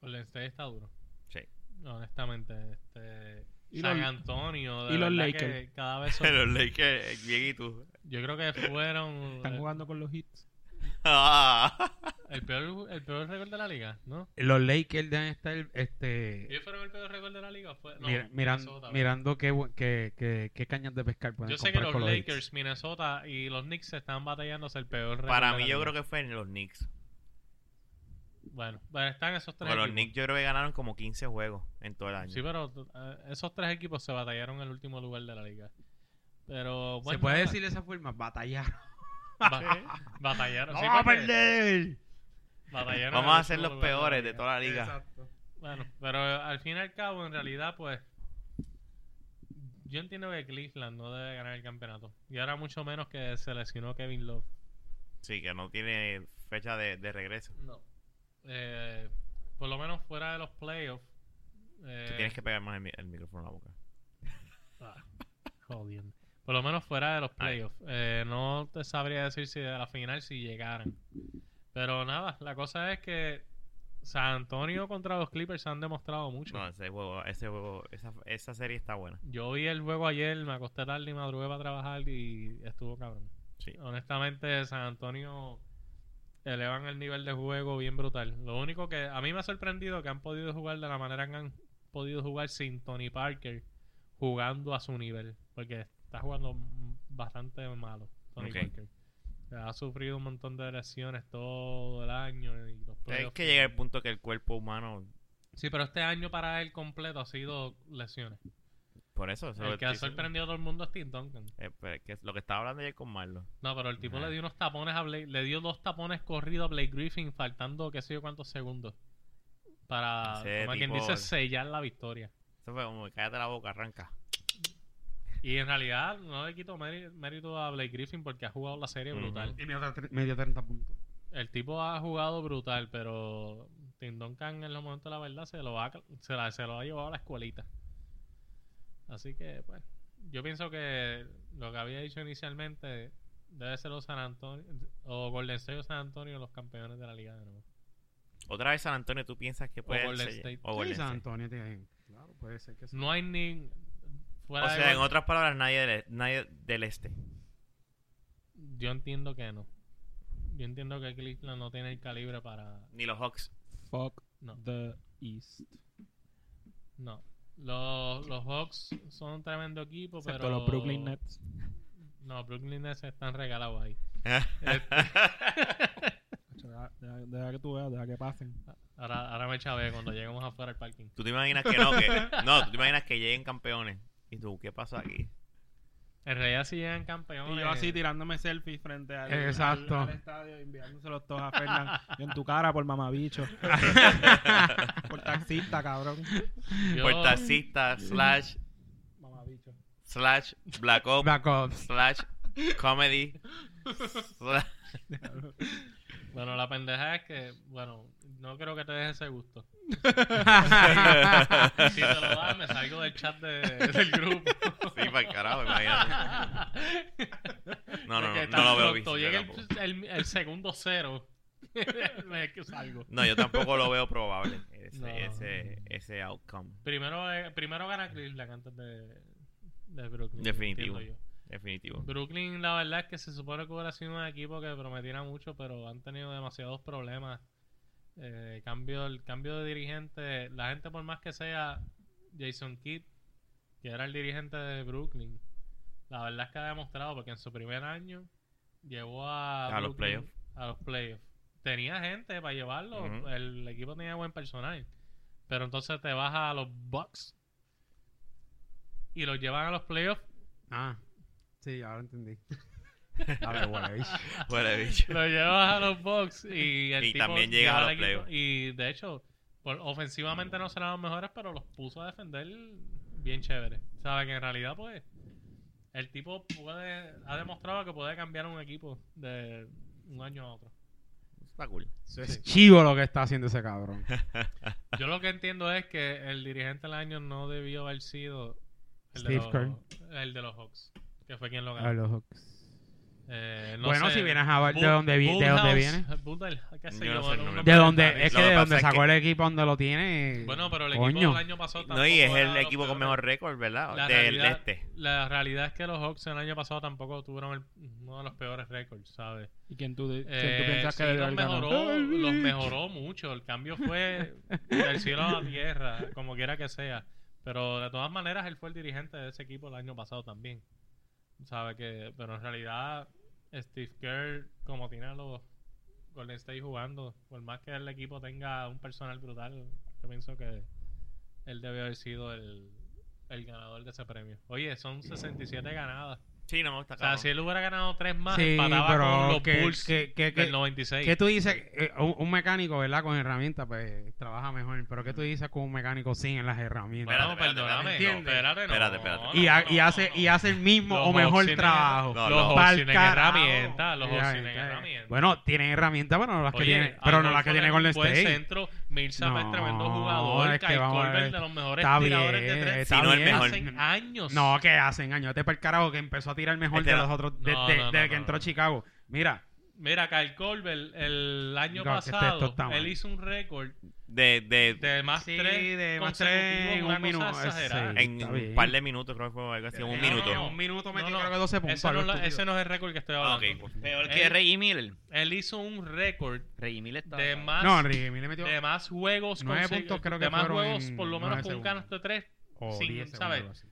Speaker 3: Golden State Pues, este está duro.
Speaker 6: Sí.
Speaker 3: Honestamente, este.
Speaker 4: Y
Speaker 3: San
Speaker 4: los-
Speaker 3: Antonio. de
Speaker 4: y los
Speaker 3: verdad
Speaker 4: Lakers.
Speaker 3: que Cada
Speaker 6: (laughs)
Speaker 3: vez son-
Speaker 6: Los Lakers, eh, bien y tú.
Speaker 3: Yo creo que fueron.
Speaker 4: (laughs) Están
Speaker 3: eh,
Speaker 4: jugando con los hits.
Speaker 6: Ah.
Speaker 3: El peor, el peor récord de la liga, ¿no?
Speaker 5: Los Lakers deben estar este,
Speaker 3: ¿Ellos fueron el peor récord de la liga? o Fue, no,
Speaker 5: mira- miran-
Speaker 3: Minnesota, ¿verdad?
Speaker 5: mirando qué, bu- qué, qué, qué cañas de pescar pueden
Speaker 3: Yo sé que
Speaker 5: comprar
Speaker 3: los
Speaker 5: con los Heat.
Speaker 3: Lakers, Minnesota y los Knicks se están batallándose el peor récord
Speaker 6: Para
Speaker 3: de
Speaker 6: mí
Speaker 3: la
Speaker 6: yo
Speaker 3: liga.
Speaker 6: creo que fue en los Knicks.
Speaker 3: Bueno, bueno, están esos tres
Speaker 6: Porque los
Speaker 3: equipos.
Speaker 6: Knicks yo creo que ganaron como 15 juegos en todo el año.
Speaker 3: Sí, pero eh, esos tres equipos se batallaron en el último lugar de la liga. Pero bueno.
Speaker 5: ¿Se puede
Speaker 3: nada,
Speaker 5: decir de esa forma? Batallar.
Speaker 3: (laughs) ba- (laughs) batallaron.
Speaker 5: ¡No
Speaker 3: sí,
Speaker 5: vamos a
Speaker 3: porque
Speaker 5: perder!
Speaker 3: batallaron en
Speaker 6: Vamos a
Speaker 3: el
Speaker 6: ser
Speaker 3: último
Speaker 6: los
Speaker 3: lugar la
Speaker 6: peores de
Speaker 3: liga.
Speaker 6: toda la liga.
Speaker 5: Exacto.
Speaker 3: Bueno, pero al fin y al cabo, en realidad, pues. Yo entiendo que Cleveland no debe ganar el campeonato. Y ahora mucho menos que se lesionó Kevin Love.
Speaker 6: Sí, que no tiene fecha de, de regreso.
Speaker 3: No. Eh, por lo menos fuera de los playoffs. eh,
Speaker 6: Tú tienes que pegar más el, mi- el micrófono a la boca.
Speaker 3: ah, jodiendo. Por lo menos fuera de los playoffs. Eh, no te sabría decir si de la final si llegaran. Pero nada, la cosa es que San Antonio contra los Clippers han demostrado mucho.
Speaker 6: No, ese juego, ese juego, esa, esa serie está buena.
Speaker 3: Yo vi el juego ayer, me acosté tarde y madrugué para trabajar y estuvo cabrón.
Speaker 6: Sí.
Speaker 3: Honestamente, San Antonio elevan el nivel de juego bien brutal. Lo único que a mí me ha sorprendido que han podido jugar de la manera que han podido jugar sin Tony Parker jugando a su nivel, porque está jugando bastante malo Tony
Speaker 6: Ok.
Speaker 3: Parker. Ha sufrido un montón de lesiones todo el año y los
Speaker 6: Es
Speaker 3: playoffs.
Speaker 6: que llega el punto que el cuerpo humano,
Speaker 3: Sí, pero este año para él completo ha sido lesiones.
Speaker 6: por eso, eso
Speaker 3: El que ha
Speaker 6: estoy diciendo.
Speaker 3: sorprendido a todo el mundo es Tim Duncan.
Speaker 6: Eh, pero es que lo que estaba hablando ayer con Marlo.
Speaker 3: No, pero el tipo
Speaker 6: Ajá.
Speaker 3: le dio unos tapones a Blake, le dio dos tapones corridos a Blake Griffin, faltando qué sé yo cuántos segundos. Para,
Speaker 6: Ese
Speaker 3: como quien
Speaker 6: tipo-
Speaker 3: dice, sellar la victoria.
Speaker 6: Eso fue como, cállate la boca, arranca.
Speaker 3: Y en realidad no le quito méri- mérito a Blake Griffin porque ha jugado la serie
Speaker 6: Ujú.
Speaker 3: brutal.
Speaker 5: Y me dio tre- me dio 30 puntos.
Speaker 3: El tipo ha jugado brutal, pero Tim Duncan en los momentos de la verdad se lo ha, se la- se lo ha llevado a la escuelita. Así que, pues, yo pienso que lo que había dicho inicialmente debe ser los San Antonio o Golden State o San Antonio los campeones de la liga de nuevo.
Speaker 6: Otra vez San Antonio, tú piensas que puede
Speaker 3: Golden
Speaker 6: ser-
Speaker 3: State.
Speaker 6: o
Speaker 5: Sí,
Speaker 6: Golden
Speaker 5: San
Speaker 6: State.
Speaker 5: Antonio tiene- Claro, puede ser que sí.
Speaker 3: No hay ni fuera
Speaker 6: O
Speaker 3: de
Speaker 6: sea, en
Speaker 3: Gol-
Speaker 6: otras palabras, nadie del, nadie del este.
Speaker 3: yo entiendo que no. Yo entiendo que Cleveland no tiene el calibre para
Speaker 6: Ni los Hawks.
Speaker 4: Fuck
Speaker 3: no.
Speaker 4: the East.
Speaker 3: No. Los, los Hawks son un tremendo equipo,
Speaker 4: Excepto
Speaker 3: pero
Speaker 4: los Brooklyn Nets.
Speaker 3: No, Brooklyn Nets están regalados ahí.
Speaker 4: Chacho, Deja, deja- deja que tú veas, deja que pasen.
Speaker 3: Ahora, ahora me chavé cuando lleguemos afuera al parking.
Speaker 6: Tú te imaginas que no, que... No, tú te imaginas que lleguen campeones. Y tú, ¿qué pasó aquí?
Speaker 3: En realidad si llegan campeones...
Speaker 4: Y yo así tirándome selfies frente al,
Speaker 5: Exacto.
Speaker 4: al- al estadio, enviándoselos todos a Fernán. Y en tu cara por
Speaker 5: (laughs)
Speaker 4: mamabicho. por taxista, cabrón.
Speaker 3: yo-
Speaker 6: Por taxista, slash,
Speaker 4: Mamabicho.
Speaker 6: slash, black ops,
Speaker 5: Black Ops.
Speaker 6: slash, comedy, slash-
Speaker 3: Bueno, la pendeja es que, bueno, no creo que te dejes
Speaker 6: (laughs)
Speaker 3: ese gusto. si te lo das, me salgo del chat de- del grupo.
Speaker 6: Sí, para el carajo, imagínate.
Speaker 3: (laughs)
Speaker 6: No, no,
Speaker 3: De
Speaker 6: no,
Speaker 3: que
Speaker 6: no
Speaker 3: tan
Speaker 6: lo veo
Speaker 3: pronto
Speaker 6: visto. yo
Speaker 3: llegue el-
Speaker 6: tampoco.
Speaker 3: el, el segundo cero. (laughs) me que salgo.
Speaker 6: No, yo tampoco lo veo probable. Ese,
Speaker 3: No.
Speaker 6: ese, ese outcome.
Speaker 3: Primero, eh, primero gana Cleveland antes de, de Brooklyn.
Speaker 6: Definitivo.
Speaker 3: entiendo yo. (laughs)
Speaker 6: Definitivo.
Speaker 3: Brooklyn, la verdad es que se supone que hubiera sido un equipo que prometiera mucho, pero han tenido demasiados problemas. Eh, cambio, el cambio de dirigente, la gente por más que sea Jason Kidd, que era el dirigente de Brooklyn, la verdad es que ha demostrado porque en su primer año llevó a,
Speaker 6: A los
Speaker 3: Brooklyn
Speaker 6: playoffs.
Speaker 3: a los playoffs. Tenía gente para llevarlo,
Speaker 6: Ujú.
Speaker 3: el equipo tenía buen personal, pero entonces te vas a los Bucks y los llevan a los playoffs
Speaker 5: Ah. Sí, ahora (laughs) entendí. A ver, huele, bicho.
Speaker 6: Fuera de bicho.
Speaker 3: lo llevas a los box y el
Speaker 6: Y
Speaker 3: tipo
Speaker 6: también llegas a
Speaker 3: lleva al
Speaker 6: los
Speaker 3: equipo.
Speaker 6: playoffs.
Speaker 3: Y de hecho, por- ofensivamente no serán los mejores, pero los puso a defender bien chévere. Sabe que en realidad, pues, el tipo puede, ha demostrado que puede cambiar un equipo de un año a otro.
Speaker 6: Está cool.
Speaker 5: Eso es chivo lo que está haciendo ese cabrón.
Speaker 3: Yo lo que entiendo es que el dirigente del año no debió haber sido el,
Speaker 5: Steve
Speaker 3: de, los,
Speaker 5: Kerr.
Speaker 3: el de los Hawks, que fue quien lo
Speaker 5: A
Speaker 3: ganó.
Speaker 5: los Hawks.
Speaker 3: Eh, no
Speaker 5: bueno,
Speaker 3: sé,
Speaker 5: si vienes a ver de
Speaker 3: Bull-
Speaker 5: dónde, vi- de dónde
Speaker 3: Bullhouse-
Speaker 5: viene.
Speaker 3: Bull- qué sé
Speaker 6: Yo no
Speaker 3: yo,
Speaker 6: sé el
Speaker 3: un
Speaker 6: nombre.
Speaker 3: nombre
Speaker 5: De dónde,
Speaker 3: raro.
Speaker 5: es
Speaker 6: Lo que
Speaker 5: que de
Speaker 6: pasa
Speaker 5: donde
Speaker 6: es
Speaker 5: sacó
Speaker 6: que-
Speaker 5: el equipo, donde lo tiene.
Speaker 3: Bueno, pero el
Speaker 5: Coño.
Speaker 3: equipo del año pasado
Speaker 6: No, y es
Speaker 3: tampoco era
Speaker 6: el
Speaker 3: de los
Speaker 6: equipo con
Speaker 3: peores.
Speaker 6: mejor récord, ¿verdad?
Speaker 3: La
Speaker 6: Del
Speaker 3: realidad-
Speaker 6: este.
Speaker 3: La realidad es que los Hawks el año pasado tampoco tuvieron el- uno de los peores récords, ¿sabes?
Speaker 4: ¿Y quién tú, quién tú
Speaker 3: Eh,
Speaker 4: piensas
Speaker 3: sí,
Speaker 4: que debe
Speaker 3: los
Speaker 4: haber ganado?
Speaker 3: mejoró, los mejoró mucho. El cambio fue del cielo a la tierra, como quiera que sea. Pero de todas maneras, él fue el dirigente de ese equipo el año pasado también. ¿Sabe que Pero en realidad, Steve Kerr, como tiene a los Golden State jugando, por más que el equipo tenga un personal brutal, yo pienso que él debió haber sido el, el ganador de ese premio. Oye, son 67 ganadas.
Speaker 6: Sí, no, está
Speaker 3: O sea,
Speaker 6: cabrón.
Speaker 3: si él hubiera ganado tres más,
Speaker 5: sí,
Speaker 3: empataba con
Speaker 5: pero
Speaker 3: los
Speaker 5: que,
Speaker 3: Bulls
Speaker 5: que, que, que-
Speaker 3: del 96.
Speaker 5: que tú dices, eh, un, un mecánico, ¿verdad? Con herramientas, pues trabaja mejor. Pero ¿qué tú dices con un mecánico sin las herramientas?
Speaker 3: Bueno,
Speaker 6: Espérate, espérate,
Speaker 3: perdóname.
Speaker 6: espérate.
Speaker 3: no, espérate, no,
Speaker 6: Espérate, espérate.
Speaker 3: no,
Speaker 5: y, ha-
Speaker 3: no,
Speaker 5: y
Speaker 3: no,
Speaker 5: hace,
Speaker 3: no.
Speaker 5: y hace el mismo
Speaker 3: Los
Speaker 5: o mejor
Speaker 3: Hawks tienen-
Speaker 5: trabajo.
Speaker 6: No,
Speaker 3: Los
Speaker 6: no.
Speaker 3: Hawks
Speaker 5: Pa'l
Speaker 3: tienen
Speaker 5: carajo.
Speaker 3: herramientas. Los Hawks tienen
Speaker 5: Herramientas.
Speaker 3: herramientas.
Speaker 5: Bueno, tienen herramientas, pero no las que
Speaker 3: Oye,
Speaker 5: tiene, pero no
Speaker 3: Adolfo
Speaker 5: las que tiene
Speaker 3: era un
Speaker 5: Golden
Speaker 3: buen
Speaker 5: State.
Speaker 3: centro. Mirza
Speaker 5: No,
Speaker 3: es tremendo jugador.
Speaker 5: es que
Speaker 3: Kyle
Speaker 5: vamos a
Speaker 3: Korver,
Speaker 5: ver.
Speaker 3: de los mejores
Speaker 5: Está
Speaker 3: tiradores de
Speaker 5: bien,
Speaker 3: tres.
Speaker 5: está
Speaker 6: Si no el
Speaker 5: bien.
Speaker 6: mejor.
Speaker 3: Hace años.
Speaker 5: No, que hacen años. Este para el carajo que empezó a tirar mejor
Speaker 6: Este
Speaker 5: de
Speaker 6: no.
Speaker 5: los otros. de-
Speaker 3: No,
Speaker 5: de-
Speaker 3: no, no,
Speaker 5: desde que
Speaker 3: no,
Speaker 5: entró
Speaker 3: no.
Speaker 5: Chicago. Mira,
Speaker 3: Mira, Kyle Korver, el, año
Speaker 5: No, que este- esto
Speaker 3: pasado,
Speaker 5: está mal.
Speaker 3: él hizo un récord
Speaker 6: De, de,
Speaker 3: de más
Speaker 5: Sí,
Speaker 3: tres
Speaker 5: de más
Speaker 3: consecutivos,
Speaker 5: tres
Speaker 3: una
Speaker 5: en un
Speaker 3: cosa
Speaker 5: minuto, eh,
Speaker 3: exagerada.
Speaker 5: sí.
Speaker 6: en
Speaker 5: está
Speaker 6: un
Speaker 5: bien.
Speaker 6: par de minutos, creo que fue algo así, en un
Speaker 5: no,
Speaker 6: minuto.
Speaker 5: no, en un minuto metió
Speaker 3: No, no,
Speaker 5: creo que 12 puntos.
Speaker 3: Ese no,
Speaker 5: algo
Speaker 3: lo-
Speaker 5: estúpido.
Speaker 3: ese no es el récord que estoy
Speaker 6: Ah,
Speaker 3: hablando.
Speaker 6: ok, pues.
Speaker 8: Peor que
Speaker 3: Él-
Speaker 8: Reggie Miller.
Speaker 3: Él hizo un récord
Speaker 8: Reggie Miller está.
Speaker 3: de más,
Speaker 5: No, Ricky Miller metió
Speaker 3: de más juegos,
Speaker 5: Nueve
Speaker 3: conse-
Speaker 5: puntos creo que
Speaker 3: de más
Speaker 5: fueron
Speaker 3: juegos,
Speaker 5: en
Speaker 3: por lo menos
Speaker 5: nueve
Speaker 3: con un
Speaker 5: segundos.
Speaker 3: canasto de tres.
Speaker 5: o
Speaker 3: sin-
Speaker 5: 10 segundos,
Speaker 3: ¿sabes?
Speaker 5: algo así.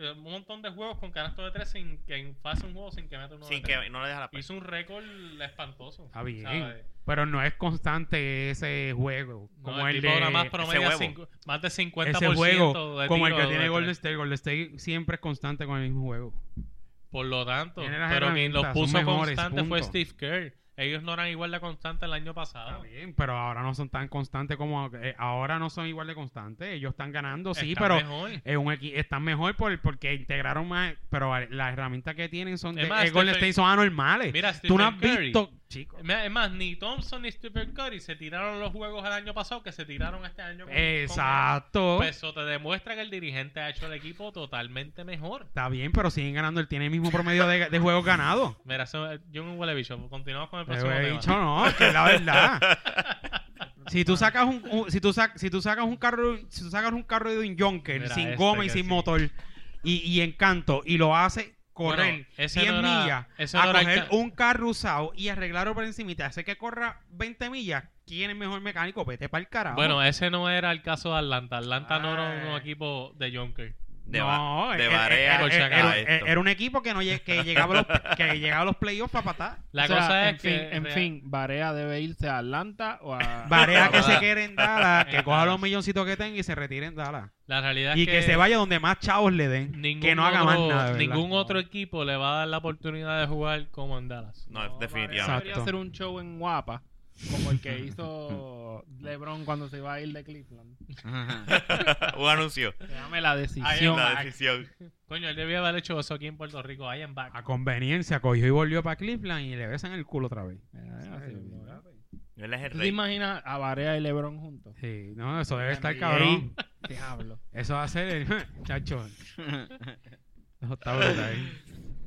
Speaker 3: eh, un montón de juegos con canasto de tres sin que en- pase un juego sin que meta uno
Speaker 6: Sin
Speaker 3: de tres.
Speaker 6: que no le deja la
Speaker 3: Hizo un récord espantoso.
Speaker 5: Está bien.
Speaker 3: ¿sabes?
Speaker 5: Pero no es constante ese juego.
Speaker 3: No,
Speaker 5: Como
Speaker 3: el
Speaker 5: el
Speaker 3: tipo nada
Speaker 5: de.
Speaker 3: más promedia
Speaker 6: huevo.
Speaker 3: cinco- más de 50%
Speaker 5: Ese juego,
Speaker 3: de
Speaker 5: como el
Speaker 3: tiro
Speaker 5: que tiene
Speaker 3: de
Speaker 5: Golden
Speaker 3: tres.
Speaker 5: State. Golden State siempre es constante con el mismo juego.
Speaker 3: Por lo tanto,
Speaker 5: Tiene las
Speaker 3: pero quien los
Speaker 5: herramientas,
Speaker 3: puso
Speaker 5: son mejores,
Speaker 3: constante fue
Speaker 5: punto.
Speaker 3: Steve Kerr. Ellos no eran igual de constante el año
Speaker 5: Está
Speaker 3: pasado.
Speaker 5: bien, pero ahora no son tan constantes como. eh, ahora no son igual de constantes. Ellos están ganando, sí,
Speaker 3: Está
Speaker 5: pero.
Speaker 3: mejor.
Speaker 5: Es un equi- están mejor por, porque integraron más, pero a- las herramientas que tienen son de
Speaker 3: Es más,
Speaker 5: eh, Golden
Speaker 3: Stephen-
Speaker 5: State son anormales.
Speaker 3: Mira,
Speaker 5: Tú
Speaker 3: Stephen
Speaker 5: no has
Speaker 3: Curry.
Speaker 5: visto, chico.
Speaker 3: Me- Es más, ni Thompson ni Stephen Curry se tiraron los juegos el año pasado que se tiraron este año. con- con-
Speaker 5: Exacto.
Speaker 3: Pues eso te demuestra que el dirigente ha hecho el equipo totalmente mejor.
Speaker 5: Está bien, pero siguen ganando. Él tiene el mismo promedio de, de juegos ganados.
Speaker 3: Mira, eso, yo no huele bicho. Continuamos con el
Speaker 5: Te
Speaker 3: próximo
Speaker 5: he
Speaker 3: tema.
Speaker 5: dicho, no, que es la verdad.
Speaker 3: (laughs)
Speaker 5: Si tú sacas un, un- si tú sac- si tú sacas un carro si tú sacas un carro de un Jonker
Speaker 3: Mira,
Speaker 5: sin
Speaker 3: este
Speaker 5: goma y
Speaker 3: que
Speaker 5: sin
Speaker 3: sí.
Speaker 5: motor y, y en canto y lo hace correr
Speaker 3: Bueno, ese
Speaker 5: 100
Speaker 3: no era-
Speaker 5: millas
Speaker 3: ese
Speaker 5: a
Speaker 3: no era el
Speaker 5: coger
Speaker 3: ca-
Speaker 5: un carro usado y arreglarlo por encima y te hace que corra 20 millas ¿quién es mejor mecánico? vete para el carajo
Speaker 3: Bueno, ese no era el caso de Atlanta. Atlanta no era
Speaker 5: Ay.
Speaker 3: un equipo de Jonker.
Speaker 6: De,
Speaker 5: no,
Speaker 6: va-
Speaker 5: era-
Speaker 6: de
Speaker 5: era-
Speaker 6: Barea
Speaker 5: eh, era,
Speaker 3: Por si
Speaker 5: era-
Speaker 6: a
Speaker 5: era-
Speaker 6: esto.
Speaker 5: era un equipo que no lle- que llegaba a los, que llegaba a los playoffs para
Speaker 3: (laughs)
Speaker 5: patar
Speaker 3: La
Speaker 4: O sea,
Speaker 3: cosa es
Speaker 4: en fin,
Speaker 3: que.
Speaker 4: en fin, Barea debe irse a Atlanta o a.
Speaker 5: (laughs) Barea
Speaker 3: No,
Speaker 5: que se
Speaker 3: verdad.
Speaker 5: quede en Dallas que
Speaker 3: En
Speaker 5: coja los
Speaker 3: Dallas.
Speaker 5: milloncitos que tenga y se retire en Dallas
Speaker 3: La realidad
Speaker 5: y
Speaker 3: es
Speaker 5: que, se vaya donde más chavos le den.
Speaker 3: Ningún
Speaker 5: que no haga más
Speaker 3: otro-
Speaker 5: nada. ¿verdad?
Speaker 3: Ningún
Speaker 5: No.
Speaker 3: otro equipo le va a dar la oportunidad de jugar como en Dallas.
Speaker 6: No,
Speaker 4: No, Barea
Speaker 6: definitivamente.
Speaker 4: debería
Speaker 5: Exacto.
Speaker 4: hacer un show en Guapa, como
Speaker 5: (laughs)
Speaker 4: el que hizo LeBron cuando se iba a ir de Cleveland.
Speaker 6: (laughs) un anuncio.
Speaker 4: Dame la decisión.
Speaker 6: La decisión.
Speaker 3: Coño, él debía haber hecho eso aquí en Puerto Rico. I am back.
Speaker 5: A conveniencia cogió y volvió para Cleveland y le besan el culo otra vez.
Speaker 4: Ah, así mismo, ¿eh?
Speaker 6: Él es el
Speaker 4: ¿Tú te
Speaker 6: rey.
Speaker 4: imaginas a Barea y LeBron juntos?
Speaker 5: Sí, no, eso debe estar
Speaker 4: NBA.
Speaker 5: cabrón.
Speaker 4: (laughs) Diablo.
Speaker 5: Eso va a ser el (laughs) chacho. Eso está brutal.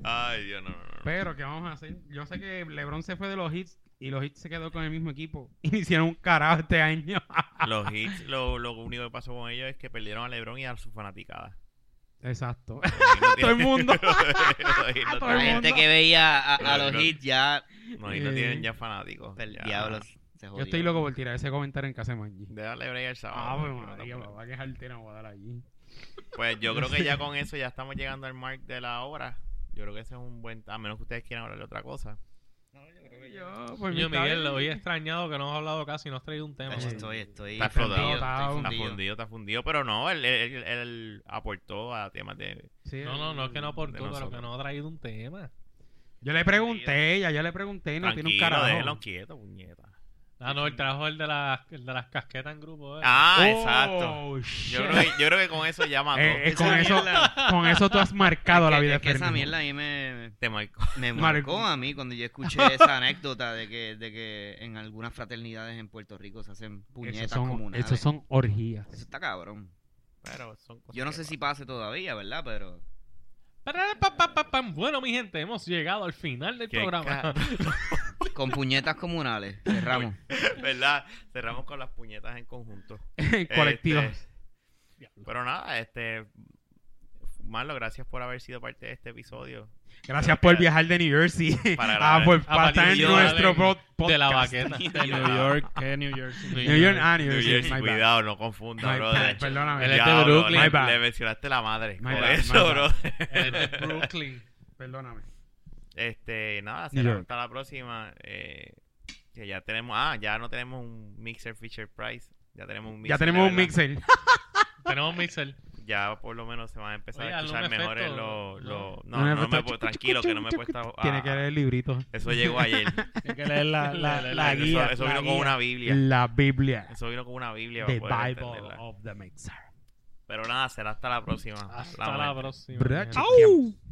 Speaker 6: Ay, Dios, no, no, no.
Speaker 5: Pero, ¿qué vamos a hacer? Yo sé que LeBron se fue de los hits y los hits se quedó con el mismo equipo. Y hicieron un carajo este año. (laughs)
Speaker 6: Los hits, lo, lo único que pasó con ellos es que perdieron a LeBron y a su fanaticada.
Speaker 5: Exacto. (laughs)
Speaker 6: No
Speaker 5: Todo
Speaker 6: (laughs)
Speaker 5: el
Speaker 6: tienen-
Speaker 5: mundo.
Speaker 6: Los Heat no
Speaker 5: Todo
Speaker 8: La
Speaker 5: el
Speaker 6: tienen-
Speaker 8: gente que veía a, a los hits ya. pues,
Speaker 6: los Heat no
Speaker 5: Eh.
Speaker 6: tienen ya fanáticos.
Speaker 8: El
Speaker 6: Ya.
Speaker 8: diablo se jodió.
Speaker 5: Yo estoy loco por tirar ese comentario en casa de Manji.
Speaker 6: Déjale break el sábado.
Speaker 5: Ah, pues,
Speaker 6: que no te
Speaker 5: María,
Speaker 6: apures.
Speaker 5: papá, que jartera me voy a dar allí.
Speaker 6: Pues yo creo que ya con eso ya estamos llegando al mark de la hora. Yo creo que ese es un buen... A menos que ustedes quieran hablar de otra cosa.
Speaker 5: Yo, pues,
Speaker 3: Coño,
Speaker 5: mi
Speaker 3: Miguel,
Speaker 5: cabello.
Speaker 3: hoy he extrañado que no has hablado casi no has traído un tema.
Speaker 8: Tacho,
Speaker 3: mano.
Speaker 8: Pues Estoy, estoy.
Speaker 6: Está explotado,
Speaker 5: está
Speaker 6: Está
Speaker 8: fundido.
Speaker 6: fundido, está fundido. Pero no, él, él- él- él aportó a temas de...
Speaker 5: Sí,
Speaker 3: No, no, no es que no
Speaker 6: De
Speaker 3: aportó, pero
Speaker 6: nosotros.
Speaker 3: que no ha traído un tema.
Speaker 5: Yo le pregunté, ya yo le pregunté, no tiene un
Speaker 6: Tranquilo,
Speaker 5: carajo.
Speaker 6: déjenlo quieto, puñeta.
Speaker 3: Ah, no, el trabajo el de las, el de las casquetas en grupo. ¿eh?
Speaker 6: Ah,
Speaker 5: Oh,
Speaker 6: exacto.
Speaker 5: shit.
Speaker 6: Yo creo, que, yo creo que con eso ya mató.
Speaker 5: Eh, eh, con
Speaker 8: Esa
Speaker 6: (laughs)
Speaker 5: eso, con eso tú has marcado la
Speaker 8: Es que-
Speaker 5: vida
Speaker 8: es que
Speaker 5: de
Speaker 8: esa
Speaker 5: Fermín.
Speaker 8: mierda a mí me,
Speaker 6: Te marcó.
Speaker 5: (laughs)
Speaker 8: me
Speaker 5: Marcó.
Speaker 8: marcó a mí cuando yo
Speaker 5: (laughs)
Speaker 8: escuché esa anécdota de que, de que en algunas fraternidades en Puerto Rico se hacen
Speaker 5: Esos
Speaker 8: puñetas
Speaker 5: son,
Speaker 8: comunales.
Speaker 5: esos son Pues orgías.
Speaker 8: Eso está cabrón.
Speaker 6: Pero son cosas
Speaker 8: Yo no
Speaker 6: que
Speaker 8: sé si pase
Speaker 6: pasan.
Speaker 8: todavía, ¿verdad? Pero
Speaker 3: Parara, pa, pa, pa, pam. Bueno, mi gente, hemos llegado al final del
Speaker 6: Qué
Speaker 3: programa.
Speaker 8: con puñetas comunales, cerramos.
Speaker 6: ¿Verdad? Cerramos con las puñetas en
Speaker 5: (laughs)
Speaker 6: conjunto. Este,
Speaker 5: Colectivos.
Speaker 6: Pero nada, este... Marlo, gracias por haber sido parte de este
Speaker 5: (laughs)
Speaker 6: episodio.
Speaker 5: Gracias por viajar de New Jersey
Speaker 6: (laughs) Para
Speaker 5: (laughs) ah,
Speaker 6: grabar.
Speaker 5: por, para
Speaker 3: Ah,
Speaker 5: estar en
Speaker 3: New York.
Speaker 5: nuestro pod- podcast.
Speaker 3: de la baqueta.
Speaker 4: De New York, que New Jersey.
Speaker 5: New York, ah, New
Speaker 6: New
Speaker 5: Jersey.
Speaker 6: Jersey,
Speaker 5: my bad.
Speaker 6: cuidado, no confunda,
Speaker 5: My
Speaker 6: brother.
Speaker 5: bad, Perdóname.
Speaker 3: Él es de
Speaker 6: Diablo, le-
Speaker 3: Brooklyn.
Speaker 5: My bad.
Speaker 6: Le mencionaste la madre.
Speaker 5: My
Speaker 6: por
Speaker 5: bad,
Speaker 6: eso,
Speaker 5: my
Speaker 6: bro.
Speaker 5: bad.
Speaker 3: El de
Speaker 6: (laughs)
Speaker 3: Brooklyn.
Speaker 5: Perdóname.
Speaker 6: Este, nada,
Speaker 5: New
Speaker 6: será
Speaker 5: York.
Speaker 6: hasta la próxima. Eh, que ya tenemos, ah, ya no tenemos un mixer feature price. Ya tenemos un mixer.
Speaker 5: Ya
Speaker 6: de
Speaker 5: tenemos un
Speaker 6: verdad.
Speaker 5: mixer.
Speaker 3: Tenemos Mixer.
Speaker 6: Ya por lo menos se van a empezar
Speaker 3: Oye,
Speaker 6: a
Speaker 3: hazle un
Speaker 6: escuchar mejores
Speaker 3: efecto,
Speaker 6: los.
Speaker 3: ¿no?
Speaker 6: los- No, no,
Speaker 5: Una
Speaker 6: me
Speaker 5: respuesta,
Speaker 6: puedo. Tranquilo, que no me he puesto. a-
Speaker 5: Tiene que leer el librito.
Speaker 6: Eso llegó
Speaker 5: (laughs)
Speaker 6: ayer.
Speaker 4: Hay que
Speaker 6: (laughs)
Speaker 4: leer la, la, la,
Speaker 6: eso,
Speaker 4: guía.
Speaker 6: eso
Speaker 4: la
Speaker 6: vino con
Speaker 4: guía.
Speaker 6: una Biblia.
Speaker 5: La Biblia.
Speaker 6: Eso vino con una Biblia.
Speaker 5: The
Speaker 6: para poder
Speaker 5: Bible
Speaker 6: entenderla.
Speaker 5: of the Mixer.
Speaker 6: Pero nada, será hasta la próxima.
Speaker 3: Hasta la
Speaker 6: muerte.
Speaker 3: próxima.
Speaker 5: ¿Verdad,
Speaker 3: gente.
Speaker 5: chiquillos?